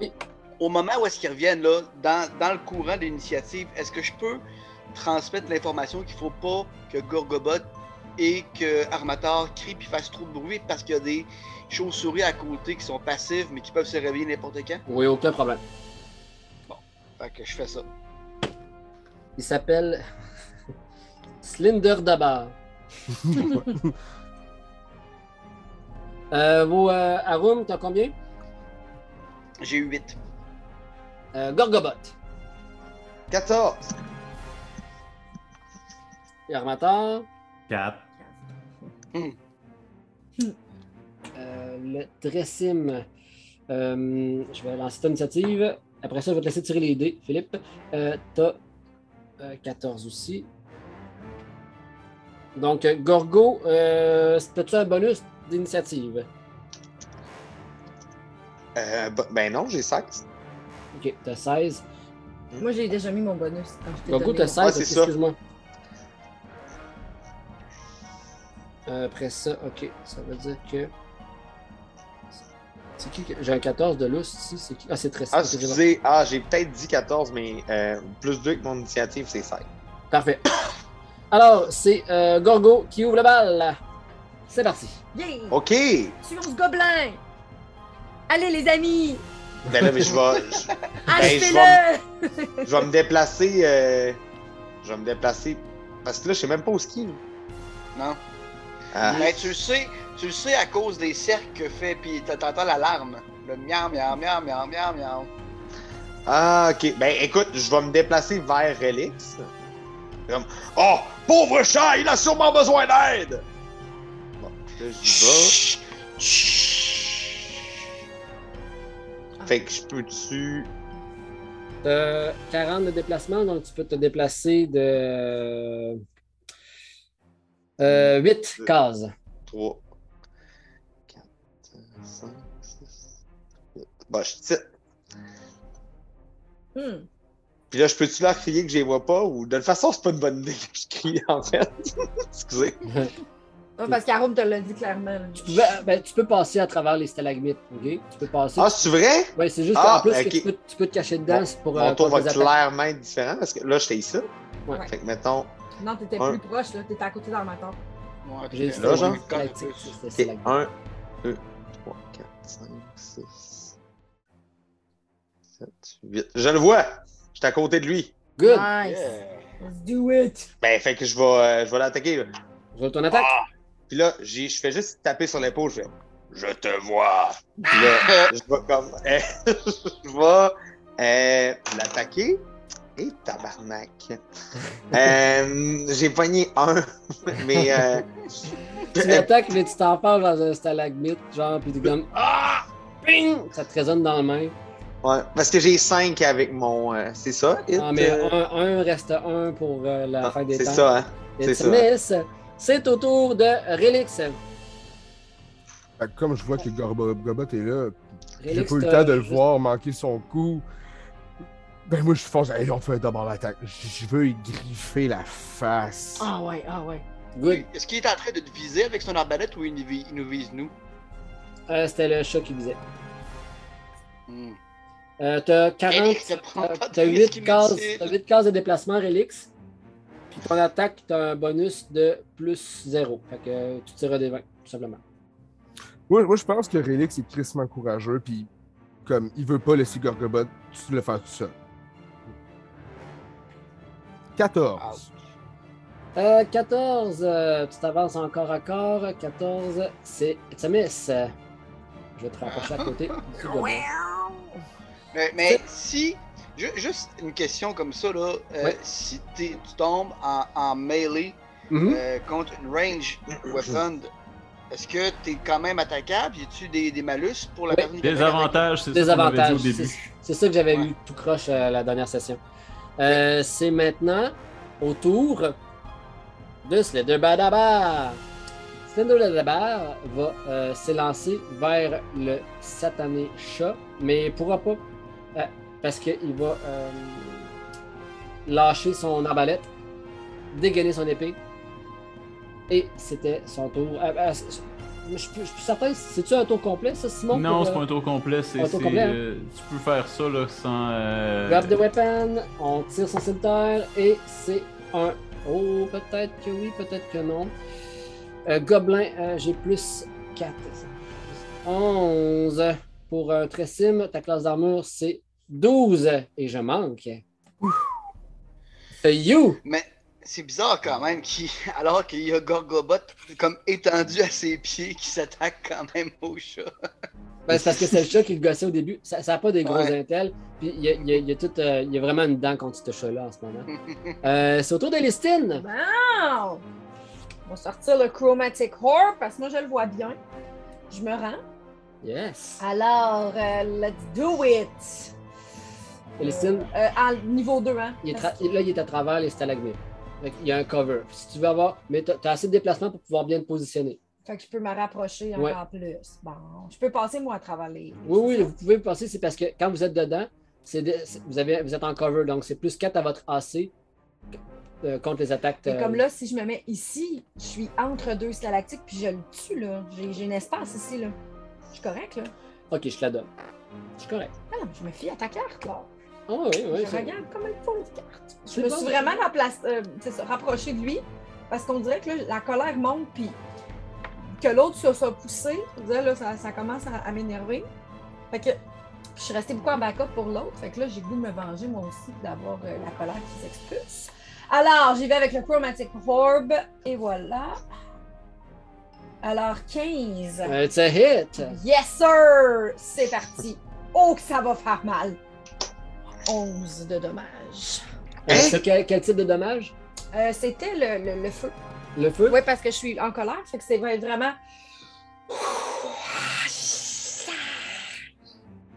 Oui. au moment où est-ce qu'ils reviennent, là, dans, dans le courant de l'initiative, est-ce que je peux transmettre l'information qu'il faut pas que Gorgobot et que Armator crient puis fassent trop de bruit parce qu'il y a des chauves-souris à côté qui sont passives mais qui peuvent se réveiller n'importe quand? Oui, aucun problème. Fait que je fais ça. Il s'appelle (laughs) Slinder (laughs) Dabar. euh, vos, euh, Arum, t'as combien? J'ai eu 8. Euh, Gorgobot. 14. Et Armator. Quatre. Euh, le Dressim. Euh, je vais lancer ton initiative. Après ça, je vais te laisser tirer les dés, Philippe. Euh, T'as euh, 14 aussi. Donc, euh, Gorgo, euh, t'as-tu un bonus d'initiative? Euh, bah- ben non, j'ai 16. Ok, t'as 16. Moi, j'ai déjà mis mon bonus. quand je t'ai Gorgo, donné t'as mon- 16, Hmm. Ah, c'est ok, Bah, ça. excuse-moi. Euh, Après ça, ok, ça veut dire que. C'est qui que- J'ai un 14 de lousse ici, c'est qui Ah, c'est très Ah, simple, c'est bon. excusez. Ah, j'ai peut-être dit 14, mais euh, plus 2 que mon initiative, c'est 16. Parfait. Alors, c'est euh, Gorgo qui ouvre la balle. C'est parti. Yeah! OK. Suivons ce gobelin! Allez, les amis! Ben là, mais je vais, Ben, je, je Achetez-le! vais- je vais me déplacer. euh, je vais me déplacer. Parce que là, je sais même pas où ski. là. Non? Ah. Mais tu le sais, tu le sais à cause des cercles que fait puis t'entends l'alarme. Le miam, miam, miam, miam, miam, miam. Ah, ok. Ben écoute, je vais me déplacer vers Relix. Comme, oh, pauvre chat, il a sûrement besoin d'aide! Bon, là, j'y vais. Chut, chut. Fait que je peux-tu. T'as 40 Euh, de déplacement, donc tu peux te déplacer de euh, 8 cases. 3, 4, 5, 6. Bon, je titre. Hmm. Puis là, je peux-tu leur crier que je les vois pas? Ou de toute façon, c'est pas une bonne idée que je crie, en fait. (laughs) (laughs) Excusez. Non, parce qu'Arum te l'a dit clairement. là. Tu, pouvais- ben, tu peux passer à travers les stalagmites, ok? Tu peux passer. Ah, c'est vrai? Ouais, c'est juste ah, qu'en plus, ok. que tu, peux, tu peux te cacher dedans c'est pour. Mon euh, tour va contre les attaques. clairement être différent parce que là, j'étais ici. Ouais. Fait que mettons. Non, t'étais Un. plus proche, là. T'étais à côté dans ma tente. (laughs) Ouais, J'ai puis, Là, euh, genre? ouais, quand tu peux- C'est Ok, stalagmites. 1, 2, 3, 4, 5, 6, 7, 8. Je le vois! J'étais à côté de lui. Good. Nice! Yeah. Let's do it! Ben, fait que je vais, euh, je vais l'attaquer. là. Roule ton attaque. Ah! Puis là, j'ai- je fais juste taper sur l'épaule. Je fais Je te vois. Ah! Puis là, je vais comme. (laughs) euh, je vais euh, l'attaquer. Et (laughs) tabarnak. Euh, j'ai pogné un. Mais. euh, (laughs) Tu l'attaques, mais tu t'en parles dans un stalagmite, genre, puis tu comme Ah! ping! Ça te résonne dans le main. Ouais, parce que j'ai 5 avec mon. euh, c'est ça? hit, Non, Ah, mais euh, un, un reste un pour euh, la ah, fin des c'est temps. ça, hein? Et c'est tu ça. misses. C'est au tour de Relix. Fait que Comme je vois que Gorbo- Gobot est là, j'ai Relix, pas eu le t'as temps de le juste- voir manquer son coup. Ben moi, je fonce. Hey, on fait d'abord l'attaque. Je veux y griffer la face. Ah ouais, ah ouais. Good. Est-ce qu'il est en train de te viser avec son arbalète ou il nous vi- il nous vise nous? Euh, C'était le chat qui visait. Hmm. Euh, t'as 40. Félix, ne prends t'as- pas de T'as risque 8 cases, inutile. t'as huit cases de déplacement, Relix. Puis ton attaque, t'as un bonus de plus 0. Fait que euh, tu tires des 20, tout simplement. Moi, moi, je pense que Relix est tristement courageux, puis comme il veut pas laisser Gorgobot tu- le faire tout seul. 14. Euh, 14, euh, tu t'avances encore à corps. 14, c'est. Tu misses. Euh, Je vais te rapprocher à côté. du gobelin. Mais, mais si, ju- juste une question comme ça, là, euh, Ouais. si t'es- tu tombes en, en melee Mhm. euh, contre une range weapon, est-ce que tu es quand même attaquable? Y a-tu des, des malus pour la Oui. personne qui Des attaque avec- avantages, c'est Des ça qu'on avait dit au avantages. début. c'est- C'est ça que j'avais Ouais. eu tout croche à la dernière session. Euh, c'est maintenant au tour de Slenderbadabar. Slenderbadabar va euh, s'élancer vers le satané chat, mais il pourra pas euh, parce qu'il va euh, lâcher son arbalète, dégainer son épée. Et c'était son tour. Euh, euh, je je- je suis certain, c'est-tu un tour complet, ça, Simon? Non, pour, c'est euh, pas un tour complet. c'est- un tour c'est, complet, hein. euh, tu peux faire ça là, sans. euh, Grab the weapon, on tire son cimetière et c'est un. Oh, peut-être que oui, peut-être que non. Euh, gobelin, euh, j'ai plus 4. 11 pour un Tressim. Ta classe d'armure, c'est 12 et je manque. C'est you! Mais c'est bizarre quand même, qui, alors qu'il (laughs) y a Gorgobot comme étendu à ses pieds qui s'attaque quand même au chat. (laughs) Ben, c'est parce que c'est le chat qui le gossait au début. Ça n'a pas des gros Ouais. intels. Puis il y a, il y a- il y a tout, euh, il y a vraiment une dent contre ce chat-là en ce moment. Euh, c'est au tour de Listine. Wow! On va sortir le Chromatic Horror parce que moi, je le vois bien. Je me rends. Yes. Alors, euh, let's do it! Listine, Euh, en niveau 2, hein? Il est Parce tra- là, il est à travers les stalagmites. Fait qu'il y a un cover. Si tu veux avoir. Mais t'as as assez de déplacement pour pouvoir bien te positionner. Fait que je peux me rapprocher Ouais. encore plus. Bon, je peux passer, moi, à travers les. Oui, oui, vous pouvez passer, c'est parce que quand vous êtes dedans, c'est de- c'est- vous, avez, vous êtes en cover, donc c'est plus 4 à votre AC euh, contre les attaques. Et euh, comme là, si je me mets ici, je suis entre deux stalactiques, puis je le tue, là. J'ai j'ai un espace ici, là. Je suis correct, là. Ok, je te la donne. Je suis correct. Ah, je me fie à ta carte, là. Ah oui, oui. je c'est- regarde comme une folle de carte. Je C'est me bon, suis c'est vraiment euh, bon. rapprochée rapproché de lui parce qu'on dirait que là, la colère monte, puis que l'autre se soit poussé. je veux dire, là, ça, ça commence à, à m'énerver. Fait que je suis restée beaucoup en backup pour l'autre. Fait que là, j'ai le goût de me venger, moi aussi, d'avoir euh, la colère qui s'expulse. Alors, j'y vais avec le Chromatic Orb, et voilà. Alors, 15. Euh, It's a hit. Yes, sir! C'est parti. Oh, que ça va faire mal. 11 de dommages. Euh, c'est quel, quel type de dommage Euh, C'était le, le- le feu. Le feu Oui, parce que je suis en colère, fait que c'est va être vraiment.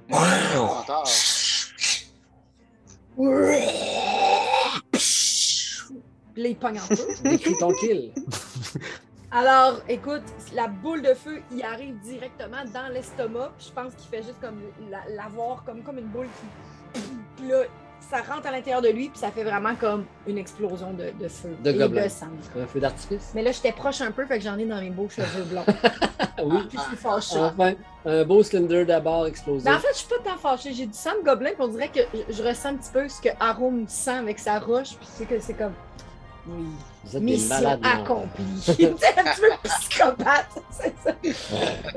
Menteur. Les pognes en feu. (laughs) Décris ton kill. Alors, écoute, la boule de feu, il arrive directement dans l'estomac. puis Je pense qu'il fait juste comme la- l'avoir comme, comme une boule qui. Puis là, ça rentre à l'intérieur de lui, puis ça fait vraiment comme une explosion de, de feu. De et gobelins. de sang. un feu d'artifice. Mais là, j'étais proche un peu, fait que j'en ai dans mes beaux cheveux blonds. Ah (laughs) oui. Puis je suis fâchée. Enfin, un beau cylinder d'abord explosé. Mais en fait, je suis pas tant fâchée. J'ai du sang de gobelin, puis on dirait que je- je ressens un petit peu ce que Arum sent avec sa roche, puis c'est que c'est comme. Oui, Vous êtes des mission malades. non? accomplie. (laughs) C'est un petit peu psychopathe, (laughs) c'est ça.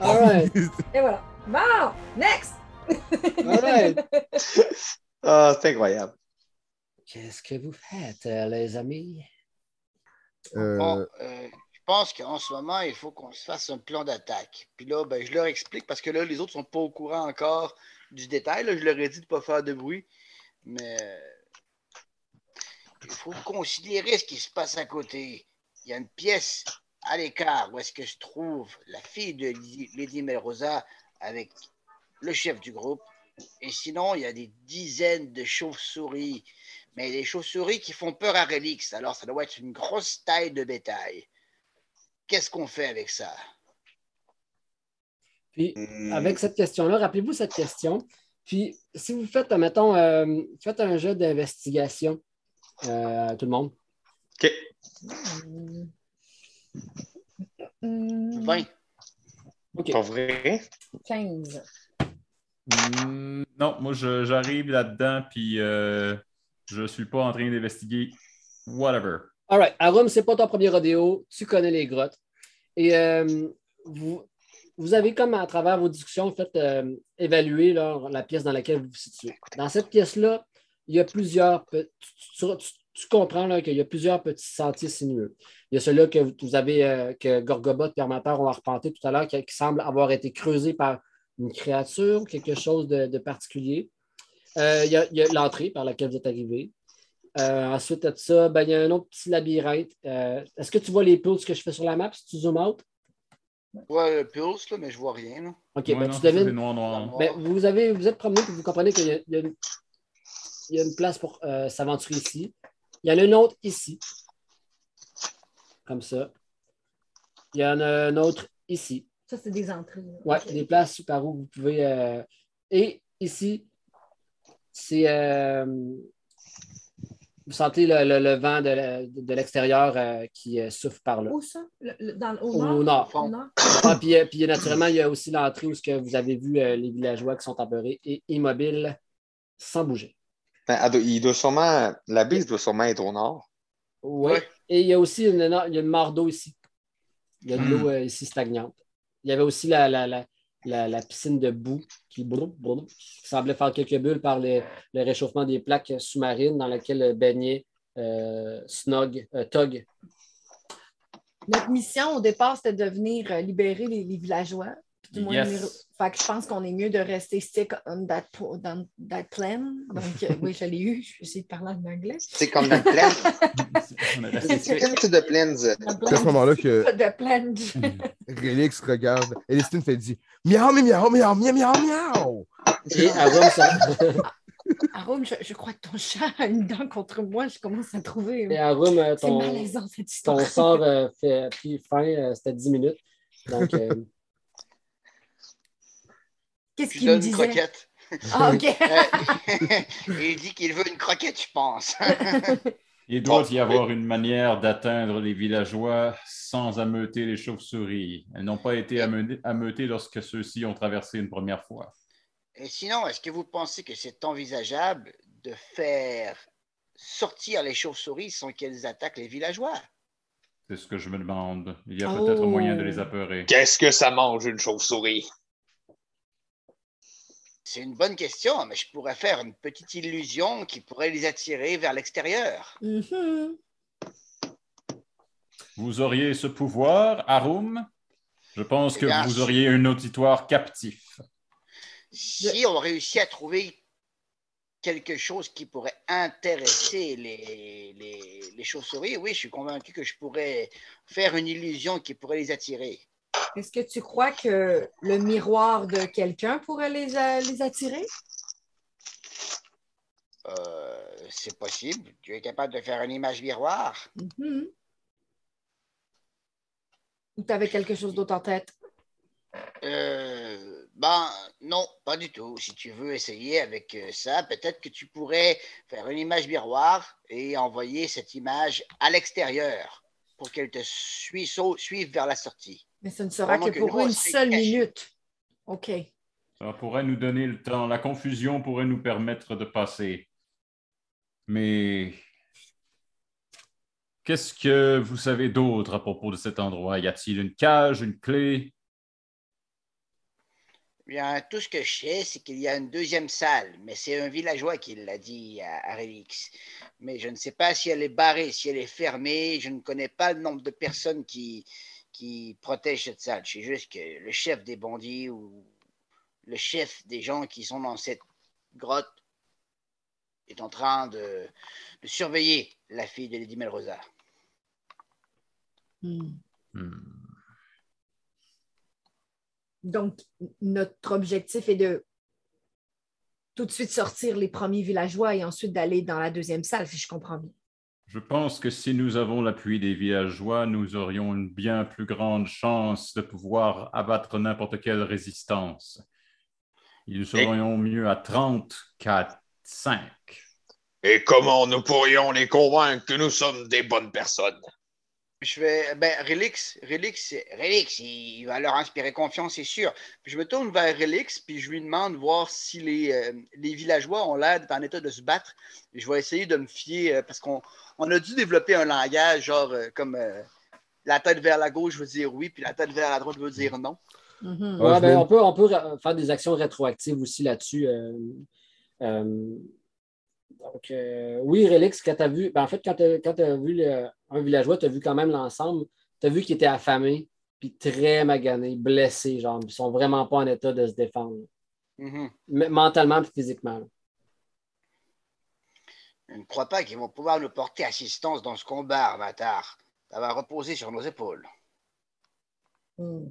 All right. Et voilà. Bon, next! All right. (laughs) Ah, c'est incroyable. Qu'est-ce que vous faites, euh, les amis? Euh, Bon, euh, je pense qu'en ce moment, il faut qu'on se fasse un plan d'attaque. Puis là, ben, je leur explique parce que là, les autres sont pas au courant encore du détail. là. Je leur ai dit de pas faire de bruit. Mais euh, il faut considérer ce qui se passe à côté. Il y a une pièce à l'écart où est-ce que je trouve la fille de Lady- Lady Melrosa avec le chef du groupe. Et sinon, il y a des dizaines de chauves-souris. Mais des chauves-souris qui font peur à Relix. Alors, ça doit être une grosse taille de bétail. Qu'est-ce qu'on fait avec ça Puis, avec cette question-là, rappelez-vous cette question. Puis, si vous faites, mettons, euh, faites un jeu d'investigation, euh, tout le monde. OK. Hmm, 20. OK. Pas vrai? 15. Hmm, non, moi, je- j'arrive là-dedans, puis euh, je suis pas en train d'investiguer. Whatever. All right. Arum, c'est pas ton premier rodéo. Tu connais les grottes. Et euh, vous, vous avez, comme à travers vos discussions, fait euh, évaluer là, la pièce dans laquelle vous vous situez. Dans cette pièce-là, il y a plusieurs. pe- Tu, tu- tu- tu comprends là, qu'il y a plusieurs petits sentiers sinueux. Il y a celui-là que vous avez, euh, que Gorgobot et Armateur ont arpenté tout à l'heure, qui, qui semble avoir été creusé par une créature, quelque chose de, de particulier. Euh, il y a- il y a l'entrée par laquelle vous êtes arrivé. Euh, ensuite de ça, ben, il y a un autre petit labyrinthe. Euh, Est-ce que tu vois les pulls que je fais sur la map si tu zoomes out? Je vois le pulse, là, mais je vois rien. là. OK, Moi, ben, non, tu ça, c'est devines. noir, noir. ben, vous, avez, vous êtes promené et vous comprenez qu'il y, a- il y a une- il y a une place pour euh, s'aventurer ici. Il y en a une autre ici. Comme ça. Il y en a une autre ici. Ça, c'est des entrées. là. Oui, Ok. des places par où vous pouvez. euh, Et ici, c'est. euh, Vous sentez le, le- le vent de, la- de l'extérieur euh, qui euh, souffle par là. Où ça? Le- le- dans le, au, Au nord? nord. Au nord? Ah, puis, euh, puis, naturellement, il y a aussi l'entrée où ce que vous avez vu euh, les villageois qui sont apeurés et immobiles sans bouger. Ben, elle doit- il doit sûrement, la bise doit sûrement être au nord. Oui. Ouais. Et il y a aussi une, énorme- il y a une mare d'eau ici. Il y a de Hmm. l'eau euh, ici stagnante. Il y avait aussi la, la, la, la, la piscine de boue qui, brou- brou- qui semblait faire quelques bulles par les- le réchauffement des plaques sous-marines dans laquelle baignait euh, Snog, euh, Tog. Notre mission au départ, c'était de venir euh, libérer les, les villageois. Puis du moins, Yes. venir- fait que je pense qu'on est mieux de rester stick on that, po- dans that plan. Donc, euh, oui, je l'ai eu. Je vais essayer de parler en anglais. C'est comme (laughs) la plaine. On a resté C'est- strict. Into the plains. C'est à ce moment-là que Pas de plan. (laughs) Relix regarde. Elistine fait dit Miaou, mais miaou, miaou, miaou, miaou, miaou. Et Arum, se- Arum, je, je crois que ton chat a une dent contre moi. Je commence à trouver. et Arum, euh, C'est ton, malaisant, cette ton histoire. sort euh, fait, pris fin, euh, c'était 10 minutes. (laughs) Donc, euh, Qu'est-ce Je lui qu'il me donne une disait? croquette. Ah, OK. (laughs) Euh, (laughs) il dit qu'il veut une croquette, je (laughs) pense. Il doit y avoir une manière d'atteindre les villageois sans ameuter les chauves-souris. Elles n'ont pas été ameu- ameutées lorsque ceux-ci ont traversé une première fois. Et sinon, est-ce que vous pensez que c'est envisageable de faire sortir les chauves-souris sans qu'elles attaquent les villageois C'est ce que je me demande. Il y a Oh. peut-être moyen de les apeurer. Qu'est-ce que ça mange, une chauve-souris? C'est une bonne question, mais je pourrais faire une petite illusion qui pourrait les attirer vers l'extérieur. Mhm. Vous auriez ce pouvoir, Arum? Je pense que Yes. vous auriez un auditoire captif. Si on réussit à trouver quelque chose qui pourrait intéresser les, les, les chauves-souris, oui, je suis convaincu que je pourrais faire une illusion qui pourrait les attirer. Est-ce que tu crois que (laughs) le miroir de quelqu'un pourrait les, euh, les attirer? Euh, c'est possible. Tu es capable de faire une image miroir. Mhm. Ou tu avais quelque chose d'autre en tête? Euh, ben non, pas du tout. Si tu veux essayer avec euh, ça, peut-être que tu pourrais faire une image miroir et envoyer cette image à l'extérieur pour qu'elle te sui- sau- suive vers la sortie. Mais ce ne sera Vraiment que que oh, pour nous, on une serait seule cachés. minute. OK. Ça pourrait nous donner le temps. La confusion pourrait nous permettre de passer. Mais qu'est-ce que vous savez d'autre à propos de cet endroit? Y a-t-il une cage, une clé? Bien, tout ce que je sais, c'est qu'il y a une deuxième salle, mais c'est un villageois qui l'a dit à, à Relix. Mais je ne sais pas si elle est barrée, si elle est fermée. Je ne connais pas le nombre de personnes qui, qui protègent cette salle. Je sais juste que le chef des bandits ou le chef des gens qui sont dans cette grotte est en train de, de surveiller la fille de Lady Melrosa. Hmm. Donc, notre objectif est de tout de suite sortir les premiers villageois et ensuite d'aller dans la deuxième salle, si je comprends bien. Je pense que si nous avons l'appui des villageois, nous aurions une bien plus grande chance de pouvoir abattre n'importe quelle résistance. Ils serions mieux à 30 qu'à 5. Et comment nous pourrions les convaincre que nous sommes des bonnes personnes? Je vais. Ben, Relix, Relix, Relix, il va leur inspirer confiance, c'est sûr. Puis je me tourne vers Relix, puis je lui demande voir si les, euh, les villageois ont l'air d'être en état de se battre. Et je vais essayer de me fier, euh, parce qu'on on a dû développer un langage, genre, euh, comme euh, la tête vers la gauche veut dire oui, puis la tête vers la droite veut dire non. Mhm. Ah, Ouais, je ben, mets- on, peut, on peut ra- faire des actions rétroactives aussi là-dessus. euh, euh, donc, euh, oui, Relix, quand tu as vu, ben, en fait, quand tu as, vu le- un villageois, tu as vu quand même l'ensemble, tu as vu qu'il était affamé, puis très magané, blessé, genre, ils sont vraiment pas en état de se défendre, Mhm. mais mentalement et physiquement. là. Je ne crois pas qu'ils vont pouvoir nous porter assistance dans ce combat, Avatar. Ça va reposer sur nos épaules. Hmm.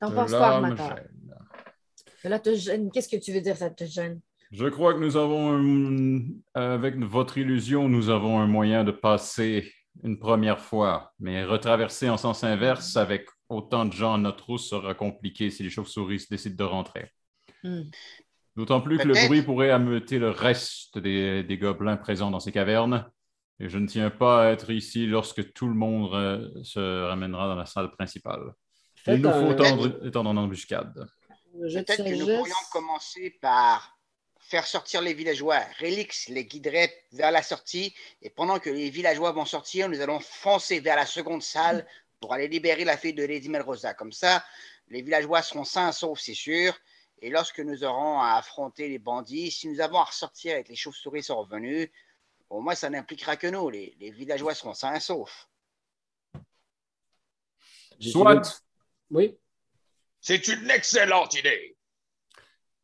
T'en penses quoi, Cela me Armateur? gêne. Là, te gêne. Qu'est-ce que tu veux dire, ça te gêne? Je crois que nous avons, un- avec votre illusion, nous avons un moyen de passer une première fois, mais retraverser en sens inverse avec autant de gens à notre route sera compliqué si les chauves-souris décident de rentrer. Hmm. D'autant plus que le Peut-être. bruit pourrait ameuter le reste des, des gobelins présents dans ces cavernes. Et je ne tiens pas à être ici lorsque tout le monde euh, se ramènera dans la salle principale. Il Faites nous faut un- tendre, tendre en embuscade. jet de Peut-être que nous sagesse. pourrions commencer par faire sortir les villageois. Relix les guiderait vers la sortie, et pendant que les villageois vont sortir, nous allons foncer vers la seconde salle pour aller libérer la fille de Lady Melrosa. Comme ça, les villageois seront sains et saufs, c'est sûr. Et lorsque nous aurons à affronter les bandits, si nous avons à ressortir et que les chauves-souris sont revenus, au moins ça n'impliquera que nous. Les, les villageois seront sains et saufs. J'ai- Soit, Oui. C'est une excellente idée.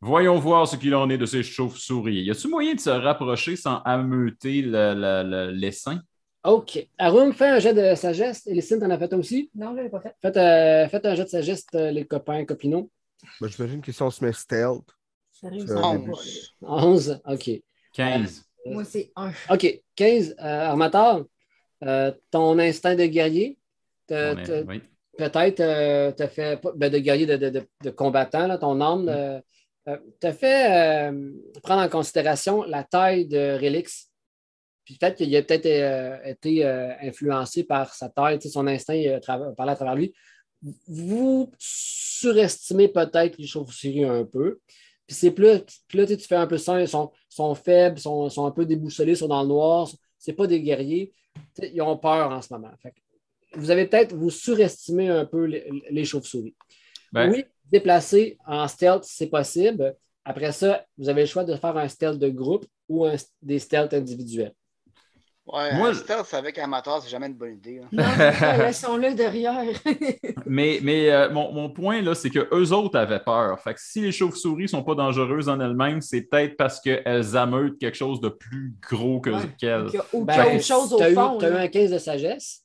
voyons voir ce qu'il en est de ces chauves-souris. Y a-t-il moyen de se rapprocher sans ameuter le- le- le- l'essaim? OK. Arun, fais un jet de sagesse. Elisine, t'en as fait un aussi? Non, je l'ai pas fait. Faites, euh, faites un jet de sagesse, euh, les copains, copinots. Ben, J'imagine que si on se met stealth, Sérieux, Ça ça va va bien. pas. 11. OK. 15. Moi, c'est un. Euh, OK. 15, euh, Armateur, euh, ton instinct de guerrier, te- On est- te- oui. peut-être euh, t'as fait pas- ben, de guerrier de, de- de- de combattant, là, ton âme, euh, euh, t'as fait euh, prendre en considération la taille de Relix. Puis peut-être qu'il a peut-être euh, été euh, influencé par sa taille, tu sais, son instinct euh, trava- parlait à travers lui. Vous surestimez peut-être les chauves-souris un peu. Puis c'est plus, puis là, tu sais, tu fais un peu ça, ils sont, sont faibles, sont, sont un peu déboussolés, sont dans le noir, c'est pas des guerriers. Tu sais, Ils ont peur en ce moment. Fait que vous avez peut-être vous surestimé un peu les, les chauves-souris. Ben, Oui, déplacer en stealth, c'est possible. Après ça, vous avez le choix de faire un stealth de groupe ou un- des stealth individuels. Ouais, Moi, un je- stealth avec amateur, c'est jamais une bonne idée. hein. Non, c'est ça, (laughs) laissons-le derrière. Mais, mais euh, mon, mon point, là, c'est que eux autres avaient peur. Fait que si les chauves-souris sont pas dangereuses en elles-mêmes, c'est peut-être parce qu'elles ameutent quelque chose de plus gros que- Ouais. qu'elles. Il y a autre Ben, autre chose au t'as eu- fond. t'as eu là. un 15 de sagesse.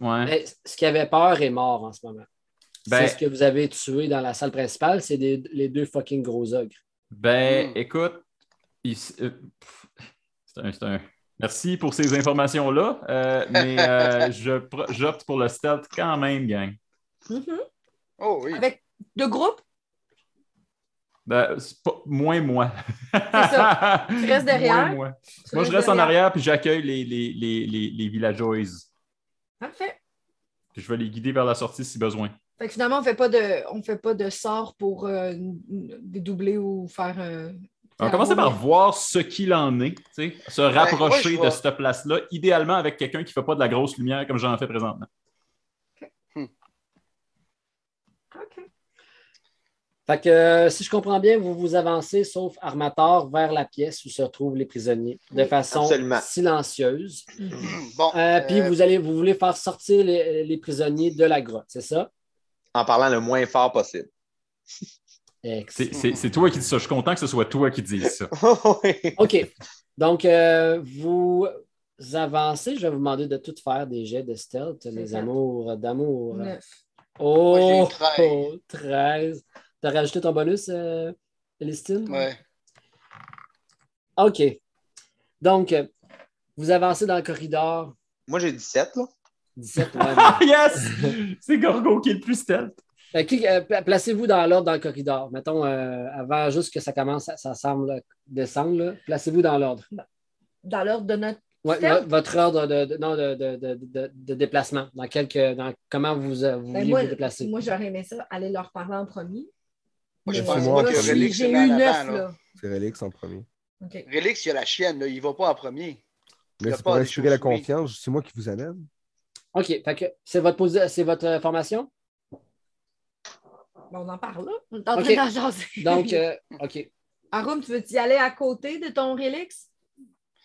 Ouais. mais ce qui avait peur est mort en ce moment. Ben- c'est ce que vous avez tué dans la salle principale, c'est des- les deux fucking gros ogres. Ben, Hmm. écoute, il s- euh, pff, c'est un, c'est un- Merci pour ces informations-là, euh, mais (laughs) euh, je pr- j'opte pour le stealth quand même, gang. Mhm. Oh oui. Avec de groupe, Ben, c'est pas- moins moi. (laughs) ça. Tu restes derrière. Moins moi. tu Moi, je restes reste en derrière. arrière puis j'accueille les, les, les, les, les villageoises. Parfait. Puis je vais les guider vers la sortie si besoin. Fait que finalement, on fait pas de, on fait pas de sort pour euh, n- n- dédoubler ou faire. euh, On va commencer par voir ce qu'il en est, tu sais, se rapprocher Ben, moi, je de vois. cette place-là, idéalement avec quelqu'un qui ne fait pas de la grosse lumière comme j'en fais présentement. OK. Fait que, euh, si je comprends bien, vous vous avancez, sauf Armator, vers la pièce où se retrouvent les prisonniers, de Oui, façon absolument. silencieuse. Bon. Euh, puis euh, vous, allez, vous voulez faire sortir les, les prisonniers de la grotte, c'est ça? En parlant le moins fort possible. Excellent. C'est- C'est c'est toi qui dis ça. Je suis content que ce soit toi qui dis ça. Oui. OK. Donc, euh, vous, avancez, je vais vous demander de toutes faire des jets de stealth, mes ça. amours d'amour. Neuf. Oh, Moi, j'ai eu 13. oh, 13. T'as rajouté ton bonus, euh, Listine? Ouais. OK. Donc, euh, vous avancez dans le corridor Moi, j'ai 17, là. (laughs) 17. ouais, Ah, yes! C'est Gorgo qui est le plus stealth. mais- Euh, qui- euh, pla- Placez-vous dans l'ordre dans le corridor. Mettons, euh, avant juste que ça commence, à- ça semble là, descendre, là. placez-vous dans l'ordre. Dans l'ordre de notre. Ouais, Step? vo- votre ordre de, de- non, de, de- de- de- de déplacement, dans, quelque, dans comment vous, euh, vous Ben, vouliez moi, vous déplacer. moi, j'aurais aimé ça, aller leur parler en premier. Moi, je Mais pense c'est moi pas Là, que j'ai- Relix J'ai est eu en neuf, avant, là. là. C'est Relix en premier. OK. Relix, il y a la chienne, là. Il va pas en premier. Il Mais y a c'est pour pas des inspirer la chauves-souris. confiance, c'est moi qui vous amène. OK, fait que c'est votre, posi- c'est votre euh, formation? Bon, Ben, on en parle là. On est en train OK. d'en jaser. Donc, euh, (laughs) OK. Arum, tu veux y aller à côté de ton Relix?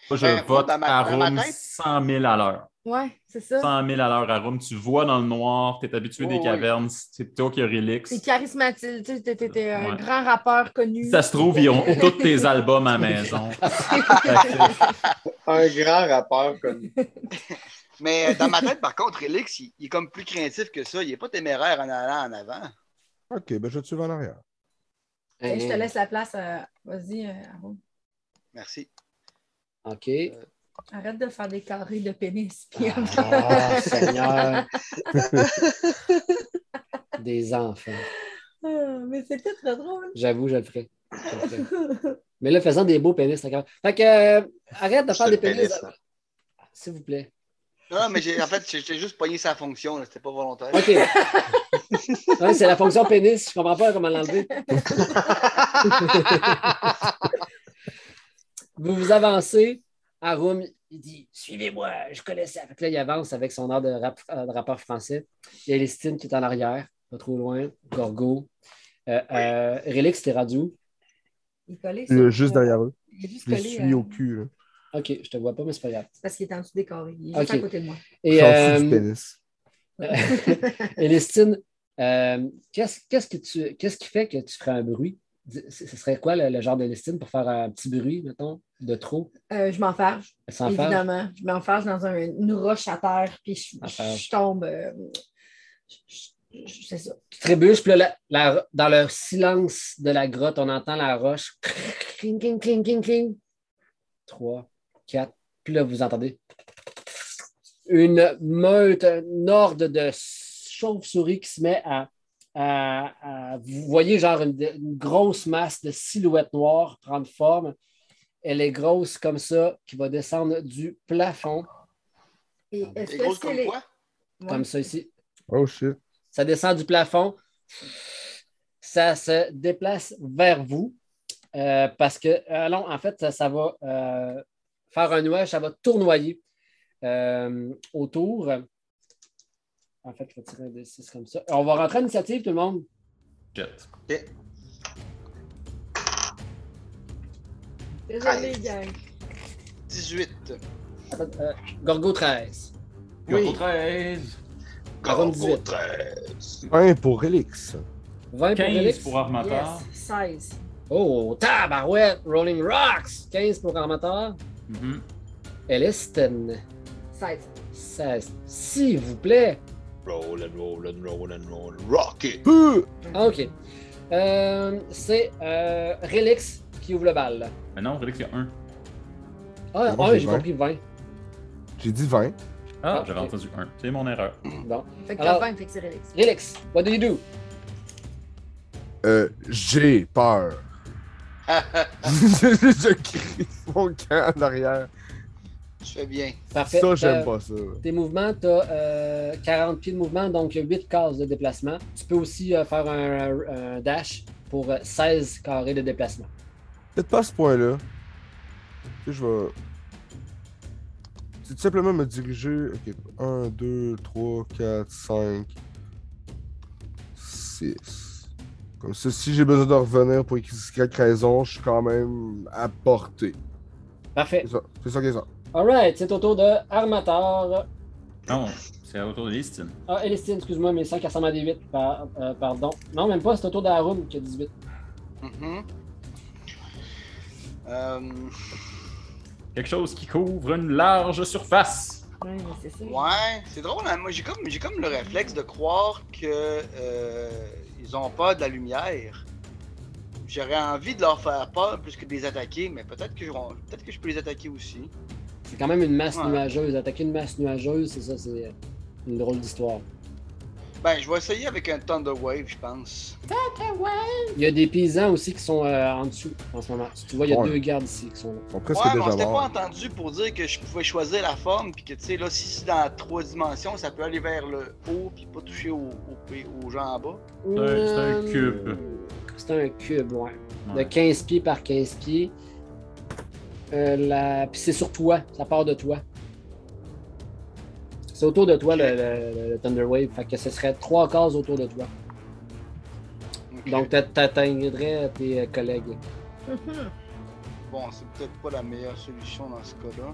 Moi, je Ben, vote dans ma- à dans ma Rome tête. 100 000 à l'heure. ouais, c'est ça. 100 000 à l'heure à Rome. Tu vois dans le noir, tu es habitué Oh, des oui. cavernes, c'est toi qui as T'es Relix. charismatique. Tu sais, t'es- t'es- t'es un Ouais. grand rappeur connu. Si ça se trouve, ils ont tous (laughs) tes albums à la maison. Un grand rappeur comme. (laughs) Mais euh, dans ma tête, par contre, Relix, il, il est comme plus craintif que ça. Il est pas téméraire en allant en avant. Ok, ben je te suivre en arrière. Hey, Je te laisse la place. euh, Vas-y, euh, Arum. Merci. OK. Arrête de faire des carrés de pénis. puis- Ah, (laughs) Seigneur. Des enfants. Ah, Mais c'était très drôle. J'avoue, je le ferai. Je le ferai. Mais là, faisant des beaux pénis, ça quand même. Fait que, euh, arrête de Juste faire le des pénis. hein. pénis, là. S'il vous plaît. Non, mais j'ai- en fait, j'étais juste pogné sa fonction. là. C'était pas volontaire. (laughs) OK. Ouais, c'est la fonction pénis. Je comprends pas comment l'enlever. vous vous avancez. Arum, il dit Suivez-moi, je connais ça. Fait que là, il avance avec son air de, rap- euh, de rappeur français. Il y a Lestine qui est en arrière, pas trop loin. Gorgo. Euh, euh, Relix, t'es rendu où? Il est collé. Je- sur- Juste derrière eux. Il est juste Je les collé, suis euh, au cul. Là. Ok, je te vois pas, mais c'est pas grave. C'est parce qu'il est en dessous des carrés. Il est juste OK. à côté de moi. Je Et, suis en dessous du euh, pénis. Et Lestine, euh, qu'est-ce qu'est-ce que tu- qu'est-ce qui fait que tu ferais un bruit? D- Ce ce serait quoi le, le genre de Lestine pour faire un petit bruit, mettons, de trop, (laughs) Euh, je m'enfarge, sans faire? évidemment. Je m'enfarge dans un- une roche à terre, puis je, En je- farge. je tombe. euh, je- je- je- c'est ça. Tu trébuches, puis là, la- la- dans le silence de la grotte, on entend la roche. Cling, cling, cling, cling, cling. Trois, quatre. Puis là, vous entendez une meute, une horde de chauves-souris qui se met à, à- à- Vous voyez genre une, une grosse masse de silhouettes noires prendre forme. Elle est grosse comme ça, qui va descendre du plafond, Et Il est-ce est que grosse c'est comme les. quoi? Ouais. comme ça ici. Oh shit. Ça descend du plafond. Ça se déplace vers vous euh, parce que, euh, non, en fait, ça, ça va euh, faire un nuage, ça va tournoyer euh, autour. En fait, je vais tirer un des six comme ça. Oh. On va rentrer à l'initiative, tout le monde. Shit. Désolé, gang. 18. Attends, euh, Gorgo 13. Gorgo 13. Arum Gorgo 18. 13. Un pour Relix. 20 pour 15 Félix. pour Armateur. Yes, 16. Oh, tabarouette! Rolling Rocks! 15 pour Armateur. Mhm. Elisten, 16. 16. S'il vous plaît. Roll and roll and roll and roll. Rocket. Peu! Ah, OK. Euh, c'est euh, Relix qui ouvre le bal. Mais non, Relix, il y a un. Ah, Moi, ah, j'ai j'ai vingt. compris 20. J'ai dit 20. Ah, Ah, j'avais ok. entendu un. C'est mon erreur. Bon. Fait que Alors- t'as 20, fait que c'est Relix. Relix, what do you do? Euh, j'ai peur. je, je- je crie mon camp en arrière. Tu fais bien. Parfait. Euh, Ça, T'as- j'aime pas ça. là. Tes mouvements, tu as 40 pieds de mouvement, donc 8 cases de déplacement. Tu peux aussi euh, faire un, un dash pour euh, 16 carrés de déplacement. Peut-être pas à ce point-là. Tu sais, je vais. C'est tout simplement me diriger. Ok, 1, 2, 3, 4, 5, 6. Comme ça, si j'ai besoin de revenir pour X, Y raison, je suis quand même à portée. Parfait. C'est ça, c'est ça qui est ça. Alright, c'est au tour de Armator. Non, c'est autour de Listine. Ah, Elistine, excuse-moi, mais 100 qui ressemble à des 8, par- euh, pardon. Non, même pas, c'est au tour d'Arum qui a Mm-hmm. 18. Mhm. Euh, Quelque chose qui couvre une large surface. Oui, mais c'est ça. Ouais, c'est drôle, hein? moi j'ai comme, j'ai comme le réflexe de croire que euh, ils ont peur de la lumière. J'aurais envie de leur faire peur plus que de les attaquer, mais peut-être que, j'aurais- peut-être que je peux les attaquer aussi. C'est quand même une masse Ouais. nuageuse. Attaquer une masse nuageuse, c'est ça, c'est une drôle d'histoire. Ben, je vais essayer avec un Thunder Wave, je pense. Il y a des paysans aussi qui sont euh, en dessous en ce moment. Si tu vois, il y a Ouais. deux gardes ici qui sont là. Ils sont presque ouais, mais on déjà s'était pas morts. entendu pour dire que je pouvais choisir la forme, puis que tu sais, là, si c'est dans trois dimensions, ça peut aller vers le haut, puis pas toucher au, au p- aux gens en bas. C'est un- c'est un cube. Euh, C'est un cube, ouais. De Ouais. 15 pieds par 15 pieds. Euh, la... Puis c'est sur toi, ça part de toi. C'est autour de toi le, le- le Thunder Wave, fait que ce serait trois cases autour de toi. Ok. Donc t'a- t'atteindrais tes euh, collègues. Mhm. Bon, c'est peut-être pas la meilleure solution dans ce cas-là.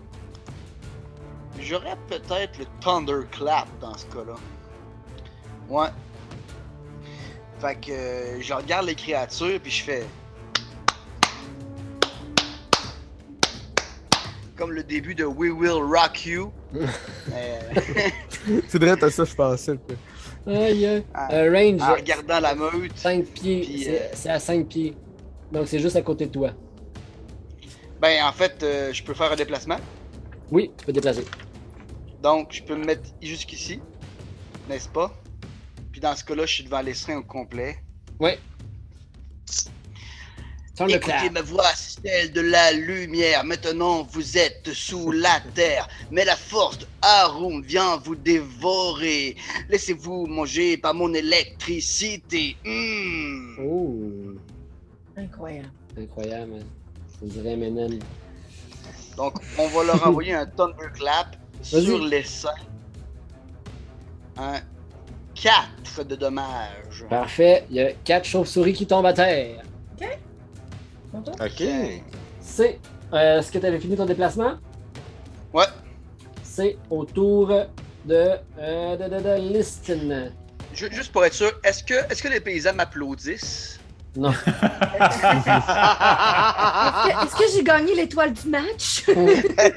J'aurais peut-être le Thunderclap dans ce cas-là. Ouais. Fait que euh, je regarde les créatures puis je fais. Comme le début de We Will (laughs) Rock You. Euh, (laughs) (laughs) C'est vrai, t'as ça, je pensais. puis- Aïe, aïe. Ah. Euh, range, en regardant la meute. 5 pieds, Puis, c'est euh, c'est à 5 pieds. Donc c'est juste à côté de toi. Ben en fait, euh, je peux faire un déplacement. Oui, tu peux te déplacer. Donc, je peux me mettre jusqu'ici, n'est-ce pas? Puis dans ce cas-là, je suis devant les serins au complet. Thunderclap. Écoutez ma voix, c'est celle de la lumière. Maintenant, vous êtes sous la terre. Mais la force de Harun vient vous dévorer. Laissez-vous manger par mon électricité. Hmm. Oh. Incroyable. Incroyable, hein. je vous dirais M&M. Donc, on va leur envoyer un Thunderclap (laughs) Vas-y. sur les seins. Un 4 de dommages. Ah. Parfait, il y a quatre chauves-souris qui tombent à terre. Content? OK. Tiens. C'est, euh, est-ce que tu avais fini ton déplacement? Ouais. C'est au tour de, euh, de, de, de Liston. Ju- Juste pour être sûr, est-ce que, est que les paysans m'applaudissent? Non. Est-ce que- est-ce que, j'ai gagné l'étoile du (laughs) match? (laughs) Il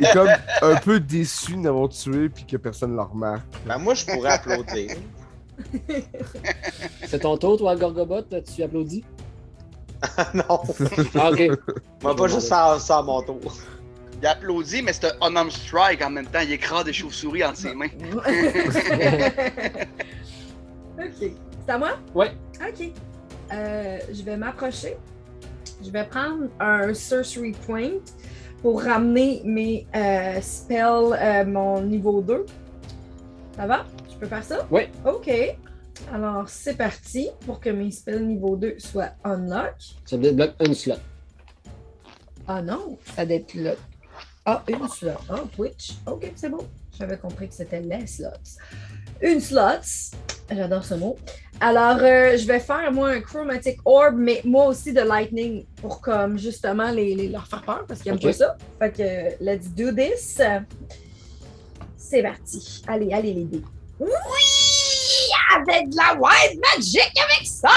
est comme un peu déçu de l'avoir tué puis que personne ne le remarque. Ben, moi, je pourrais applaudir. (laughs) C'est ton tour, toi, Gorgobot, tu applaudis? non, Ah, ok. moi, pas juste ça, ça à mon tour. Il applaudit, mais c'est un unarmed strike en même temps. Il écrase des chauves-souris entre ses mains. ok. C'est à moi? Ouais. Ok. Euh, je vais m'approcher. Je vais prendre un Sorcery Point pour ramener mes euh, spells, euh, mon niveau 2. Ça va? Je peux faire ça? Ouais. Ok. Alors, c'est parti pour que mes spells niveau 2 soient unlock. Ça débloque une slot. Ah non, ça doit être là. Ah, une slot. Ah, Twitch. OK, c'est bon. J'avais compris que c'était les slots. Une slots. J'adore ce mot. Alors, euh, je vais faire, moi, un Chromatic Orb, mais moi aussi de Lightning pour, comme, justement, les, les- leur faire peur parce qu'ils aiment Ok. pas ça. Fait que, let's do this. C'est parti. Allez, allez, les dés. Oui! Avec de la Wild Magic avec ça!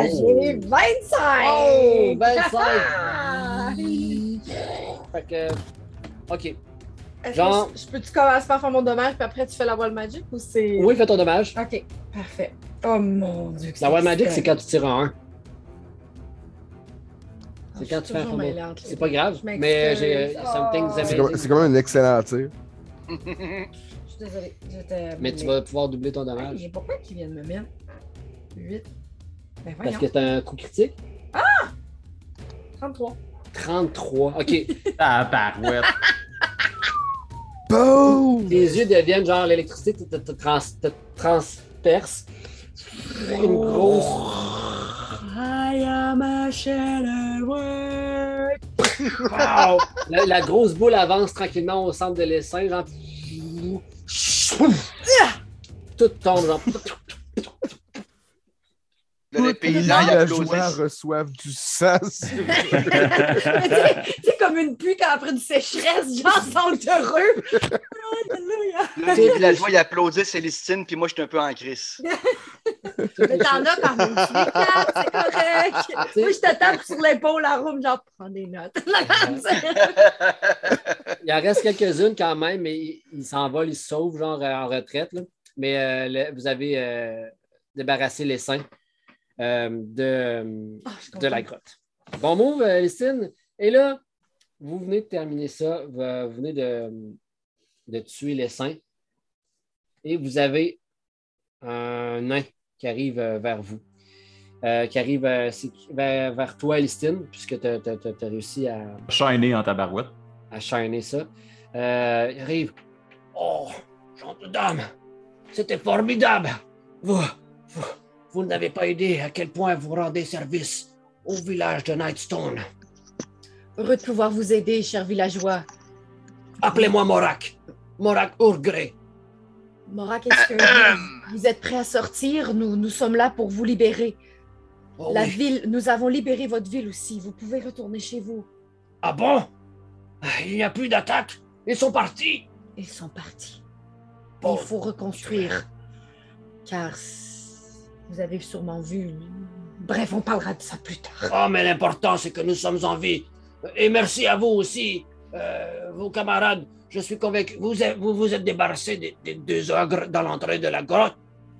J'ai eu 25! Oh, 25! Ah! Fait que, ok. Est-ce que Genre- je, je peux-tu commencer par faire mon dommage, puis après tu fais la wall magic ou c'est. Oui, fais ton dommage. Ok, parfait. Oh mon dieu. que La Wild c'est Magic, c'est excitant. quand tu tires en 1. Ah, C'est je quand suis tu fais un toujours combo. mêlante. C'est pas grave, Je m'excuse. mais j'ai euh, Oh. something C'est C'est comme, c'est quand même un excellent tir. (laughs) Je suis désolée. J'étais. Mais tu vas pouvoir doubler ton dommage. Hey, pourquoi qu'ils viennent me mettre 8 Ben Parce voyons. que c'est un coup critique. 33. 33. (laughs) OK. Ah, barouette. Boom! Tes yeux deviennent genre l'électricité te, te- te trans- te transperce. Une grosse. I am a shallower. Pow! la, la grosse boule avance tranquillement au centre de l'essaim, genre. Tout tombe, genre. Là, les Tous les paysans, ils villageois applaudissent. reçoivent du sang. sur- Mais tu sais- tu sais, comme une pluie quand après une sécheresse, genre, ils sont heureux. Alléluia. Là, les villageois, ils applaudissent Célestine, puis moi, je suis un peu en crise. Mais t'en as quand même 24, c'est correct. Moi, je te tape sur l'épaule à Rome, genre, prends des notes. Il en reste quelques-unes quand même, mais ils ils s'envolent, ils se sauvent, genre euh, en retraite. là. Mais euh, le- vous avez euh, débarrassé les seins euh, de, Ah, je suis de la contente. grotte. Bon move, euh, Listine. Et là, vous venez de terminer ça. Vous euh, venez de, de tuer les saints. Et vous avez un nain qui arrive euh, vers vous. Euh, qui arrive euh, c'est- vers, vers toi, Listine, puisque tu as, réussi à, Shiny en tabarouette. à shiner ça. Euh, il (laughs) arrive. Oh, gendarme, c'était formidable. Vous, vous, vous n'avez pas idée à quel point vous rendez service au village de Nightstone. Heureux de pouvoir vous aider, chers villageois. Appelez-moi Morak. Morak Urgré. Morak, est-ce que vous, vous êtes prêts à sortir? Nous, nous sommes là pour vous libérer. Oh La oui. ville, nous avons libéré votre ville aussi. Vous pouvez retourner chez vous. Ah bon Il n'y a plus d'attaque Ils sont partis Ils sont partis. Bon. Il faut reconstruire. Car c- vous avez sûrement vu. Bref, on parlera de ça plus tard. Ah, mais l'important, c'est que nous sommes en vie. Et merci à vous aussi, euh, vos camarades. Je suis convaincu. Vous êtes- vous, vous êtes débarrassés des, des deux ogres dans l'entrée de la grotte.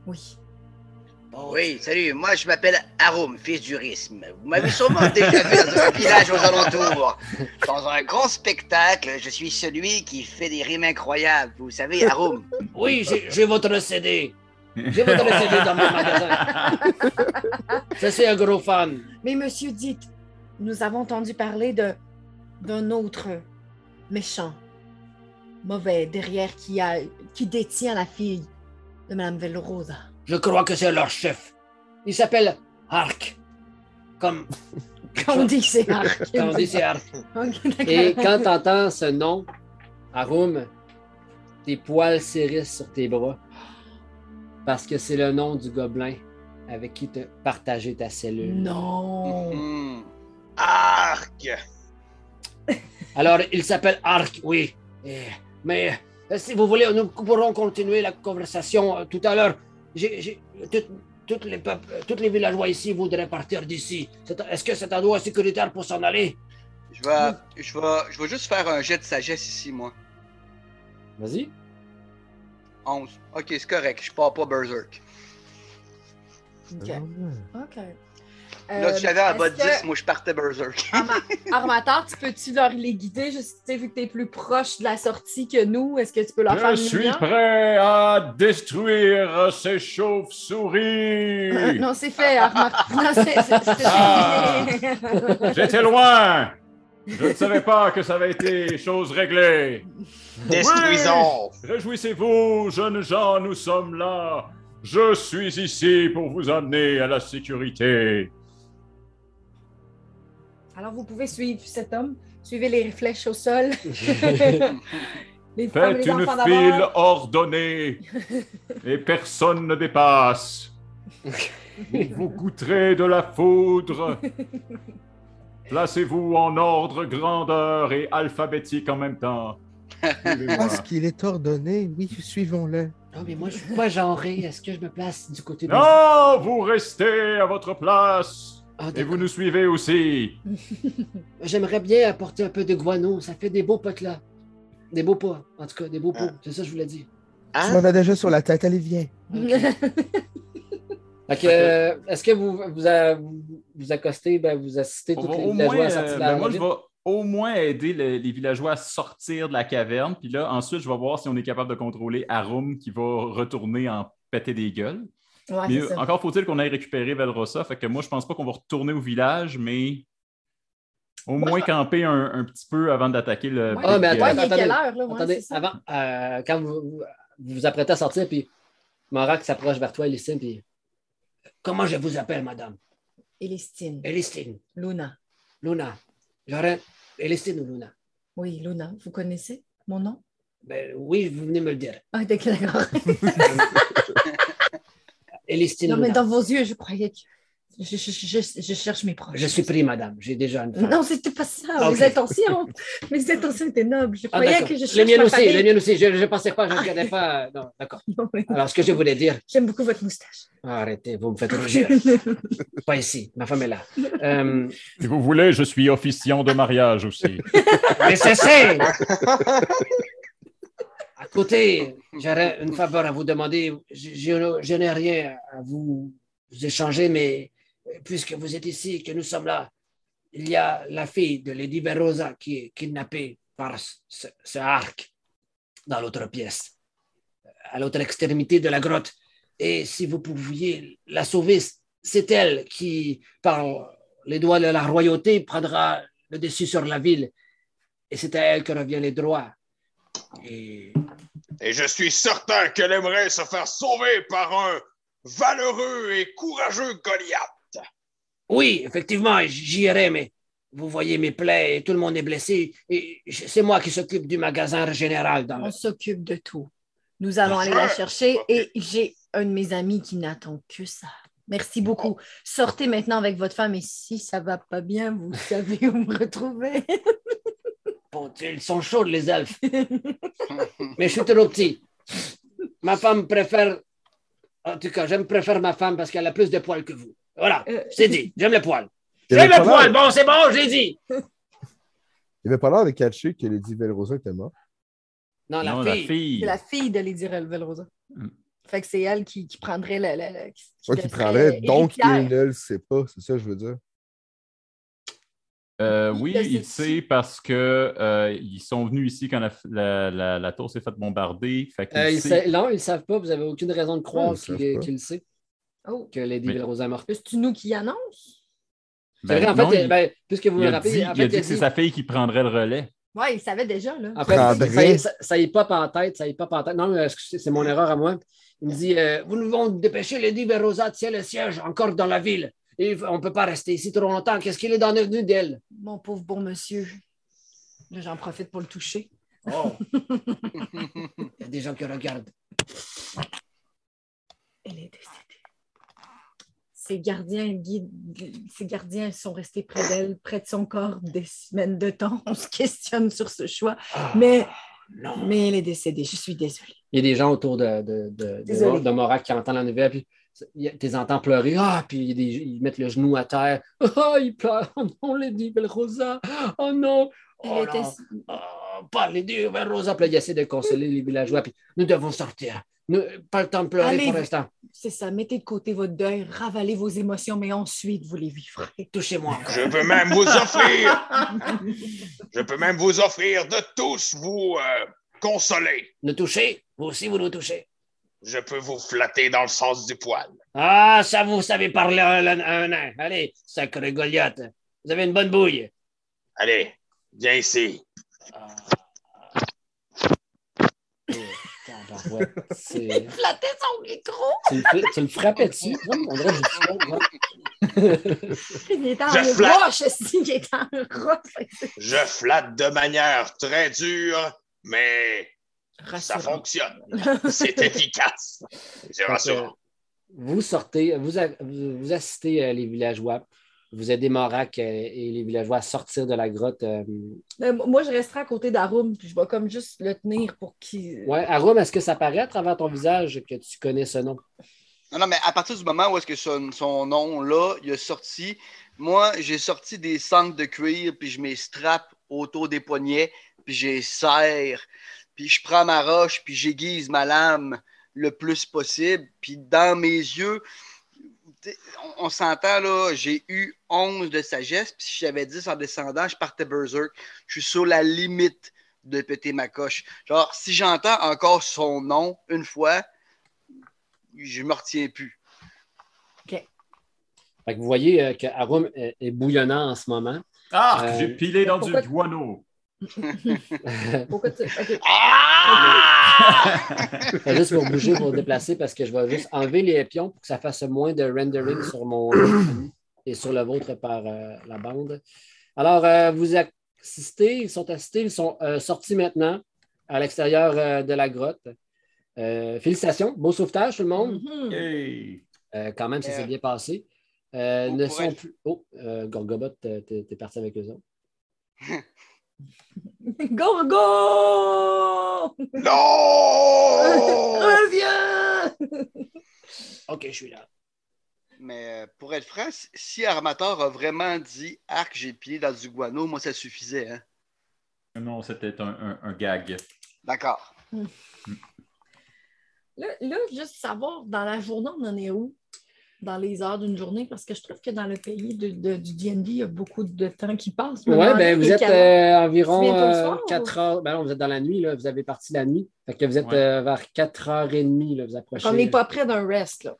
Oui. Bon, Oh, Oui, salut, moi je m'appelle Arum, fils du Risme. Vous m'avez sûrement déjà vu dans un village aux alentours. Dans un grand spectacle, je suis celui qui fait des rimes incroyables. Vous savez, Arum. Oui, j'ai j'ai votre CD. (laughs) J'ai votre CD dans mon magasin. Je suis un gros fan. Mais monsieur, dites, nous avons entendu parler de d'un autre méchant, mauvais, derrière qui a qui détient la fille de Madame Velorosa. Je crois que c'est leur chef. Il s'appelle Hark. Comme Candy, c'est Marc. quand on dit c'est Hark. Ok, d'accord. Et quand tu entends ce nom, Arum, tes poils s'érissent sur tes bras parce que c'est le nom du gobelin avec qui tu partagé ta cellule. Non. Hmm. Arc! (laughs) Alors, il s'appelle Ark, oui. Eh, Mais euh, si vous voulez, nous pourrons continuer la conversation euh, tout à l'heure. J'ai- j'ai- tout- Toutes les, peuples- euh, toutes les villageois ici voudraient partir d'ici. C'est- Est-ce que c'est un endroit sécuritaire pour s'en aller? Je vais, je, vais, je vais juste faire un jet de sagesse ici, moi. Vas-y. 11. Ok, c'est correct, je pars pas berserk. Ok. Ok. Là, si j'avais un est-ce bas de 10, que- moi je partais berserk. Armateur, tu peux-tu leur les guider, juste, tu sais, vu que t'es plus proche de la sortie que nous, est-ce que tu peux Ah, leur faire Je une suis lumière? prêt à détruire ces Euh, chauves-souris. Non, c'est (laughs) fait, Armateur. Non, c'est- c'est- c'est- Ah. c'est- J'étais loin. Je ne savais pas que ça avait été chose réglée. Détruisons! Réjouissez-vous, jeunes gens, nous sommes là. Je suis ici pour vous amener à la sécurité. Alors, vous pouvez suivre cet homme. Suivez les flèches au (laughs) sol. les femmes, Faites les une enfants file d'abord. ordonnée et personne ne dépasse. (laughs) Vous vous goûterez de la foudre. Placez-vous en ordre grandeur et alphabétique en même temps. Suivez-moi. Parce qu'il est ordonné, oui, suivons-le. Non, mais moi, je suis pas genré. Est-ce que je me place du côté de... Non, vous restez à votre place Ah, et d'accord. vous nous suivez aussi. J'aimerais bien apporter un peu de guano. Ça fait des beaux potes là. Des beaux pas, en tout cas, des beaux pots. C'est ça que je voulais dire. Tu m'en as déjà sur la tête, allez, viens. (laughs) Fait que, euh, est-ce que vous vous, a- vous accostez, ben, vous assistez On toutes va les au villageois moins, à sortir de euh, la ben moi, je ville? vais au moins aider le- les villageois à sortir de la caverne. Puis là, ensuite, je vais voir si on est capable de contrôler Arum qui va retourner en péter des gueules. Ouais, mais c'est ça. encore faut-il qu'on aille récupérer Velrosa. Fait que moi, je pense pas qu'on va retourner au village, mais au moins camper un, un petit peu avant d'attaquer le. Ouais. Ah, mais Ouais, il Big, est Attendez, quelle heure, là? Ouais, c'est Attendez, ça. avant, euh, quand vous, vous vous apprêtez à sortir, puis Morak s'approche vers toi, Elistine, puis Comment je vous appelle, madame Elistine. Elistine, Luna. Luna. J'aurais. Elistine ou Luna Oui, Luna. Vous connaissez mon nom? Ben oui, vous venez me le dire. Ah, d'accord. d'accord. Elistine. Non, mais Luna. dans vos yeux, je croyais que. Je, je- je- je cherche mes proches. Je suis pris, madame. J'ai déjà une femme. Non, c'était pas ça. Ah, ok. Mes intentions. mes intentions étaient nobles. Je Ah, croyais d'accord. que je cherche les miennes ma aussi, famille. Ah. les miennes aussi. Je ne pensais pas, je ne regardais pas. euh, Non, d'accord. (laughs) Non, mais Alors, ce que je voulais dire, (laughs) J'aime beaucoup votre moustache. arrêtez, vous me faites rougir. pas ici, ma femme est là. (laughs) euh, Si vous voulez, je suis officiant de mariage aussi. Mais cessez À côté, j'aurais une faveur à vous demander. Je, je- je n'ai rien à vous, vous échanger, mais puisque vous êtes ici, que nous sommes là, il y a la fille de Lady Verosa qui est kidnappée par ce, ce arc dans l'autre pièce, à l'autre extrémité de la grotte. Et si vous pouviez la sauver, c'est elle qui, par les doigts de la royauté, prendra le dessus sur la ville. Et c'est à elle que revient les droits. Et Et je suis certain qu'elle aimerait se faire sauver par un valeureux et courageux Goliath. oui, effectivement, j'y irai, mais vous voyez mes plaies et tout le monde est blessé. Et j- c'est moi qui s'occupe du magasin général. Dans le- On s'occupe de tout. Nous allons aller la chercher Ah, et j'ai un de mes amis qui n'attend que ça. Merci beaucoup. Sortez maintenant avec votre femme et si ça va pas bien, vous (laughs) savez où me retrouver. Bon, ils sont chauds, les elfes. mais je suis trop petit. Ma femme préfère. En tout cas, j'aime préfère ma femme parce qu'elle a plus de poils que vous. Voilà, Euh, c'est dit. J'aime les poils. Il y avait J'aime les pas l'air- poils. Bon, c'est bon, je l'ai dit. il y avait pas l'air de catcher que Lady Velrosa était morte. Non, la non, fille. la fille. C'est la fille de Lady Velrosa. Mm. Fait que c'est elle qui, qui prendrait le. le- le- qui, Toi qui serait prendrait, donc il héritière. ne le sait pas, c'est ça que je veux dire. Euh, Il oui, le il sait sait parce que euh, ils sont venus ici quand la, la- la- la tour s'est faite bombarder. Fait qu'il Euh, il sait. Ah, sait- non, ils ne savent pas. Vous n'avez aucune raison de croire ils qu'il savent pas. qu'il le sait, Oh, que Lady Mais- Velrosa est morte. c'est nous qui annonce? Ben, C'est vrai, en non, fait, il, ben, puisque vous il me a dit, rappelez, il en a fait, dit que c'est sa fille qui prendrait le relais. Ouais, il savait déjà, là. en fait, Prendrait. ça y- ça, ça y pop en tête, ça y pop en tête. Non, mais excusez, c'est mon erreur à moi. Il me dit euh, Vous nous devons dépêcher, Lady Verosa tient le siège encore dans la ville. Et on ne peut pas rester ici trop longtemps. Qu'est-ce qu'il est dans devenu d'elle Mon pauvre bon monsieur. Là, j'en profite pour le toucher. Oh Il y a des gens qui regardent. Elle est décédée. Ses gardiens, guident- ses gardiens sont restés près d'elle, près de son corps des semaines de temps. (laughs) On se questionne sur ce choix, Ah, mais, non. mais elle est décédée. Je suis désolée. Il y a des gens autour de, de, de, de, Désolé. de Morak qui entendent la nouvelle, puis tu les entends pleurer. Ah, puis il y a des- ils mettent le genou à terre. (laughs) Ah, ils pleurent. Oh non, Lady Rosa. Oh non. Elle Oh était- non. Oh, pas Lady Rosa. Puis là, il essaie de consoler les villageois. Puis nous devons sortir. Nous- pas le temps de pleurer Allez. pour l'instant. C'est ça, mettez de côté votre deuil, ravalez vos émotions, mais ensuite vous les vivrez. Touchez-moi encore. Je peux même (laughs) vous offrir, Euh, je peux même vous offrir de tous vous euh, consoler. Nous touchez. Vous aussi, vous nous touchez. Je peux vous flatter dans le sens du poil. Ah, ça, vous savez parler à un, à un nain. Allez, sacré Goliath. Vous avez une bonne bouille. Allez, viens ici. Ah. Eh, tabarouette, c'est- Flattez son micro! tu, le, fais- (laughs) tu le frappais dessus. Non, on dirait que je suis con, moi. Il est en Je flatte. roche, si, il est en roche. Je flatte de manière très dure, mais ça Rassurant. fonctionne. (laughs) C'est efficace. C'est Donc, rassurant. euh, vous sortez, vous, a- vous, vous assistez euh, les villageois, vous aidez Morak euh, et les villageois à sortir de la grotte. euh. Euh, moi, je resterai à côté d'Arum, puis je vais comme juste le tenir pour qu'il. Ouais, Arum, est-ce que ça paraît à travers ton visage que tu connais ce nom? Non, non, mais à partir du moment où est-ce que son, son nom, là, il a sorti, moi, j'ai sorti des sangles de cuir, puis je mets strap autour des poignets, puis j'ai serre, puis je prends ma roche, puis j'aiguise ma lame le plus possible, puis dans mes yeux, t'sais, on, on s'entend, là, j'ai eu 11 de sagesse, puis si j'avais 10 en descendant, je partais berserk. Je suis sur la limite de péter ma coche. Genre, si j'entends encore son nom une fois, je me retiens plus. Fait que vous voyez euh, que Arum est, est bouillonnant en ce moment. Ah, Euh, j'ai pilé dans pourquoi- du guano. Pourquoi tu. ok. Fait juste pour bouger, pour déplacer, parce que je vais juste enlever les pions pour que ça fasse moins de rendering sur mon (coughs) et sur le vôtre par euh, la bande. Alors, euh, vous assistez, ils sont assistés, ils sont euh, sortis maintenant à l'extérieur euh, de la grotte. Euh, félicitations, beau sauvetage tout le monde. Mhm. Hey. Euh, quand même, ça Yeah. s'est bien passé. Euh, Bon ne pour sont elle. plus. Oh, euh, Gorgobot, t'es t'es parti avec eux autres. Gorgo! Non! (laughs) Reviens! Ok, je suis là. Mais euh, pour être franc, si- si Armator a vraiment dit Arc, j'ai pilé dans du guano, moi, ça suffisait. Hein? Non, c'était un, un- un gag. D'accord. Là, là, juste savoir, dans la journée, on en est où? Dans les heures d'une journée? Parce que je trouve que dans le pays de- de- du DNB, il y a beaucoup de temps qui passe. Oui, ben, vous êtes euh, environ viens tôt le soir, 4 heures. Ben non, vous êtes dans la nuit, là. vous avez parti la nuit. Fait que vous êtes Ouais. euh, vers 4h30, là, vous approchez. On n'est pas près d'un rest, là.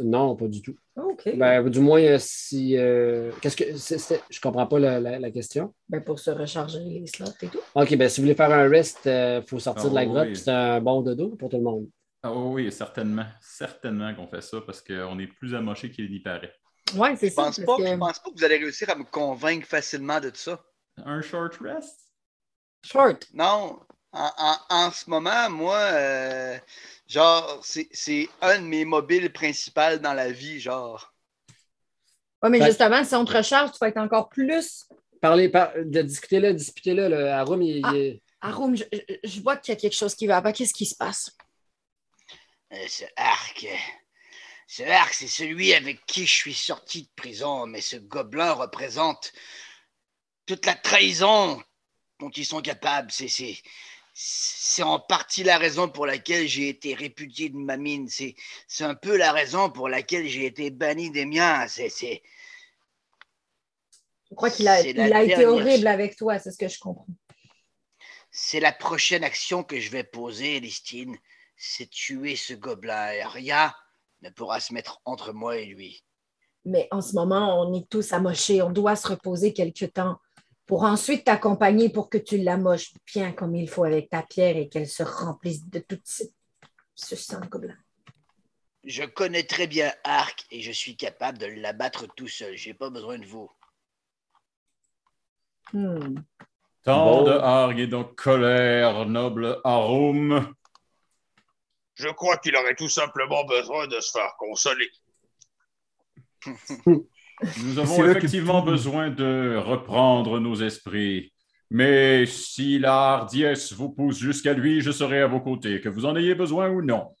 Non, pas du tout. OK. Ben, Ben, du moins, euh, si. euh, Qu'est-ce que. c'est- c'est- Je comprends pas la, la- la question. Ben, pour se recharger les slots et tout. OK, ben, si vous voulez faire un rest, il faut sortir Ah, de la oui. grotte, puis c'est un bon dodo pour tout le monde. Ah oui, certainement. Certainement qu'on fait ça parce qu'on est plus amoché qu'il n'y paraît. Oui, c'est Je ça. pense, parce pas, que- je pense pas que vous allez réussir à me convaincre facilement de tout ça. Un short rest? Short. Non, en, en- en ce moment, moi, euh, genre, c'est- c'est un de mes mobiles principaux dans la vie, genre. Oui, mais Fait- justement, si on te recharge, tu vas être encore plus. Parlez, par... de discuter là, discutez là. là. Arum, il, Ah. il est- Arum, je, je- je vois qu'il y a quelque chose qui va pas. Qu'est-ce qui se passe? Euh, ce arc. euh, Ce arc, c'est celui avec qui je suis sorti de prison, mais ce gobelin représente toute la trahison dont ils sont capables. C'est, c'est, c'est en partie la raison pour laquelle j'ai été répudié de ma mine. C'est, c'est un peu la raison pour laquelle j'ai été banni des miens. C'est, c'est, Je crois qu'il a, C'est il la a été dernière. horrible avec toi, c'est ce que je comprends. c'est la prochaine action que je vais poser, Listine. C'est tuer ce gobelin. Et rien ne pourra se mettre entre moi et lui. Mais en ce moment, on est tous amochés. On doit se reposer quelque temps pour ensuite t'accompagner pour que tu l'amoches bien comme il faut avec ta pierre et qu'elle se remplisse de tout ce, ce sang de gobelin. Je connais très bien Arc et je suis capable de l'abattre tout seul. J'ai pas besoin de vous. Hmm. Tant Bon. de hargue et de colère, noble Arum. Je crois qu'il aurait tout simplement besoin de se faire consoler. Nous (laughs) C'est avons là que effectivement tout- besoin de reprendre nos esprits. Mais si la hardiesse vous pousse jusqu'à lui, je serai à vos côtés, que vous en ayez besoin ou non.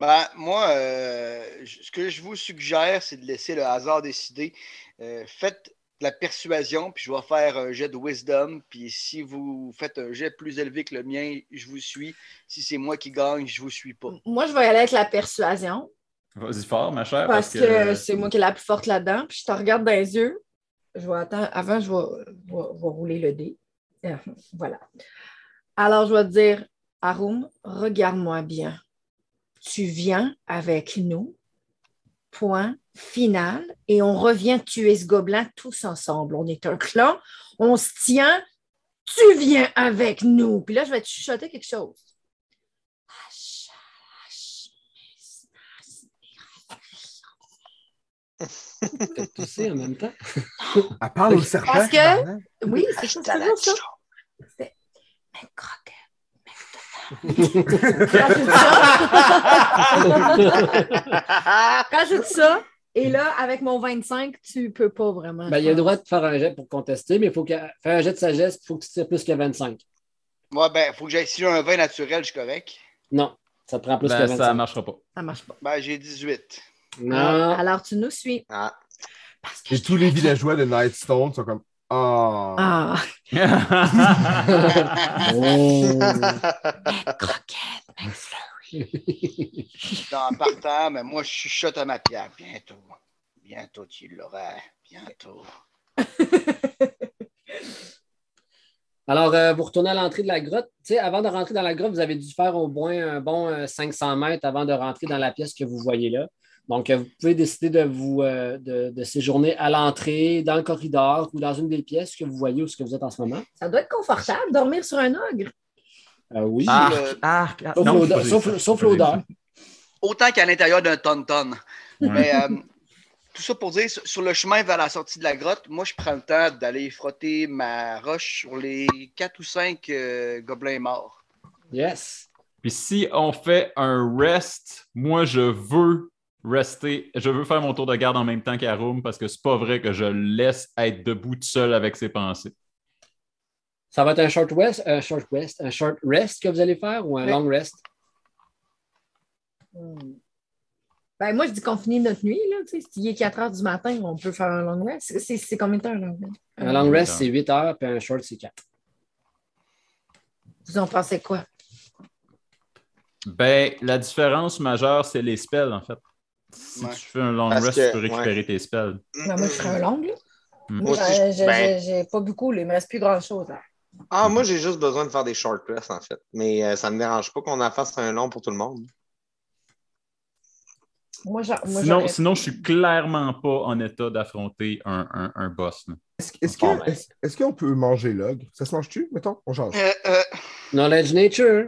Ben, moi, euh, je- ce que je vous suggère, c'est de laisser le hasard décider. Euh, faites de la persuasion, puis je vais faire un jet de wisdom. Puis si vous faites un jet plus élevé que le mien, je vous suis. Si c'est moi qui gagne, je vous suis pas. Moi, je vais aller avec la persuasion Vas-y fort, ma chère, parce parce, euh, que c'est moi qui est la plus forte là-dedans. Puis je te regarde dans les yeux. Je vais attendre. Avant, je vais, je vais- je vais rouler le dé. Euh, Voilà. Alors, je vais te dire, Arum, regarde-moi bien. Tu viens avec nous. Point final. Et on revient tuer ce gobelin tous ensemble. On est un clan. On se tient. Tu viens avec nous. Puis là, je vais te chuchoter quelque chose. Ah. (laughs) T'as toussé en même temps. Elle parle au serpent. Parce que- tabarnak. Oui, c'est ça, c'est toujours ça. C'est mais croquette, mais dedans. (laughs) Rajoute ça. (laughs) (laughs) Rajoute ça. Et là, avec mon 25, tu peux pas vraiment. Ben, il a le droit de faire un jet pour contester, mais il faut que... faire un jet de sagesse, il faut que tu tires plus que 25. Moi, ben, faut que j'aille. Si j'ai un vin naturel, je suis correct. Non, ça te prend plus Ben, que 25. ça ne marchera pas. Ça marche pas. Ben, j'ai 18. Non. Alors, alors, tu nous suis. Ah. Parce que Et tous les villageois de Nightstone sont comme Ah. Ah, Ah. (laughs) (laughs) Oh. croquette, mais fleur. En partant, mais moi, je chuchote à ma pierre. Bientôt. Bientôt tu l'auras. Bientôt. Alors, euh, vous retournez à l'entrée de la grotte. Tu sais, avant de rentrer dans la grotte, vous avez dû faire au moins un bon euh, 500 mètres avant de rentrer dans la pièce que vous voyez là. Donc, euh, vous pouvez décider de vous euh, de, de séjourner à l'entrée, dans le corridor ou dans une des pièces que vous voyez où ce que vous êtes en ce moment. Ça doit être confortable, dormir sur un ogre. Euh, oui. Ah. Sauf le- Arc, arc, arc. Non, l'odeur- faut dire sauf- ça, sauf faut dire l'odeur. Autant qu'à l'intérieur d'un tonton. Ouais. Mais euh, tout ça pour dire, sur sur le chemin vers la sortie de la grotte, moi, je prends le temps d'aller frotter ma roche sur les quatre ou cinq euh, gobelins morts. Yes. Puis si on fait un rest, moi je veux rester, je veux faire mon tour de garde en même temps qu'Arum parce que c'est pas vrai que je le laisse être debout tout seul avec ses pensées. Ça va être un short rest, un short rest, un short rest que vous allez faire ou un Oui. long rest? Hmm. Ben, moi, je dis qu'on finit notre nuit. Là, tu sais, s'il est 4 heures du matin, on peut faire un long rest. C'est- C'est c'est combien de temps un long rest? Un long rest, c'est 8 heures, puis un short, c'est 4. Vous en pensez quoi? Ben, la différence majeure, c'est les spells, en fait. Si Ouais. tu fais un long Parce rest, que- tu peux récupérer tes spells. Ben, moi, je ferai un long. Euh, Là. Mm. Moi, Moi aussi, j'en- je- j'ai ben- j'ai- j'ai pas beaucoup. là. Il me reste plus grand-chose. là. Ah, moi, j'ai juste besoin de faire des short rests, en fait. Mais euh, ça ne me dérange pas qu'on en fasse un long pour tout le monde. Moi, j'en- moi, Sinon, j'aurais- sinon, je suis clairement pas en état d'affronter un, un- un boss. là. Est-ce est-ce Bon, que- est-ce- est-ce qu'on peut manger l'ogre? Ça se mange-tu? Mettons, on change. Euh, euh, Knowledge Nature.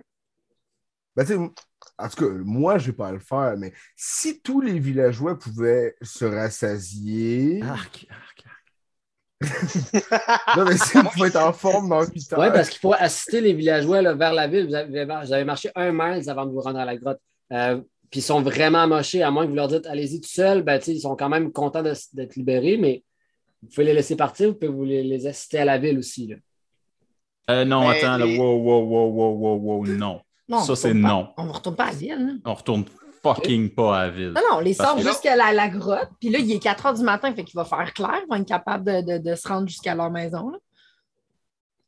Ben, tu sais, en tout cas, moi, je vais pas à le faire, mais si tous les villageois pouvaient se rassasier. Arc, arc, arc. (laughs) Non, mais (laughs) si on pouvait être en forme dans 8 heures. (laughs) Oui, parce qu'il faut assister les villageois là, vers la ville. Vous avez, vous avez marché un mile avant de vous rendre à la grotte. Euh, Puis ils sont vraiment mochés, à moins que vous leur dites allez-y tout seul. Ben, tu sais, ils sont quand même contents de- d'être libérés, mais vous pouvez les laisser partir, vous pouvez vous les, les assister à la ville aussi. là. Euh, non, Mais attends, là, les- wow, wow, wow, wow, wow, wow, non. Non, ça, on c'est retourne pas- non. On ne retourne pas à Vienne. hein. On retourne fucking pas à la ville. Non, non, on les Parce sort que- jusqu'à la, la grotte. Puis là, il est 4 heures du matin, fait qu'il va faire clair. Ils vont être capables de, de- de se rendre jusqu'à leur maison. là.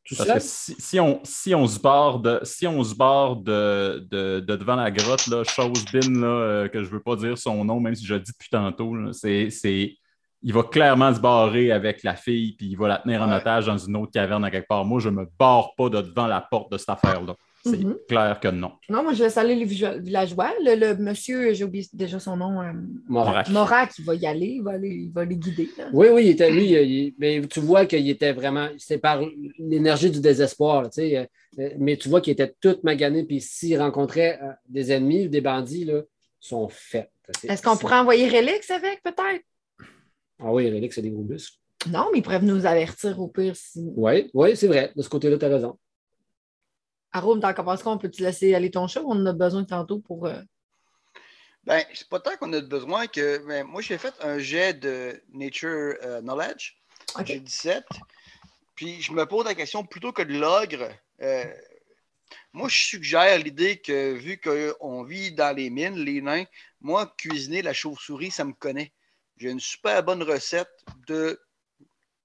Tout Parce seul. que si, si on, si on se barre, de, si on se barre de, de- de devant la grotte, là, chose bin, là, euh, que je veux pas dire son nom, même si je le dis depuis tantôt, là, c'est, c'est- il va clairement se barrer avec la fille, puis il va la tenir en Ouais. otage dans une autre caverne à quelque part. Moi, je me barre pas de devant la porte de cette affaire-là. C'est Mhm. clair que non. Non, moi, je vais saluer les vigio- villageois. Le, le monsieur, j'ai oublié déjà son nom, euh, Moral. Morak. Morat, qui va y aller. Il va, les- il va les guider. là. Oui, oui, il était, lui, il- il- mais tu vois qu'il était vraiment. C'est par l'énergie du désespoir, tu sais. euh, Mais tu vois qu'il était tout magané, puis s'il rencontrait euh, des ennemis ou des bandits, là, ils sont faits. Est-ce qu'on pourrait envoyer Relix avec, peut-être? Ah oui, Relic, c'est des gros muscles. Non, mais ils pourraient nous avertir au pire si. Oui, oui, c'est vrai. De ce côté-là, tu as raison. Arôme, t'en penses quoi? On peut-tu laisser aller ton chat? On en a besoin tantôt pour. euh, ben, c'est pas tant qu'on a de besoin que. ben, moi, j'ai fait un jet de Nature euh, Knowledge. Ok. J'ai 17. Puis je me pose la question plutôt que de l'ogre. euh, moi, je suggère l'idée que vu qu'on vit dans les mines, les nains, moi, cuisiner la chauve-souris, ça me connaît. J'ai une super bonne recette de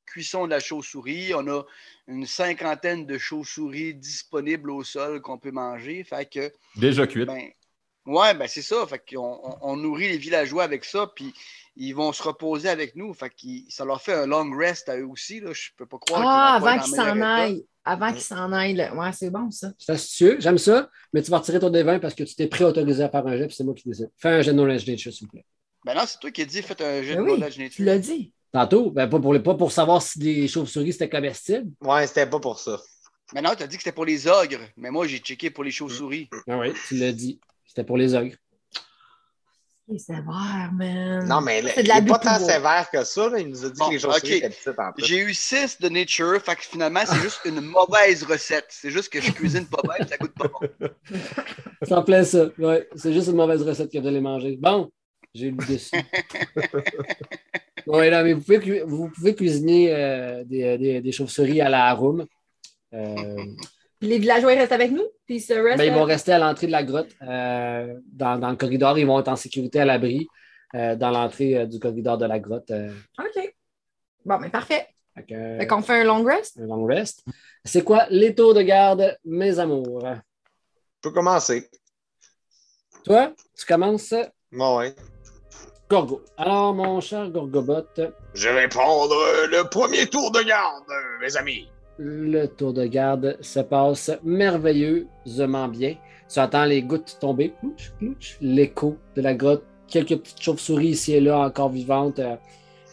cuisson de la chauve-souris. On a une cinquantaine de chauves-souris disponibles au sol qu'on peut manger. Fait que Déjà cuite. ben, ouais, ben c'est ça. Fait qu'on on- on nourrit les villageois avec ça, puis ils vont se reposer avec nous. Fait qu'ils- ça leur fait un long rest à eux aussi. Là. Je peux pas croire Ah, qu'ils vont pas avant être qu'il en Mm. s'en meilleur état. aille. Avant qu'il s'en aille. là. Ouais, c'est bon, ça. C'est astucieux, j'aime ça, mais tu vas retirer ton dévin parce que tu t'es préautorisé à faire un jet, puis c'est moi qui décide. Fais un jet de knowledge nature, s'il vous plaît. Ben non, c'est toi qui as dit faites un jeu Ben de oui, knowledge Tu nature. l'as dit. Tantôt, ben, pas, pour les, pas pour savoir si des chauves-souris c'était comestible. Ouais, c'était pas pour ça. Ben non, tu as dit que c'était pour les ogres, mais moi j'ai checké pour les chauves-souris. Ah oui, tu l'as dit. C'était pour les ogres. C'est sévère, man. Non, mais là, C'est de il la n'est pas boue tant pour moi. sévère que ça. là. Il nous a dit Bon, que les choses ok. étaient petites en plus. J'ai eu 6 de nature, fait que finalement c'est juste une mauvaise recette. C'est juste que je cuisine pas bien, ça coûte pas bon. C'est en plein ça. Ouais, c'est juste une mauvaise recette que de les manger. Bon, j'ai le (laughs) dessus. oui, là, mais vous pouvez, cu- vous pouvez cuisiner euh, des, des- des chauves-souris à la Euh, room. Puis les villageois ils restent avec nous. Puis ils se restent. Ben, ils vont rester à l'entrée de la grotte, euh, dans, dans le corridor. Ils vont être en sécurité à l'abri euh, dans l'entrée euh, du corridor de la grotte. euh. OK. Bon, mais parfait. Fait que- Fait qu'on fait un long rest. un long rest. C'est quoi les taux de garde, mes amours? Je peux commencer. Toi, tu commences, Bon, ouais. Gorgo. Alors, mon cher Gorgobot, Je vais prendre euh, le premier tour de garde, euh, mes amis. le tour de garde se passe merveilleusement bien. Tu entends les gouttes tomber, plouch, plouch, l'écho de la grotte, quelques petites chauves-souris ici et là encore vivantes euh,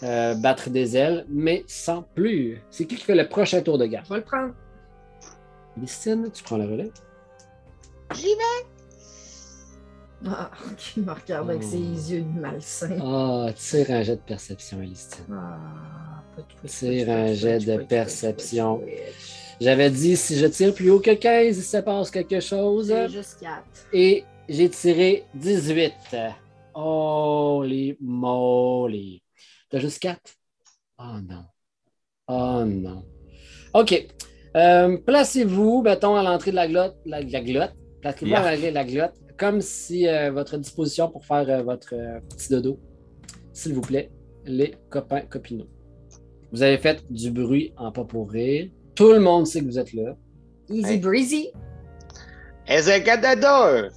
euh, battre des ailes, mais sans plus. C'est qui qui fait le prochain tour de garde? Je vais le prendre. Listine, tu prends le (laughs) relais. J'y vais. Ah, il me regarde avec Oh. ses yeux de malsain. Ah, tire un jet de perception, Listine. Ah, pas de twitch, Tire twitch, un twitch, jet twitch, de twitch, perception. twitch, twitch. J'avais dit si je tire plus haut que 15, il se passe quelque chose. J'ai juste 4. Et j'ai tiré 18. Holy moly. T'as juste 4? Ah, Oh non. Oh non. OK. Euh, placez-vous, mettons, à l'entrée de la glotte. La, la glotte. Placez-vous à l'entrée de la glotte. comme si euh, votre disposition pour faire euh, votre euh, petit dodo, s'il vous plaît, les copains copinaux. Vous avez fait du bruit en pas pour rire. Tout le monde sait que vous êtes là. Easy Hey. breezy. Est-ce un Canada?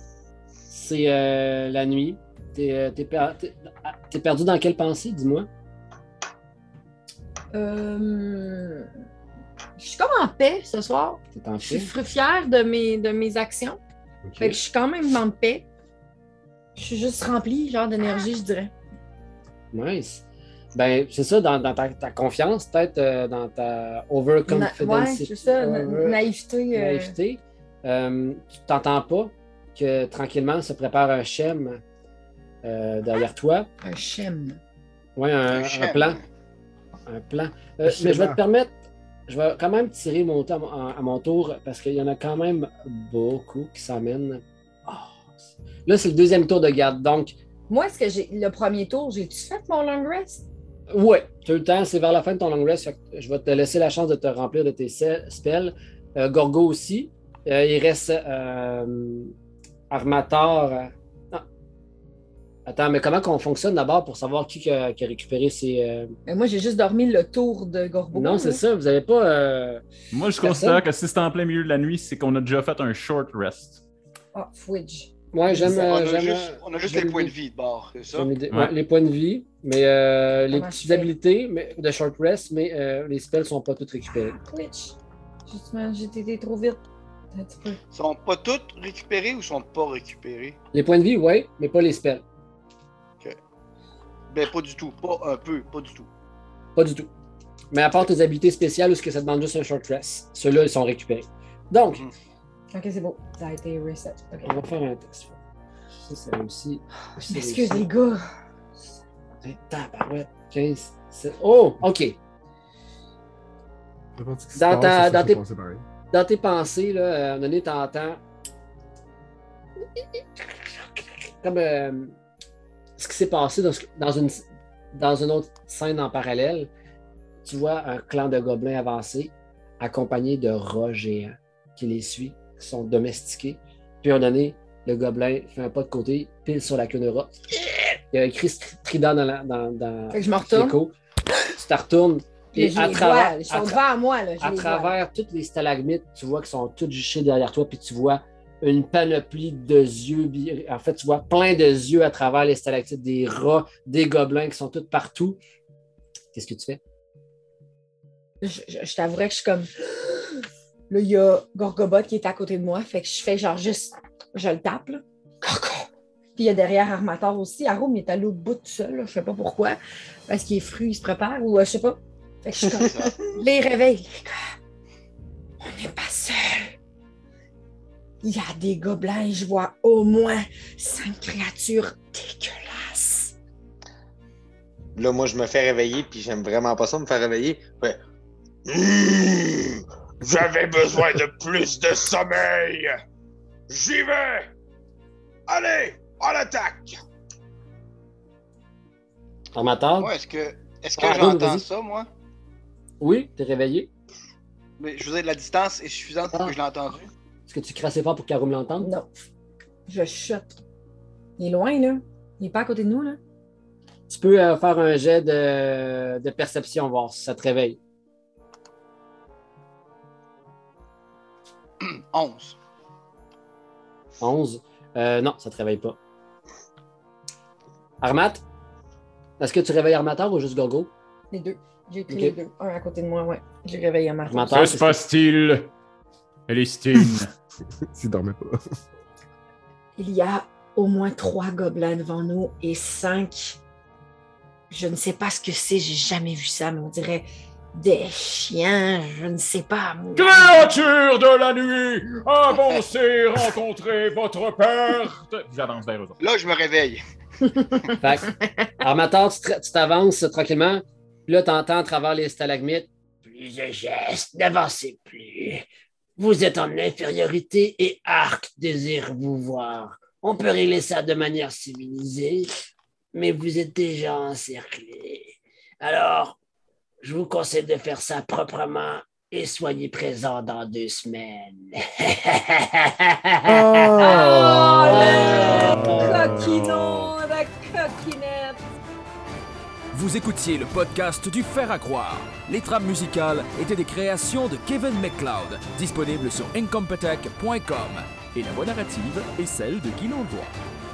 C'est euh, la nuit. T'es euh, t'es per- t'es- ah, t'es perdu dans quelle pensée, dis-moi? Euh, Je suis comme en paix ce soir. T'es en Je suis fait. fri- fière de mes, de mes actions. Ok. Fait que je suis quand même en paix. Je suis juste remplie, genre d'énergie, je dirais. Nice. Ben, c'est ça, dans, dans ta, ta confiance, peut-être euh, dans ta Na- overconfidence. ouais, c'est ça, na- over- naïveté. euh, naïveté, euh, tu t'entends pas que tranquillement se prépare un chem euh, derrière toi. Hein? Un chêne. Oui, un, Un un chem. plan. Un plan. Euh, mais je vais te permettre, je vais quand même tirer mon temps à mon- à, mon tour parce qu'il y en a quand même beaucoup qui s'emmènent. Oh, c'est- là, c'est le deuxième tour de garde. Donc, Moi, est-ce que j'ai le premier tour, j'ai-tu fait mon long rest? ouais, tu as eu le temps, c'est vers la fin de ton long rest. fait que je vais te laisser la chance de te remplir de tes se- spells. Euh, Gorgo aussi. Euh, il reste euh, Armator. euh, non. Attends, mais comment qu'on fonctionne d'abord pour savoir qui, qui a, qui a récupéré ses. euh, Mais moi, j'ai juste dormi le tour de Gorbeau. Non, c'est là. ça, vous n'avez pas. euh, Moi, je Personne? considère que si c'est en plein milieu de la nuit, c'est qu'on a déjà fait un short rest. Ah, Fwidge. Ouais, j'aime. On euh, on, a j'aime, juste, euh, on a juste j'aime les points de l'idée. vie de bord, c'est ça? J'aime l'idée. Ouais. Ouais, les points de vie, mais euh, les Comment je petites fais? habilités mais, de short rest, mais euh, les spells sont pas toutes récupérés. Fwidge. Justement, j'ai été trop vite. Un petit peu. Sont pas toutes récupérées ou sont pas récupérées? Les points de vie, ouais, mais pas les spells. Ben, pas du tout. Pas un peu, pas du tout. Pas du tout. Mais à part tes habilités spéciales, où ce que ça demande juste un short rest, ceux-là, ils sont récupérés. Donc, Mm. Ok, c'est beau. Ça a été reset. Ok. on va faire un test. Ça, c'est réussi. Je m'excuse, les gars. Hey, tabarouette, 15, 7. Oh, OK. N'importe ce qui se Dans passe, ta- ça se dans fait tes- passer pareil. Dans tes pensées, là, euh, à un moment donné, t'entends. Comme euh, ce qui s'est passé dans, ce- dans une, dans une autre scène en parallèle, tu vois un clan de gobelins avancés, accompagné de rats géants qui les suit, qui sont domestiqués. Puis à un moment donné, le gobelin fait un pas de côté, pile sur la queue de rat. Il y a un cri stri- strident dans, la, dans, dans Fait que je me retourne. l'écho. Tu te retournes Et et je à les travers- vois, ils à sont tra- devant moi. Là, je à les vois. travers toutes les stalagmites, tu vois qu'ils sont toutes juchées derrière toi, puis tu vois une panoplie de yeux. bi- En fait, tu vois plein de yeux à travers les stalactites, des rats, des gobelins qui sont tous partout. Qu'est-ce que tu fais? Je, je- je t'avouerais que je suis comme. (gasps) Là, il y a Gorgobot qui est à côté de moi. Fait que je fais genre juste. Je le tape, là. Gorgo. Puis il y a derrière Armator aussi. Arum il est allé au bout tout seul, là. Je sais pas pourquoi. Parce qu'il est fruit, il se prépare ou euh, je sais pas. Fait que je suis comme. (laughs) Ça. les réveille, les gars. On n'est pas seuls. Il y a des gobelins, et je vois au moins cinq créatures dégueulasses. Là, moi, je me fais réveiller, puis j'aime vraiment pas ça me faire réveiller. Ouais. Mmh! J'avais besoin de plus de sommeil. J'y vais. Allez, on attaque. En m'attendant? Moi, est-ce que, est-ce que Ah, Arnaud, j'entends vas-y. ça, moi? Oui, t'es réveillé. Mais je veux dire, la distance est suffisante pour Ah. que je l'ai (clears throat) entendu. Est-ce que tu cries assez fort pour qu'Arum l'entende? Non. Je chute. Il est loin, là. Il est pas à côté de nous, là. Tu peux euh, faire un jet de, de perception, voir si ça te réveille. 11. 11. Euh, non, ça te réveille pas. Armat? Est-ce que tu réveilles Armateur ou juste Gorgo? Les deux. J'ai pris Ok. les deux. Un à côté de moi, ouais. J'ai réveillé ma Armateur, Que qu'est-ce se que- passe-t-il, (laughs) Elistine? S'il dormait pas. Il y a au moins trois gobelins devant nous et cinq. Je ne sais pas ce que c'est, j'ai jamais vu ça, mais on dirait des chiens, je ne sais pas. Créature de la nuit, avancez, rencontrez votre perte. J'avance vers eux autres. Là, je me réveille. Fait que, armateur, tu tra- tu t'avances tranquillement. Puis là, tu entends à travers les stalagmites Plus de gestes, n'avancez plus. Vous êtes en infériorité et Arc désire vous voir. On peut régler ça de manière civilisée, mais vous êtes déjà encerclés. Alors, je vous conseille de faire ça proprement Et soyez présents dans deux (laughs) semaines. Oh. Oh Ah, Ah. le coquinon, la coquinette. Vous écoutiez le podcast du Fer à croire. Les trames musicales étaient des créations de Kevin McLeod, disponibles sur incompetech.com. Et la voix narrative est celle de Guy Lendois.